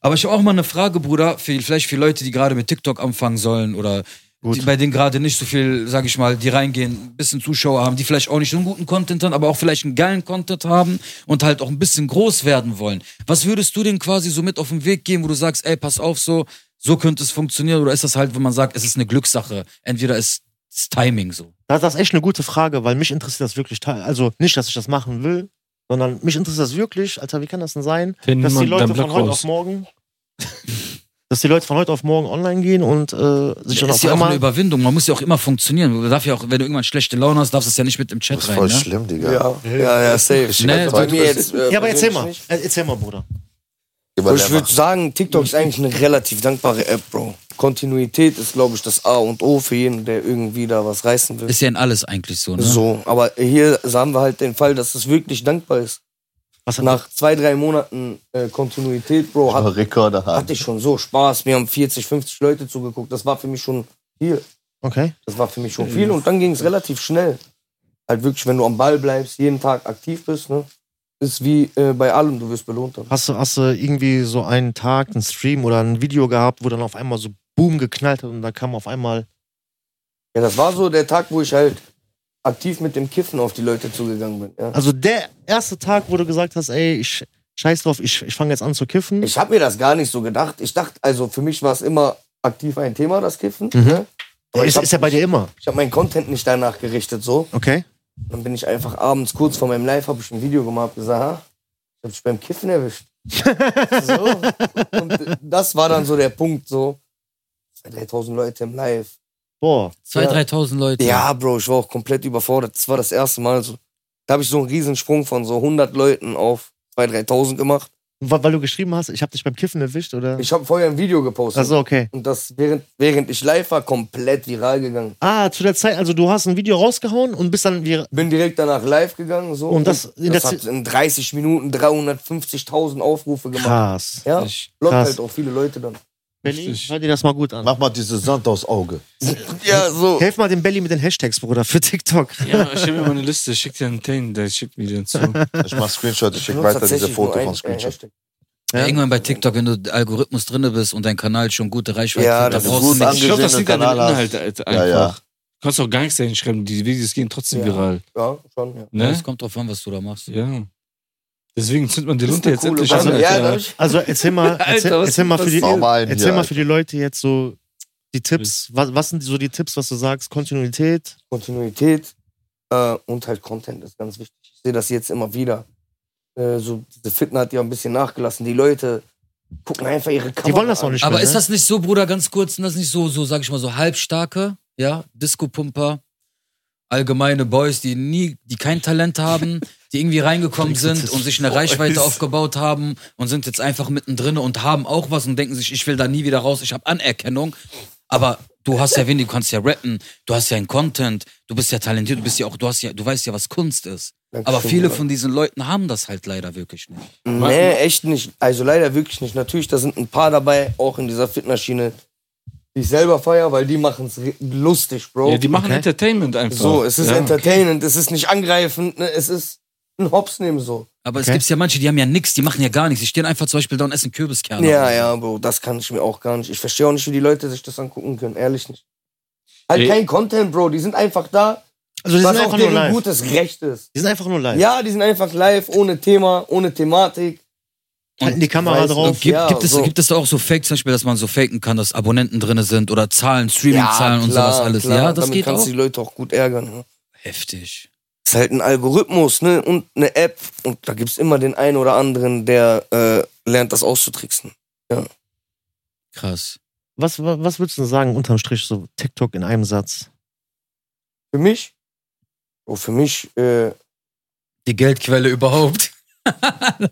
Speaker 2: Aber ich habe auch mal eine Frage, Bruder, für, vielleicht für Leute, die gerade mit TikTok anfangen sollen oder die, bei denen gerade nicht so viel, sag ich mal, die reingehen, ein bisschen Zuschauer haben, die vielleicht auch nicht so einen guten Content haben, aber auch vielleicht einen geilen Content haben und halt auch ein bisschen groß werden wollen. Was würdest du denn quasi so mit auf den Weg geben, wo du sagst, ey, pass auf, so, so könnte es funktionieren? Oder ist das halt, wenn man sagt, es ist eine Glückssache? Entweder ist das Timing so.
Speaker 4: Das, das ist echt eine gute Frage, weil mich interessiert das wirklich. teil- Also nicht, dass ich das machen will, sondern mich interessiert das wirklich. Alter, wie kann das denn sein,
Speaker 5: Den
Speaker 4: dass die
Speaker 5: Mann-
Speaker 4: Leute
Speaker 5: dein
Speaker 4: von
Speaker 5: Block
Speaker 4: heute
Speaker 5: raus.
Speaker 4: auf morgen, dass die Leute von heute auf morgen online gehen und äh, sich dann
Speaker 2: ist
Speaker 4: auf
Speaker 2: ja auch eine
Speaker 4: einmal.
Speaker 2: Überwindung. Man muss ja auch immer funktionieren. Du darfst ja auch, wenn du irgendwann schlechte Laune hast, darfst du es ja nicht mit im Chat
Speaker 1: Das ist
Speaker 2: rein.
Speaker 1: voll
Speaker 2: ne?
Speaker 1: schlimm, Digga. Ja.
Speaker 3: Ja, ja, ja, safe.
Speaker 2: Nee,
Speaker 3: Also bei
Speaker 2: du-
Speaker 3: mir jetzt, äh,
Speaker 4: Ja, aber erzähl mal,
Speaker 3: persönlich nicht. Also
Speaker 4: Äh, erzähl mal, Bruder.
Speaker 1: Immer
Speaker 3: Ich würde sagen, TikTok ist eigentlich eine relativ dankbare App, Bro. Kontinuität ist, glaube ich, das A und O für jeden, der irgendwie da was reißen will.
Speaker 2: Ist ja in alles eigentlich so, ne?
Speaker 3: So, aber hier haben wir halt den Fall, dass es wirklich dankbar ist.
Speaker 4: Was
Speaker 3: Nach zwei, drei Monaten äh, Kontinuität, Bro, hat,
Speaker 1: Rekorder haben.
Speaker 3: hatte ich schon so Spaß. Mir haben 40, 50 Leute zugeguckt. Das war für mich schon viel.
Speaker 4: Okay.
Speaker 3: Das war für mich schon viel. Und dann ging es relativ schnell. Halt wirklich, wenn du am Ball bleibst, jeden Tag aktiv bist, ne? Ist wie äh, bei allem, du wirst belohnt. Dann.
Speaker 4: Hast du, hast du irgendwie so einen Tag, einen Stream oder ein Video gehabt, wo dann auf einmal so Boom geknallt hat und da kam auf einmal.
Speaker 3: Ja, das war so der Tag, wo ich halt aktiv mit dem Kiffen auf die Leute zugegangen bin. Ja.
Speaker 4: Also der erste Tag, wo du gesagt hast, ey, ich scheiß drauf, ich, ich fange jetzt an zu kiffen.
Speaker 3: Ich habe mir das gar nicht so gedacht. Ich dachte, also für mich war es immer aktiv ein Thema, das Kiffen. Ne? Aber
Speaker 4: Mhm. ist,
Speaker 3: ich
Speaker 4: ist ja
Speaker 3: habe
Speaker 4: bei dir immer.
Speaker 3: hab meinen Content nicht danach gerichtet so.
Speaker 4: Okay.
Speaker 3: Dann bin ich einfach abends kurz vor meinem Live, habe ich ein Video gemacht, hab gesagt, ha, ich hab dich beim Kiffen erwischt. so. Und äh, das war dann so der Punkt, so. 3000 Leute im Live.
Speaker 4: Boah.
Speaker 2: 2.000, 3.000 Leute.
Speaker 3: Ja, Bro, ich war auch komplett überfordert. Das war das erste Mal so. Da habe ich so einen Riesensprung von so 100 Leuten auf 2.000, 3.000 gemacht.
Speaker 4: Weil, weil du geschrieben hast, ich habe dich beim Kiffen erwischt, oder?
Speaker 3: Ich habe vorher ein Video gepostet.
Speaker 4: Also okay.
Speaker 3: Und das, während, während ich live war, komplett viral gegangen.
Speaker 4: Ah, zu der Zeit, also du hast ein Video rausgehauen und bist dann wie.
Speaker 3: Bin direkt danach live gegangen. So,
Speaker 4: Und das- in
Speaker 3: das
Speaker 4: der
Speaker 3: hat in 30 Minuten 350.000 Aufrufe gemacht.
Speaker 4: Krass.
Speaker 3: Ja,
Speaker 2: Ich-
Speaker 3: lockt
Speaker 4: krass.
Speaker 3: halt auch viele Leute dann.
Speaker 4: Belly,
Speaker 5: Richtig.
Speaker 4: hör dir das mal gut an.
Speaker 1: Mach mal diese Sand aufs Auge.
Speaker 3: Ja, so.
Speaker 4: Helf mal dem Belly mit den Hashtags, Bruder, für TikTok.
Speaker 5: Ja, ich habe mir meine Liste, schick dir einen Tain, der schickt mir den zu.
Speaker 1: Ich mach Screenshot, ich schick weiter diese Foto
Speaker 3: äh,
Speaker 1: von Screenshot.
Speaker 4: Ja.
Speaker 2: Irgendwann bei TikTok, wenn du Algorithmus drinne bist und dein Kanal schon gute Reichweite
Speaker 3: Ja,
Speaker 2: hat, da
Speaker 3: das ist
Speaker 2: brauchst du
Speaker 1: gut
Speaker 2: nichts.
Speaker 5: Ich glaube, das liegt an
Speaker 1: Kanal
Speaker 5: dem
Speaker 1: hast.
Speaker 5: Inhalt, Alter.
Speaker 1: Ja,
Speaker 5: Einfach.
Speaker 1: ja.
Speaker 5: Du kannst auch Gangster hinschreiben, die Videos gehen trotzdem
Speaker 3: Ja.
Speaker 5: viral.
Speaker 3: Ja, schon. Ja.
Speaker 2: Ja, Es
Speaker 5: Ne?
Speaker 2: kommt drauf an, was du da machst.
Speaker 5: Ja. Deswegen zündet man die
Speaker 3: Das ist
Speaker 5: Lunte
Speaker 3: eine
Speaker 5: jetzt
Speaker 3: coole
Speaker 5: endlich
Speaker 3: Sache.
Speaker 5: an, Alter.
Speaker 3: Ja, da hab ich-
Speaker 4: Also erzähl mal,
Speaker 5: Alter,
Speaker 4: erzähl,
Speaker 5: was
Speaker 4: erzähl mal, für die,
Speaker 1: passiert? Mach mal einen,
Speaker 4: erzähl
Speaker 1: ja,
Speaker 4: mal für die Leute jetzt so die Tipps. Was, was sind so die Tipps, was du sagst? Kontinuität.
Speaker 3: Kontinuität äh, und halt Content ist ganz wichtig. Ich sehe das jetzt immer wieder. Äh, so, diese Fitness hat ja ein bisschen nachgelassen. Die Leute gucken einfach ihre Kamera.
Speaker 4: Die wollen das auch
Speaker 3: an.
Speaker 4: nicht
Speaker 2: Aber
Speaker 4: mehr,
Speaker 2: ist
Speaker 4: ne?
Speaker 2: das nicht so, Bruder, ganz kurz, sind das nicht so, so, sag ich mal, so halbstarke, ja, Disco-Pumper, allgemeine Boys, die nie, die kein Talent haben, die irgendwie reingekommen sind und sich eine Reichweite aufgebaut haben und sind jetzt einfach mittendrin und haben auch was und denken sich, ich will da nie wieder raus, ich habe Anerkennung. Aber du hast ja wenig, du kannst ja rappen, du hast ja einen Content, du bist ja talentiert, du bist ja auch, du hast ja, du weißt ja, was Kunst ist. Aber
Speaker 3: Dankeschön,
Speaker 2: viele
Speaker 3: Bruder.
Speaker 2: von diesen Leuten haben das halt leider wirklich nicht.
Speaker 3: Nee, echt nicht. Also leider wirklich nicht. Natürlich, da sind ein paar dabei, auch in dieser Fitnessschiene, die ich selber feier, weil die machen es lustig, Bro.
Speaker 5: Ja, die machen
Speaker 4: Okay.
Speaker 5: Entertainment einfach.
Speaker 3: so, es ist
Speaker 5: ja.
Speaker 3: entertainend, es ist nicht angreifend, ne? es ist ein Hops nehmen so.
Speaker 2: Aber es
Speaker 4: Okay.
Speaker 2: gibt ja manche, die haben ja nichts, die machen ja gar nichts. Die stehen einfach zum Beispiel da und essen Kürbiskerne.
Speaker 3: Ja, ja, Bro, das kann ich mir auch gar nicht. Ich verstehe auch nicht, wie die Leute sich das angucken können, ehrlich nicht. Halt
Speaker 5: Ey.
Speaker 3: kein Content, Bro, die sind einfach da,
Speaker 4: Also die
Speaker 3: was
Speaker 4: sind
Speaker 3: auch
Speaker 4: einfach nur
Speaker 3: deren
Speaker 4: live.
Speaker 3: gutes Recht ist.
Speaker 4: Die sind einfach nur live.
Speaker 3: Ja, die sind einfach live, ohne Thema, ohne Thematik.
Speaker 4: Halten die Kamera
Speaker 3: Weiß
Speaker 4: drauf.
Speaker 3: nicht.
Speaker 2: Gibt,
Speaker 3: Ja,
Speaker 2: gibt, es,
Speaker 3: so.
Speaker 2: gibt es da auch so Fake zum Beispiel, dass man so faken kann, dass Abonnenten drin sind oder Zahlen, Streaming-Zahlen und
Speaker 3: klar,
Speaker 2: sowas alles?
Speaker 3: klar,
Speaker 2: ja, das
Speaker 3: damit
Speaker 2: geht
Speaker 3: kannst
Speaker 2: auch.
Speaker 3: du die Leute auch gut ärgern. Ne?
Speaker 2: Heftig.
Speaker 3: ist halt ein Algorithmus ne? und eine App. Und da gibt's immer den einen oder anderen, der äh, lernt, das auszutricksen.
Speaker 2: Krass.
Speaker 4: Was, wa- was würdest du denn sagen, unterm Strich, so TikTok in einem Satz?
Speaker 3: Für mich? Oh, für mich äh,
Speaker 2: Die Geldquelle überhaupt.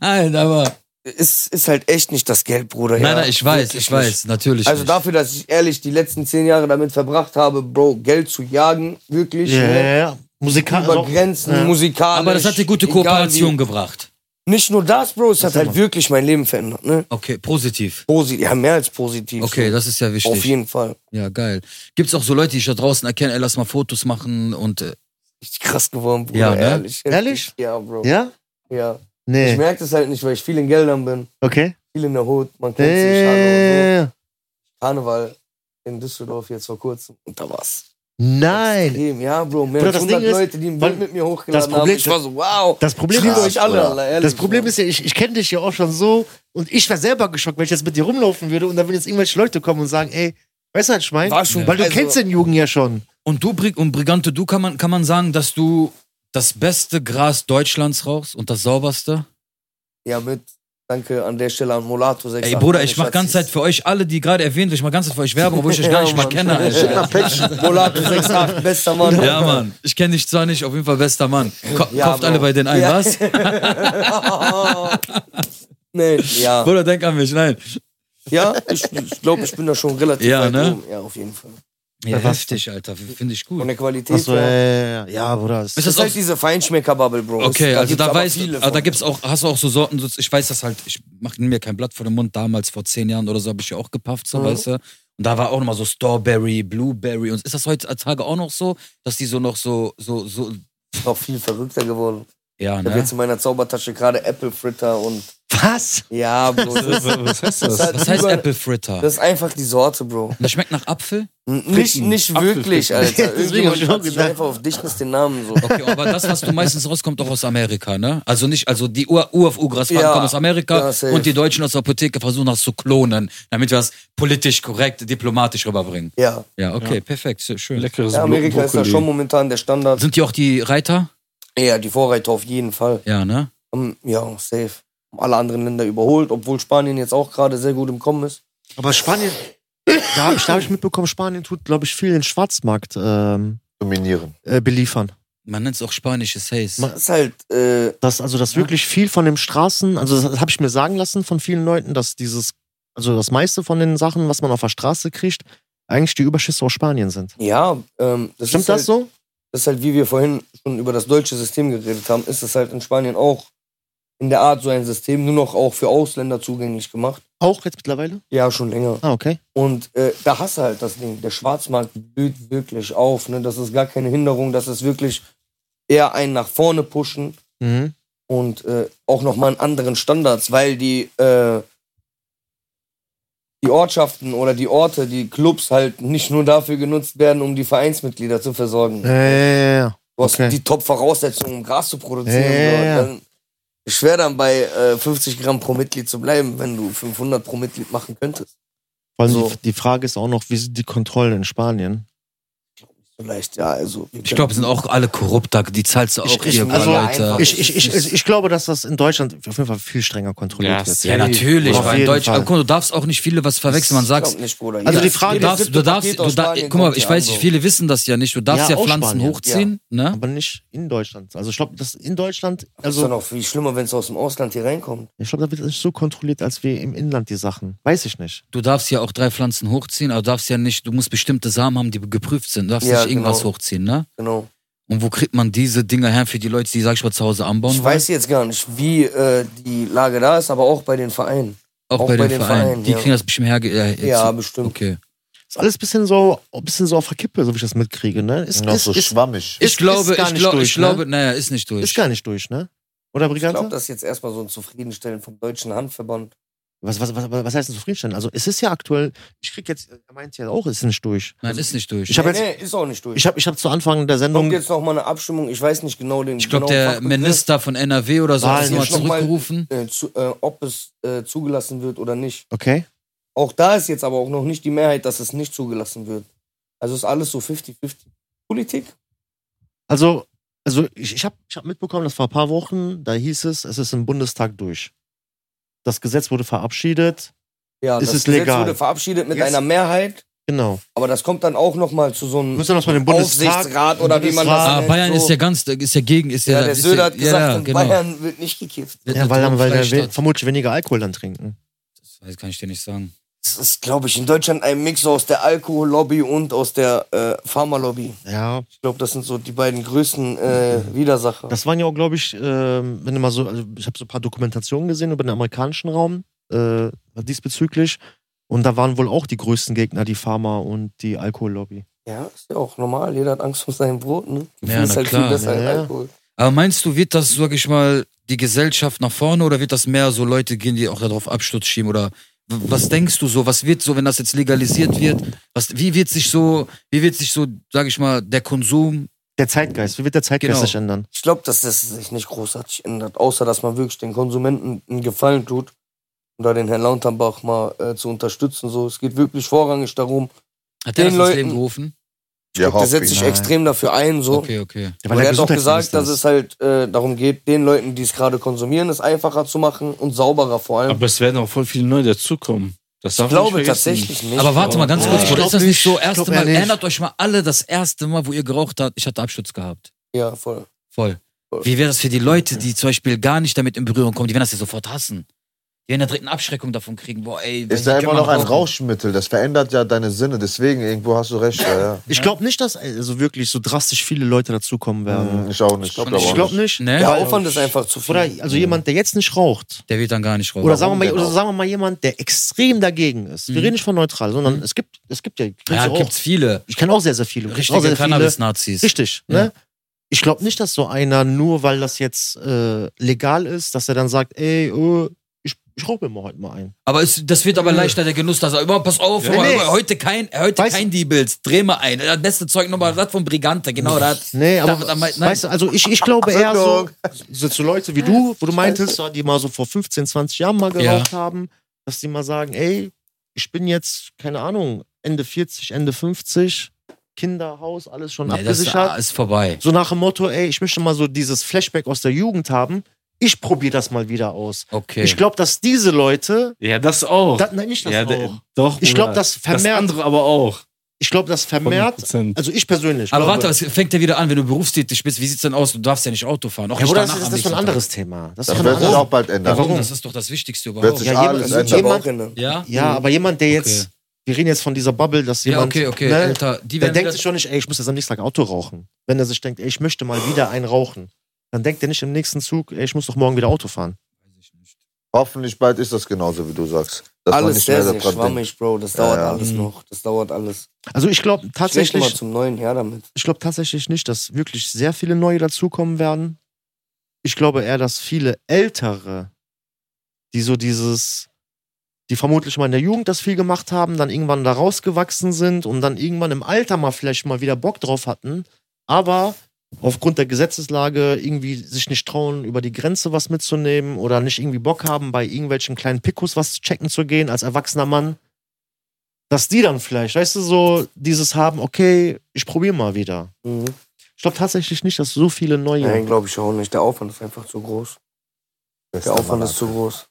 Speaker 2: nein, aber.
Speaker 3: ist, ist halt echt nicht das Geld, Bruder. ja.
Speaker 2: nein, nein, ich weiß,
Speaker 3: Wirklich
Speaker 2: ich weiß, natürlich.
Speaker 3: Nicht. Also
Speaker 2: nicht.
Speaker 3: dafür, dass ich ehrlich die letzten zehn Jahre damit verbracht habe, Bro, Geld zu jagen, wirklich.
Speaker 4: ja,
Speaker 3: ne?
Speaker 4: ja, ja. Musikal.
Speaker 3: Über
Speaker 4: Also,
Speaker 3: Grenzen,
Speaker 4: ja.
Speaker 3: musikalisch.
Speaker 2: aber das hat dir gute
Speaker 3: egal wie.
Speaker 2: Kooperation gebracht.
Speaker 3: Nicht nur das, Bro, es hat
Speaker 4: sag
Speaker 3: halt
Speaker 4: mal.
Speaker 3: wirklich mein Leben verändert. Ne?
Speaker 2: Okay, positiv.
Speaker 3: Posi ja, mehr als positiv.
Speaker 2: Okay, das ist ja
Speaker 3: so.
Speaker 2: wichtig.
Speaker 3: Auf jeden Fall.
Speaker 2: Ja, geil. Gibt's auch so Leute, die ich da draußen erkenne, ey, lass mal Fotos machen und äh,
Speaker 3: Richtig krass geworden, Bruder.
Speaker 2: Ja, ne?
Speaker 3: ehrlich.
Speaker 4: Ehrlich?
Speaker 3: Ja, Bro.
Speaker 4: ja?
Speaker 3: ja. Ich
Speaker 4: Nee.
Speaker 3: merke das halt nicht, weil ich viel in Geldern bin,
Speaker 4: Okay.
Speaker 3: viel in der Hut, man kennt sich, hallo und
Speaker 4: Äh,
Speaker 3: so. Karneval in Düsseldorf jetzt vor kurzem und da war's.
Speaker 4: nein.
Speaker 3: extrem. Ja, Bro, mehr
Speaker 4: Bruder,
Speaker 3: als
Speaker 4: das
Speaker 3: 100
Speaker 4: Ding ist,
Speaker 3: Leute, die ein
Speaker 4: weil-
Speaker 3: Bild mit mir hochgeladen haben.
Speaker 4: Problem-
Speaker 3: Ich war so, wow.
Speaker 4: Das Problem
Speaker 3: ich liebe
Speaker 4: ist,
Speaker 3: euch alle,
Speaker 1: Bruder.
Speaker 3: Alter, ehrlich.
Speaker 4: das Problem ist ja, ich, ich kenne dich ja auch schon so und ich wäre selber geschockt, wenn ich jetzt mit dir rumlaufen würde und dann würden jetzt irgendwelche Leute kommen und sagen, ey, weißt du, was ich meine?
Speaker 3: War schon
Speaker 4: Weil du
Speaker 3: also-
Speaker 4: kennst den Jungen ja schon.
Speaker 2: und du Brig und Brigante, du kann man kann man sagen, dass du das beste Gras Deutschlands rauchst und das sauberste.
Speaker 3: Ja, mit. Danke an der Stelle an Molato 6.
Speaker 2: Ey Bruder, ich mach ganze Zeit für euch alle, die gerade erwähnt, ich mach ganze Zeit für euch Werbung, obwohl ich euch gar
Speaker 3: Ja,
Speaker 2: nicht mal
Speaker 3: Mann.
Speaker 2: kenne.
Speaker 1: Schick
Speaker 2: Alter.
Speaker 1: mal Päckchen.
Speaker 3: Molato 6, bester Mann.
Speaker 2: Ja, Mann. Ich kenne dich zwar nicht, auf jeden Fall bester Mann. Ko
Speaker 3: Ja,
Speaker 2: kauft
Speaker 3: Bro.
Speaker 2: alle bei denen ein,
Speaker 3: Ja.
Speaker 2: was?
Speaker 3: nee, ja.
Speaker 2: Bruder, denk an mich, nein.
Speaker 3: Ja, ich, ich glaube, ich bin da schon relativ
Speaker 2: Ja,
Speaker 3: weit
Speaker 2: ne?
Speaker 3: oben. Ja, auf jeden Fall.
Speaker 2: Ja,
Speaker 4: was?
Speaker 2: heftig, Alter. Finde ich
Speaker 3: Von
Speaker 2: gut.
Speaker 3: der Qualität
Speaker 4: Achso, ja,
Speaker 3: her.
Speaker 4: ja, ja, ja, Bruder. das-
Speaker 2: Ist
Speaker 3: Das
Speaker 2: das
Speaker 3: ist halt
Speaker 2: auch,
Speaker 3: diese Feinschmecker-Bubble, Bro.
Speaker 2: okay,
Speaker 3: Es-
Speaker 2: also
Speaker 3: gibt's
Speaker 2: da
Speaker 3: aber
Speaker 2: weiß
Speaker 3: viele
Speaker 2: aber da
Speaker 3: von.
Speaker 2: gibt's auch, hast du auch so Sorten, so- ich weiß das halt, ich mach mir kein Blatt vor den Mund, damals vor zehn Jahren oder so habe ich ja auch gepafft, so
Speaker 3: Mhm.
Speaker 2: weißt du. Und da war auch nochmal so Strawberry, Blueberry und ist das heutzutage auch noch so, dass die so noch so, so, so,
Speaker 3: noch viel verrückter geworden.
Speaker 2: ja,
Speaker 3: Ich habe
Speaker 2: ne?
Speaker 3: jetzt in meiner Zaubertasche gerade Apple Fritter und
Speaker 4: was?
Speaker 3: ja, Bro. Das ist,
Speaker 5: Was heißt das?
Speaker 3: halt
Speaker 2: Was heißt
Speaker 3: über-
Speaker 2: Apple Fritter?
Speaker 3: Das ist einfach die Sorte, Bro.
Speaker 2: Und das schmeckt nach Apfel?
Speaker 3: N- Nicht, nicht wirklich, Alter.
Speaker 4: Deswegen hab ich
Speaker 3: Irgendjemand
Speaker 4: auch
Speaker 3: hat sich
Speaker 4: gedacht.
Speaker 3: einfach auf Dichtnis den Namen so.
Speaker 2: Okay, aber das, was du meistens rauskommt, auch aus Amerika, ne? Also nicht, also die Ur auf Urgrasfahren
Speaker 3: Ja,
Speaker 2: kommen aus Amerika
Speaker 3: ja, safe.
Speaker 2: und die Deutschen aus der Apotheke versuchen das zu klonen, damit wir das politisch korrekt, diplomatisch rüberbringen.
Speaker 3: Ja,
Speaker 2: Ja, okay, perfekt, sehr schön.
Speaker 5: Leckeres
Speaker 4: Also
Speaker 3: ja Amerika ist da
Speaker 5: Brokkoli.
Speaker 3: schon momentan der Standard.
Speaker 2: Sind die auch die Reiter?
Speaker 3: Ja, die Vorreiter auf jeden Fall.
Speaker 2: Ja, ne?
Speaker 3: Haben- Ja, safe. Haben Alle anderen Länder überholt, obwohl Spanien jetzt auch gerade sehr gut im Kommen ist.
Speaker 4: Aber Spanien, da habe ich, da hab ich mitbekommen, Spanien tut, glaube ich, viel den Schwarzmarkt ähm,
Speaker 1: Dominieren.
Speaker 4: äh, beliefern.
Speaker 2: Man nennt es auch spanisches Haze.
Speaker 4: Ma-
Speaker 3: Das ist halt, äh,
Speaker 4: Dass, also, dass wirklich viel von den Straßen, also das habe ich mir sagen lassen von vielen Leuten, dass dieses, also das meiste von den Sachen, was man auf der Straße kriegt, eigentlich die Überschüsse aus Spanien sind.
Speaker 3: ja, ähm, das
Speaker 4: Stimmt
Speaker 3: ist halt,
Speaker 4: das so?
Speaker 3: das ist halt, wie wir vorhin schon über das deutsche System geredet haben, ist es halt in Spanien auch in der Art so ein System, nur noch auch für Ausländer zugänglich gemacht.
Speaker 4: Auch jetzt mittlerweile?
Speaker 3: Ja, schon länger.
Speaker 4: Ah, okay.
Speaker 3: Und äh, da hast du halt das Ding. Der Schwarzmarkt blüht wirklich auf. Ne? Das ist gar keine Hinderung. Das ist wirklich eher ein nach vorne pushen
Speaker 4: Mhm.
Speaker 3: und äh, auch nochmal einen anderen Standards, weil die, äh, die Ortschaften oder die Orte, die Clubs halt nicht nur dafür genutzt werden, um die Vereinsmitglieder zu versorgen.
Speaker 4: Ja, ja, ja.
Speaker 3: Du hast
Speaker 4: Okay.
Speaker 3: die Top-Voraussetzungen, um Gras zu produzieren.
Speaker 4: Ja, ja, ja.
Speaker 3: Dann ist schwer dann bei äh, 50 Gramm pro Mitglied zu bleiben, wenn du 500 pro Mitglied machen könntest.
Speaker 4: Vor allem
Speaker 3: So.
Speaker 4: die, die Frage ist auch noch, wie sind die Kontrollen in Spanien?
Speaker 3: Vielleicht, ja, also. wir
Speaker 2: Ich glaube, sind auch alle korrupt, da- die zahlst du auch
Speaker 4: ich-
Speaker 2: hier,
Speaker 4: also-
Speaker 2: Alter.
Speaker 4: Ich, ich, ich, ich, ich glaube, dass das in Deutschland auf jeden Fall viel strenger kontrolliert
Speaker 5: Ja,
Speaker 4: wird.
Speaker 5: safe.
Speaker 2: ja, natürlich,
Speaker 4: Auf
Speaker 2: weil in
Speaker 4: jeden
Speaker 2: Deutsch,
Speaker 4: Fall.
Speaker 2: aber guck mal, du darfst auch nicht viele was verwechseln. Man
Speaker 3: Ich glaub
Speaker 2: sagt,
Speaker 3: nicht, Bruder.
Speaker 4: Also
Speaker 3: Ja,
Speaker 4: die Frage-
Speaker 2: du
Speaker 3: jedes
Speaker 2: darfst,
Speaker 3: siebte
Speaker 2: du darfst,
Speaker 3: Paket
Speaker 2: du
Speaker 3: aus
Speaker 2: da,
Speaker 3: Spanien
Speaker 2: guck mal,
Speaker 3: kommt
Speaker 2: ich
Speaker 3: ja
Speaker 2: weiß
Speaker 3: an,
Speaker 2: nicht,
Speaker 3: Bro.
Speaker 2: viele wissen das ja nicht. Du darfst ja,
Speaker 4: Ja, aus
Speaker 2: Pflanzen
Speaker 4: Spanien.
Speaker 2: hochziehen, ne?
Speaker 4: Aber nicht in Deutschland. Also ich glaube, das in Deutschland,
Speaker 3: Ist doch
Speaker 4: also
Speaker 3: noch viel schlimmer, wenn es aus dem Ausland hier reinkommt.
Speaker 4: ich glaube, da wird es nicht so kontrolliert, als wir im Inland die Sachen. Weiß ich nicht.
Speaker 2: Du darfst ja auch drei Pflanzen hochziehen, aber du darfst ja nicht, du musst bestimmte Samen haben, die geprüft sind. Du darfst
Speaker 3: Ja,
Speaker 2: nicht irgendwas
Speaker 3: genau.
Speaker 2: hochziehen, ne?
Speaker 3: Genau.
Speaker 2: Und wo kriegt man diese Dinger her für die Leute, die, sag ich mal, zu Hause anbauen
Speaker 3: Ich weiß jetzt gar nicht, wie äh, die Lage da ist, aber auch bei den Vereinen.
Speaker 2: wollen?
Speaker 3: auch bei den Vereinen,
Speaker 2: Die
Speaker 3: ja.
Speaker 2: kriegen das bestimmt herge... äh,
Speaker 3: Ja,
Speaker 2: zu-
Speaker 3: bestimmt.
Speaker 2: Okay.
Speaker 4: Ist alles ein bisschen so, ein bisschen so auf der Kippe, so wie ich das mitkriege, ne? Ist,
Speaker 1: Noch
Speaker 4: ist,
Speaker 1: so
Speaker 4: ist,
Speaker 1: schwammig.
Speaker 4: Ist-
Speaker 2: ich glaube,
Speaker 4: ist gar
Speaker 2: ich,
Speaker 4: nicht
Speaker 2: glaub,
Speaker 4: durch,
Speaker 2: ich glaube,
Speaker 4: ne?
Speaker 2: naja, ist nicht durch.
Speaker 4: ist gar nicht durch, ne? Oder
Speaker 3: Ich glaube,
Speaker 4: Brigante?
Speaker 3: das ist jetzt erstmal so ein Zufriedenstellen vom Deutschen Handverband.
Speaker 4: Was, was, was, was heißt denn zufriedenstellend? Also es ist ja aktuell, ich krieg jetzt, er meint ja auch, es ist nicht durch.
Speaker 2: Nein, ist nicht durch.
Speaker 4: Ich habe
Speaker 3: nee,
Speaker 4: jetzt,
Speaker 3: nee, ist auch nicht durch.
Speaker 4: ich habe, ich habe zu Anfang der
Speaker 3: Kommt
Speaker 4: Sendung,
Speaker 3: jetzt noch mal eine Abstimmung, ich weiß nicht genau den
Speaker 2: Ich glaube,
Speaker 3: genauen
Speaker 2: der
Speaker 3: Fachbegriff,
Speaker 2: Minister von NRW oder so hat
Speaker 4: Wahlen
Speaker 2: es nochmal
Speaker 4: jetzt
Speaker 3: noch mal-
Speaker 2: zurückgerufen.
Speaker 3: Äh, zu, äh, ob es äh, zugelassen wird oder nicht.
Speaker 4: okay,
Speaker 3: Auch da ist jetzt aber auch noch nicht die Mehrheit, dass es nicht zugelassen wird. Also ist alles so 50-50. Politik?
Speaker 4: also, also ich, ich habe, ich habe mitbekommen, dass vor ein paar Wochen, da hieß es, es ist im Bundestag durch. Das Gesetz wurde verabschiedet,
Speaker 3: Ja,
Speaker 4: Ist
Speaker 3: das
Speaker 4: es
Speaker 3: Gesetz
Speaker 4: legal?
Speaker 3: wurde verabschiedet mit
Speaker 4: Jetzt-
Speaker 3: einer Mehrheit,
Speaker 4: genau.
Speaker 3: aber das kommt dann auch noch mal zu so einem
Speaker 4: Müssen wir noch mal den Bundestag,
Speaker 3: Aufsichtsrat oder wie man das
Speaker 4: Bundesrat-
Speaker 2: Ah,
Speaker 3: nennt,
Speaker 2: Bayern
Speaker 3: so.
Speaker 2: ist ja ganz, ist ja gegen, ist ja.
Speaker 3: Ja, der
Speaker 2: ist
Speaker 3: Söder
Speaker 2: ja,
Speaker 3: hat gesagt,
Speaker 2: ja,
Speaker 3: in
Speaker 2: genau.
Speaker 3: Bayern wird nicht gekifft.
Speaker 2: Wird
Speaker 4: ja,
Speaker 2: eine
Speaker 4: weil dann, weil dann we
Speaker 2: Druckfreistadt.
Speaker 4: vermutlich weniger Alkohol dann trinken.
Speaker 2: Das kann ich dir nicht sagen.
Speaker 3: Das ist, glaube ich, in Deutschland ein Mix aus der Alkohollobby und aus der äh, Pharmalobby.
Speaker 4: Ja,
Speaker 3: Ich glaube, das sind so die beiden größten äh, Widersacher.
Speaker 4: Das waren ja auch, glaube ich, ähm, wenn du mal so, also ich habe so ein paar Dokumentationen gesehen über den amerikanischen Raum äh, diesbezüglich. Und da waren wohl auch die größten Gegner die Pharma und die Alkohollobby.
Speaker 3: ja, ist ja auch normal. Jeder hat Angst um sein Brot, ne?
Speaker 2: Ja, na
Speaker 3: ist halt
Speaker 2: klar,
Speaker 3: viel besser
Speaker 4: ja,
Speaker 3: als
Speaker 4: ja.
Speaker 3: Alkohol.
Speaker 2: Aber meinst du, wird das, sag ich mal, die Gesellschaft nach vorne oder wird das mehr so Leute gehen, die auch darauf Absturz schieben? Oder w- was denkst du so? Was wird so, wenn das jetzt legalisiert wird? Was, wie wird sich so, wie wird sich so, sag ich mal, der Konsum?
Speaker 4: Der Zeitgeist, wie wird der Zeitgeist
Speaker 2: Genau.
Speaker 4: sich ändern?
Speaker 3: Ich glaube, dass das sich nicht großartig ändert, außer dass man wirklich den Konsumenten einen Gefallen tut und da den Herrn Lauterbach mal äh, zu unterstützen. So, es geht wirklich vorrangig darum.
Speaker 2: Hat der
Speaker 3: Den
Speaker 2: das ins
Speaker 3: Leuten-
Speaker 2: Leben gerufen?
Speaker 1: Ja,
Speaker 3: Der setzt sich
Speaker 4: nein.
Speaker 3: extrem dafür ein. So.
Speaker 2: Okay, okay.
Speaker 3: Und er hat auch gesagt,
Speaker 4: Gesundheitsminister
Speaker 3: dass es halt äh, darum geht, den Leuten, die es gerade konsumieren, es einfacher zu machen und sauberer vor allem.
Speaker 5: Aber es werden auch voll viele neue dazukommen. Das darf
Speaker 3: ich glaube
Speaker 5: man nicht vergessen.
Speaker 3: tatsächlich nicht.
Speaker 2: Aber warte mal ganz
Speaker 4: Ja,
Speaker 2: kurz,
Speaker 4: ich
Speaker 2: Bruder,
Speaker 4: glaub
Speaker 2: ist das nicht
Speaker 4: nicht,
Speaker 2: so?
Speaker 4: ich
Speaker 2: Erste
Speaker 4: glaub
Speaker 2: Mal,
Speaker 4: eher nicht.
Speaker 2: erinnert euch mal alle, das erste Mal, wo ihr geraucht habt, ich hatte Absturz gehabt.
Speaker 3: Ja, voll.
Speaker 2: Voll.
Speaker 3: Voll.
Speaker 2: Wie wäre das für die Leute, die zum Beispiel gar nicht damit in Berührung kommen? Die werden das ja sofort hassen. Die werden da direkt eine Abschreckung davon kriegen. Boah, ey, wenn
Speaker 1: Ist da
Speaker 2: ich
Speaker 1: immer
Speaker 2: mal
Speaker 1: noch ein
Speaker 2: rauche.
Speaker 1: Rauschmittel, das verändert ja deine Sinne, deswegen irgendwo hast du recht, ja, ja.
Speaker 4: Ich glaube nicht, dass also wirklich so drastisch viele Leute dazukommen werden.
Speaker 1: Hm, Ich auch nicht.
Speaker 3: Ich glaub
Speaker 1: glaub
Speaker 3: nicht.
Speaker 1: auch
Speaker 4: Ähm, Ich glaube nicht.
Speaker 2: Ne?
Speaker 3: Der
Speaker 4: Weil-
Speaker 3: Aufwand ist einfach zu viel.
Speaker 4: Oder also jemand, der jetzt nicht raucht,
Speaker 2: Der wird dann gar nicht rauchen.
Speaker 4: oder sagen, wir mal,
Speaker 1: denn
Speaker 4: oder
Speaker 1: auch?
Speaker 4: sagen wir mal jemand, der extrem dagegen ist. Wir
Speaker 2: Mhm.
Speaker 4: reden nicht von neutral, sondern es gibt, es gibt ja, kennst
Speaker 2: ja,
Speaker 4: du auch.
Speaker 2: gibt's viele.
Speaker 4: ich kenne auch sehr, sehr viele. Ich kenn auch sehr,
Speaker 2: Richtige
Speaker 4: sehr viele.
Speaker 2: Cannabis-Nazis.
Speaker 4: Richtig,
Speaker 2: Ja.
Speaker 4: ne? Ich glaube nicht, dass so einer, nur weil das jetzt äh, legal ist, dass er dann sagt, ey, äh, ich, ich rauche mir mal heute mal ein.
Speaker 2: Aber es, das wird aber leichter der Genuss, dass er immer, pass auf,
Speaker 4: Ja.
Speaker 2: aber
Speaker 4: Nee.
Speaker 2: heute kein, heute
Speaker 4: Weißt-
Speaker 2: kein Diebels, dreh mal ein. Das beste Zeug nochmal, das von Brigante, genau das.
Speaker 4: Nee, aber
Speaker 2: Da- da meint- nein.
Speaker 4: weißt du, also ich, ich glaube eher so, so zu Leute wie du, wo du meintest, die mal so vor 15, 20 Jahren mal geraucht haben, dass die mal sagen, ey, ich bin jetzt, keine Ahnung, Ende 40, Ende 50, Kinder, Haus, alles schon
Speaker 2: Nee, das
Speaker 4: abgesichert.
Speaker 2: ist vorbei.
Speaker 4: So nach dem Motto, ey, ich möchte mal so dieses Flashback aus der Jugend haben. Ich probiere das mal wieder aus.
Speaker 2: Okay.
Speaker 4: Ich glaube, dass diese Leute,
Speaker 5: Ja, das auch.
Speaker 4: da, nein, nicht das
Speaker 5: ja, der-
Speaker 4: auch.
Speaker 5: doch.
Speaker 4: Ich glaube,
Speaker 5: Bruder.
Speaker 4: das
Speaker 5: das
Speaker 4: vermehrt.
Speaker 5: andere aber auch.
Speaker 4: ich glaube, das vermehrt.
Speaker 5: 100%.
Speaker 4: Also ich persönlich.
Speaker 2: aber
Speaker 4: glaube,
Speaker 2: warte, es fängt ja wieder an, wenn du berufstätig bist, wie sieht's denn aus? Du darfst ja nicht Auto fahren. Auch
Speaker 4: Ja,
Speaker 2: nicht
Speaker 4: Bruder,
Speaker 2: danach
Speaker 4: das ist
Speaker 2: am
Speaker 4: das ist schon ein
Speaker 2: nächsten Tag.
Speaker 4: anderes Thema. Das ist
Speaker 1: Das
Speaker 4: schon ein
Speaker 1: wird sich
Speaker 4: anderes
Speaker 1: auch bald ändern.
Speaker 2: Warum?
Speaker 4: Warum?
Speaker 2: Das ist doch das Wichtigste
Speaker 1: Wird
Speaker 2: überhaupt.
Speaker 1: sich
Speaker 4: Ja, jemand-
Speaker 1: alles
Speaker 3: das wird sich
Speaker 1: ändern.
Speaker 3: aber
Speaker 4: jemand-
Speaker 3: auch
Speaker 2: Ja?
Speaker 3: ändern.
Speaker 4: Ja, aber jemand, der
Speaker 2: Okay.
Speaker 4: jetzt. Wir reden jetzt von dieser Bubble, dass
Speaker 2: Ja,
Speaker 4: jemand.
Speaker 2: okay, okay.
Speaker 4: Ne,
Speaker 2: Alter, die
Speaker 4: der
Speaker 2: werden
Speaker 4: denkt
Speaker 2: wieder-
Speaker 4: sich schon nicht, ey, ich muss jetzt am nächsten Tag Auto rauchen. Wenn er sich denkt, ey, ich möchte mal wieder einen rauchen, dann denkt er nicht im nächsten Zug, ey, ich muss doch morgen wieder Auto fahren.
Speaker 1: Hoffentlich bald ist das genauso, wie du sagst. Dass man
Speaker 3: alles
Speaker 1: nicht
Speaker 3: sehr,
Speaker 1: mehr
Speaker 3: sehr
Speaker 1: daran denkt.
Speaker 3: schwammig, Bro. Das dauert
Speaker 1: ja.
Speaker 3: alles
Speaker 2: Mhm.
Speaker 3: noch. Das dauert alles.
Speaker 4: Also ich glaube
Speaker 3: Tatsächlich. mal
Speaker 4: tatsächlich,
Speaker 3: zum neuen Jahr damit.
Speaker 4: ich glaube tatsächlich nicht, dass wirklich sehr viele neue dazukommen werden. Ich glaube eher, dass viele Ältere, die so dieses, die vermutlich mal in der Jugend das viel gemacht haben, dann irgendwann da rausgewachsen sind und dann irgendwann im Alter mal vielleicht mal wieder Bock drauf hatten, aber aufgrund der Gesetzeslage irgendwie sich nicht trauen, über die Grenze was mitzunehmen oder nicht irgendwie Bock haben, bei irgendwelchen kleinen Pickus was checken zu gehen als erwachsener Mann, dass die dann vielleicht, weißt du, so dieses haben, okay, ich probiere mal wieder.
Speaker 3: Mhm.
Speaker 4: Ich glaube tatsächlich nicht, dass so viele neue.
Speaker 3: Nein, glaube ich auch nicht. Der Aufwand ist einfach zu groß. Der Aufwand ist zu groß.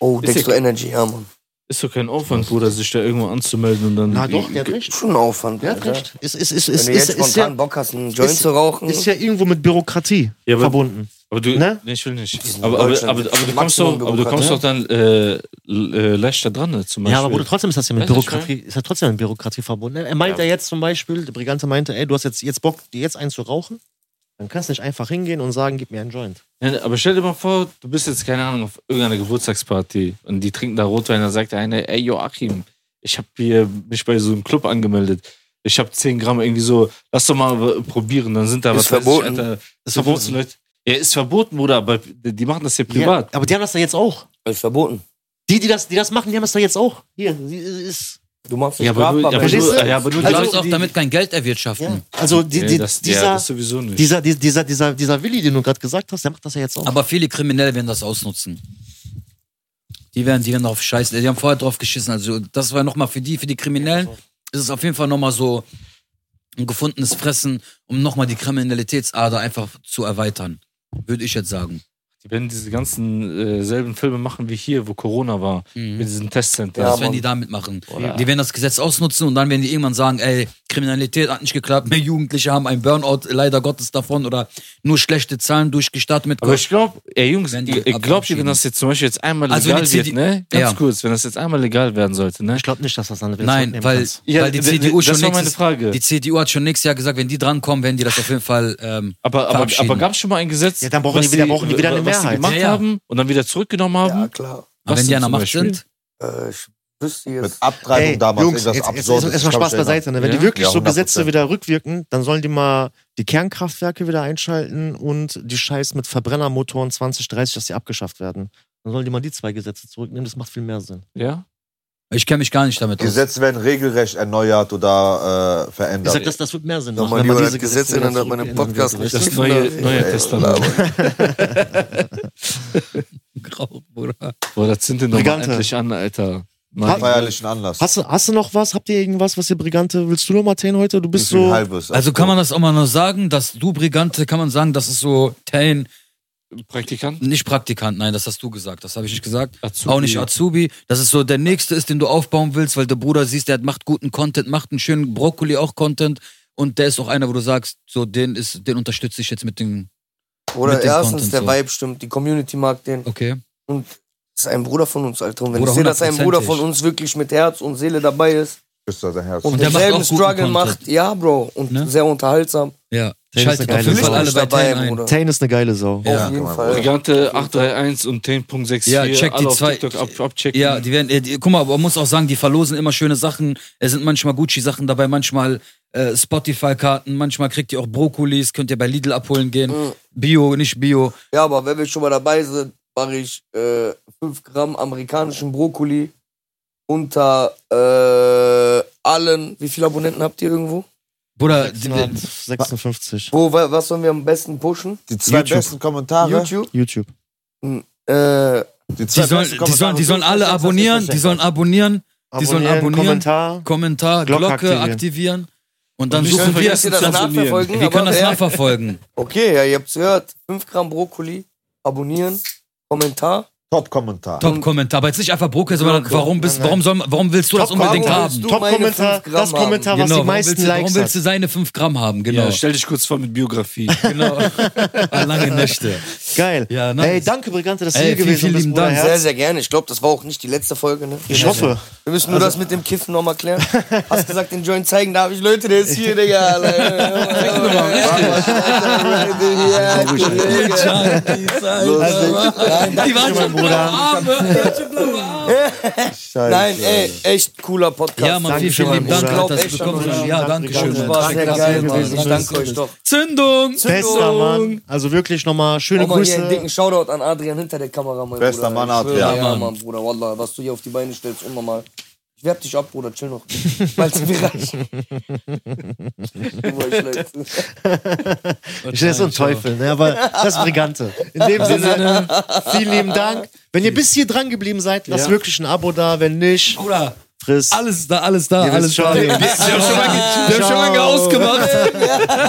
Speaker 3: Oh,
Speaker 5: Ist
Speaker 3: Dextro Energy, ja, Mann.
Speaker 5: Ist doch kein Aufwand, Bruder, sich da irgendwo anzumelden und dann.
Speaker 4: Na doch, der hat recht.
Speaker 3: Schon ein Aufwand,
Speaker 4: Der hat
Speaker 3: Alter.
Speaker 4: recht. Ist, ist, ist,
Speaker 3: Wenn
Speaker 4: ist,
Speaker 3: du
Speaker 4: ist,
Speaker 3: jetzt
Speaker 4: ist,
Speaker 3: spontan
Speaker 4: ja,
Speaker 3: Bock hast, einen Joint
Speaker 4: ist-
Speaker 3: zu rauchen,
Speaker 4: ist ja irgendwo mit Bürokratie
Speaker 5: Ja, aber-
Speaker 4: verbunden.
Speaker 5: Aber du,
Speaker 4: Ne?
Speaker 5: nee, ich will nicht.
Speaker 3: in
Speaker 5: Aber, aber, aber,
Speaker 3: Deutschland
Speaker 5: aber, du kommst
Speaker 3: Maximum
Speaker 5: doch, aber du kommst doch dann äh, l- äh, leichter dran, ne, zum Beispiel.
Speaker 4: Ja, aber Bruder, trotzdem ist das ja mit
Speaker 5: Weißt du, was ich
Speaker 4: Bürokratie, ist ja trotzdem mit Bürokratie verbunden. Er meinte ja. jetzt zum Beispiel, der Brigante meinte, ey, du hast jetzt, jetzt Bock, dir jetzt einen zu rauchen. Dann kannst du nicht einfach hingehen und sagen, gib mir einen Joint.
Speaker 5: Ja, aber stell dir mal vor, du bist jetzt, keine Ahnung, auf irgendeiner Geburtstagsparty und die trinken da Rotwein, dann sagt der eine, ey Joachim, ich habe hier mich bei so einem Club angemeldet. Ich habe 10 Gramm irgendwie so, lass doch mal w- probieren, dann sind da
Speaker 3: Ist
Speaker 5: was. weiß ich,
Speaker 3: verboten.
Speaker 5: Alter, ist verboten, Leute. Ja, ist verboten, Bruder, aber die machen das hier privat.
Speaker 4: Ja, aber die haben das da jetzt auch.
Speaker 3: Ist verboten.
Speaker 4: Die, die das, die das machen, die haben das da jetzt auch. Hier, die ist.
Speaker 3: Du machst
Speaker 5: Ja, aber nur, ja, aber
Speaker 4: verstehst
Speaker 5: nur,
Speaker 4: du?
Speaker 5: ja, aber nur
Speaker 2: Du
Speaker 4: Also,
Speaker 2: sollst auch
Speaker 4: die-
Speaker 2: damit kein Geld erwirtschaften.
Speaker 4: Ja. Also die,
Speaker 5: ja,
Speaker 4: die,
Speaker 5: das,
Speaker 4: dieser,
Speaker 5: ja, das sowieso nicht.
Speaker 4: dieser, die- dieser, dieser, dieser Willi, den du gerade gesagt hast, der macht das ja jetzt auch.
Speaker 2: Aber viele Kriminelle werden das ausnutzen. Die werden, die werden darauf scheißen. Die haben vorher drauf geschissen. Also, das war nochmal für die, für die Kriminellen, ist es auf jeden Fall nochmal so ein gefundenes Fressen, um nochmal die Kriminalitätsader einfach zu erweitern. Würde ich jetzt sagen.
Speaker 5: die werden diese ganzen äh, selben Filme machen wie hier, wo Corona war,
Speaker 4: Mhm.
Speaker 5: mit diesen Testcentern.
Speaker 3: Ja,
Speaker 2: das werden
Speaker 3: Mann.
Speaker 2: die damit machen. Die werden das Gesetz ausnutzen und dann werden die irgendwann sagen, ey, Kriminalität hat nicht geklappt, mehr Jugendliche haben einen Burnout leider Gottes davon oder nur schlechte Zahlen durchgestartet mit
Speaker 5: Aber ich glaube, ey Jungs,
Speaker 2: Wenn
Speaker 5: wenn
Speaker 2: die
Speaker 5: ihr, ihr glaubt ihr, wenn
Speaker 2: abschieben.
Speaker 5: das jetzt zum Beispiel jetzt einmal
Speaker 2: Also
Speaker 5: legal
Speaker 2: wenn die
Speaker 5: wird,
Speaker 2: CD
Speaker 5: ne? Ganz
Speaker 2: Ja.
Speaker 5: kurz, wenn das jetzt einmal legal werden sollte, ne?
Speaker 4: Ich glaube nicht, dass das dann
Speaker 2: Nein, weil,
Speaker 5: Ja,
Speaker 2: weil die
Speaker 5: d- d-
Speaker 2: CDU schon
Speaker 5: das war meine
Speaker 2: nächstes,
Speaker 5: Frage.
Speaker 2: Die CDU hat schon nächstes Jahr gesagt, wenn die drankommen, werden die das auf jeden Fall. Ähm,
Speaker 5: Aber, aber,
Speaker 2: verabschieden.
Speaker 5: aber gab es schon mal ein Gesetz?
Speaker 4: Ja, dann brauchen die
Speaker 5: was
Speaker 4: wieder- brauchen die wieder eine
Speaker 5: was
Speaker 4: Mehrheit.
Speaker 5: Die gemacht
Speaker 2: Ja, ja.
Speaker 5: haben und dann wieder zurückgenommen haben.
Speaker 3: Ja, klar.
Speaker 2: aber
Speaker 5: Was
Speaker 2: wenn die
Speaker 5: denn
Speaker 2: an der Macht
Speaker 5: zum Beispiel?
Speaker 2: sind,
Speaker 3: Äh, ich wüsste
Speaker 1: Mit
Speaker 3: jetzt.
Speaker 1: Abtreibung damals,
Speaker 4: Jungs,
Speaker 1: irgendwas
Speaker 4: jetzt, jetzt, jetzt,
Speaker 1: Absurdes.
Speaker 4: erstmal
Speaker 1: Ich kann mich
Speaker 4: Spaß
Speaker 1: erinnern.
Speaker 4: beiseite. Ne? Wenn
Speaker 5: Ja.
Speaker 4: die wirklich
Speaker 1: Ja,
Speaker 4: so Gesetze
Speaker 1: 100%.
Speaker 4: wieder rückwirken, dann sollen die mal die Kernkraftwerke wieder einschalten und die Scheiß mit Verbrennermotoren 2030, dass die abgeschafft werden. Dann sollen die mal die zwei Gesetze zurücknehmen, das macht viel mehr Sinn.
Speaker 5: Ja.
Speaker 2: ich kenne mich gar nicht damit aus.
Speaker 1: Gesetze werden regelrecht erneuert oder äh,
Speaker 4: Ich
Speaker 1: verändert.
Speaker 4: sag, das, das wird mehr Sinn
Speaker 3: Nochmal
Speaker 4: machen, wenn man
Speaker 3: lieber
Speaker 4: diese
Speaker 3: das Gesetz
Speaker 4: Gesetze
Speaker 3: ändern,
Speaker 4: wieder
Speaker 3: dass man den
Speaker 4: zurücknehmen
Speaker 3: Podcast
Speaker 4: würde.
Speaker 5: Das
Speaker 3: nicht-
Speaker 5: neue,
Speaker 3: Ja,
Speaker 5: neue
Speaker 1: ey,
Speaker 5: Testament.
Speaker 2: Grau, Bruder.
Speaker 5: Boah, das sind die noch mal
Speaker 4: Brigante.
Speaker 5: endlich an, Alter.
Speaker 1: Einen feierlichen Anlass.
Speaker 4: Hast, du- hast du noch was? Habt ihr irgendwas, was ihr Brigante? Willst du noch mal Tain heute? Du bist
Speaker 1: Nicht wie ein
Speaker 4: so.
Speaker 1: halbes.
Speaker 2: Also kann man das auch mal nur sagen, dass du Brigante, kann man sagen, das ist so Tain,
Speaker 5: Praktikant?
Speaker 2: nicht Praktikant, nein, das hast du gesagt, das habe ich nicht gesagt.
Speaker 5: Azubi.
Speaker 2: Auch nicht Azubi. Das ist so der nächste ist, den du aufbauen willst, weil der Bruder siehst, der hat, macht guten Content, macht einen schönen Brokkoli auch Content und der ist auch einer, wo du sagst, so den ist, den unterstütze ich jetzt mit dem.
Speaker 3: Oder
Speaker 2: mit dem
Speaker 3: erstens,
Speaker 2: Content
Speaker 3: der
Speaker 2: so.
Speaker 3: Vibe stimmt, die Community mag den.
Speaker 2: Okay.
Speaker 3: Das ist ein Bruder von uns, Alter. Und wenn
Speaker 2: Bruder,
Speaker 3: ich sehe, dass ein Bruder von
Speaker 2: hundertprozentig.
Speaker 3: uns wirklich mit Herz und Seele dabei ist
Speaker 1: Küsst er sein Herz.
Speaker 3: und,
Speaker 2: Und der macht
Speaker 3: denselben
Speaker 2: auch guten
Speaker 3: Struggle
Speaker 2: Content.
Speaker 3: macht, ja, Bro, und
Speaker 2: Ne?
Speaker 3: sehr unterhaltsam.
Speaker 2: Ja.
Speaker 4: Tain ist
Speaker 2: Schaltet
Speaker 4: eine
Speaker 2: auf jeden
Speaker 4: geile
Speaker 2: Fall
Speaker 4: Sau.
Speaker 2: alle bei Tain ein.
Speaker 3: Bruder.
Speaker 4: Tain ist eine geile Sau.
Speaker 2: Ja.
Speaker 3: Auf jeden
Speaker 1: Ja.
Speaker 3: Fall.
Speaker 5: Brigante 831 und 10.64.
Speaker 2: Ja, check die
Speaker 5: alle auf
Speaker 2: zwei-
Speaker 5: TikTok ab, abchecken.
Speaker 2: Ja, die werden, äh, die, guck mal, aber man muss auch sagen, die verlosen immer schöne Sachen. Es sind manchmal Gucci-Sachen dabei, manchmal äh, Spotify-Karten, manchmal kriegt ihr auch Brokkolis, könnt ihr bei Lidl abholen gehen.
Speaker 3: Mhm.
Speaker 2: Bio, nicht Bio.
Speaker 3: Ja, aber wenn wir schon mal dabei sind, mache ich äh, 5 Gramm amerikanischen Brokkoli unter äh, allen. Wie viele Abonnenten habt ihr irgendwo?
Speaker 2: Bruder, die, die,
Speaker 4: 56.
Speaker 3: Wo, wa- was sollen wir am besten pushen?
Speaker 1: Die zwei
Speaker 4: YouTube.
Speaker 1: besten Kommentare.
Speaker 3: YouTube?
Speaker 4: YouTube.
Speaker 3: Äh,
Speaker 1: Die, zwei
Speaker 2: die, sollen,
Speaker 1: besten
Speaker 2: die, sollen, die sollen alle abonnieren, die sollen abonnieren, die sollen abonnieren,
Speaker 4: Kommentar.
Speaker 2: Kommentar,
Speaker 4: Glocke
Speaker 2: Glocke
Speaker 4: aktivieren.
Speaker 2: aktivieren. Und dann
Speaker 5: nicht
Speaker 2: suchen wir,
Speaker 5: vergessen,
Speaker 3: könnt ihr das
Speaker 5: zu abonnieren.
Speaker 3: nachverfolgen?
Speaker 2: wir können
Speaker 3: aber
Speaker 2: das
Speaker 3: wer-
Speaker 2: nachverfolgen.
Speaker 3: Okay, ja, ihr habt's gehört. 5 Gramm Brokkoli, abonnieren, Kommentar.
Speaker 1: Top-Kommentar.
Speaker 2: Top-Kommentar. Aber jetzt nicht einfach Brokkoli, sondern
Speaker 3: Glocke.
Speaker 2: warum, bist, warum, soll, warum willst du das
Speaker 4: Top-
Speaker 2: unbedingt
Speaker 3: warum
Speaker 2: haben?
Speaker 3: willst du meine
Speaker 4: Top-Kommentar,
Speaker 3: fünf Gramm
Speaker 4: das Kommentar, was
Speaker 2: genau,
Speaker 4: die
Speaker 2: warum, willst
Speaker 4: meisten
Speaker 2: du, warum
Speaker 4: Likes
Speaker 2: willst
Speaker 4: hat.
Speaker 2: du seine 5 Gramm haben? Genau.
Speaker 5: Ja, stell dich kurz vor mit Biografie.
Speaker 2: Genau. Lange Nächte.
Speaker 4: Geil.
Speaker 2: Ja, nice.
Speaker 4: Ey, danke, Brigante, dass du
Speaker 2: Ey,
Speaker 4: hier
Speaker 2: vielen,
Speaker 4: gewesen
Speaker 2: vielen
Speaker 4: bist.
Speaker 2: lieben
Speaker 4: Bruder
Speaker 2: Dank.
Speaker 4: Herz.
Speaker 3: Sehr, sehr gerne. Ich glaube, das war auch nicht die letzte Folge, ne?
Speaker 4: Ich hoffe.
Speaker 3: Wir müssen nur
Speaker 1: Also-
Speaker 3: das mit dem Kiffen nochmal klären. Hast gesagt, den Joint zeigen darf ich. Leute, der ist hier, Digga. Ja, Digga.
Speaker 2: Die waren schon blaue Arme.
Speaker 1: Scheiße.
Speaker 3: Nein, ey, echt cooler Podcast.
Speaker 2: Ja, Mann, vielen, vielen lieben Dank,
Speaker 4: Dankeschön,
Speaker 2: Alter,
Speaker 3: Bruder.
Speaker 2: dass du gekommen bist. Ja, danke schön.
Speaker 4: Danke,
Speaker 3: Das
Speaker 2: Mann.
Speaker 3: war sehr
Speaker 2: Danke, dass ihr
Speaker 3: geil
Speaker 2: da
Speaker 3: gewesen. Ich
Speaker 2: wart.
Speaker 3: danke euch doch.
Speaker 2: Zündung!
Speaker 4: Bester Mann. Also wirklich nochmal schöne
Speaker 3: Nochmal hier einen dicken
Speaker 4: Grüße.
Speaker 3: Shoutout an Adrian hinter der Kamera, mein
Speaker 1: Bester
Speaker 3: Bruder.
Speaker 1: Mann, Adrian.
Speaker 3: Ja,
Speaker 1: Ja,
Speaker 3: ja, Mann, Bruder. Wallah, was du hier auf die Beine stellst, unnormal. Ich werb dich ab, Bruder. Chill noch. Falls du mir reicht. Über euch, Leute.
Speaker 4: Ich bin jetzt so ein Teufel, ne? aber das ist Brigante. In dem Sinne, vielen lieben Dank. Wenn ihr bis hier dran geblieben seid, lasst wirklich ein Abo da. Wenn nicht,
Speaker 2: Bruder,
Speaker 4: friss.
Speaker 2: alles da, alles da,
Speaker 4: Ihr wisst
Speaker 2: alles da.
Speaker 4: schon.
Speaker 2: Wir haben schon lange- wir haben schon lange ausgemacht.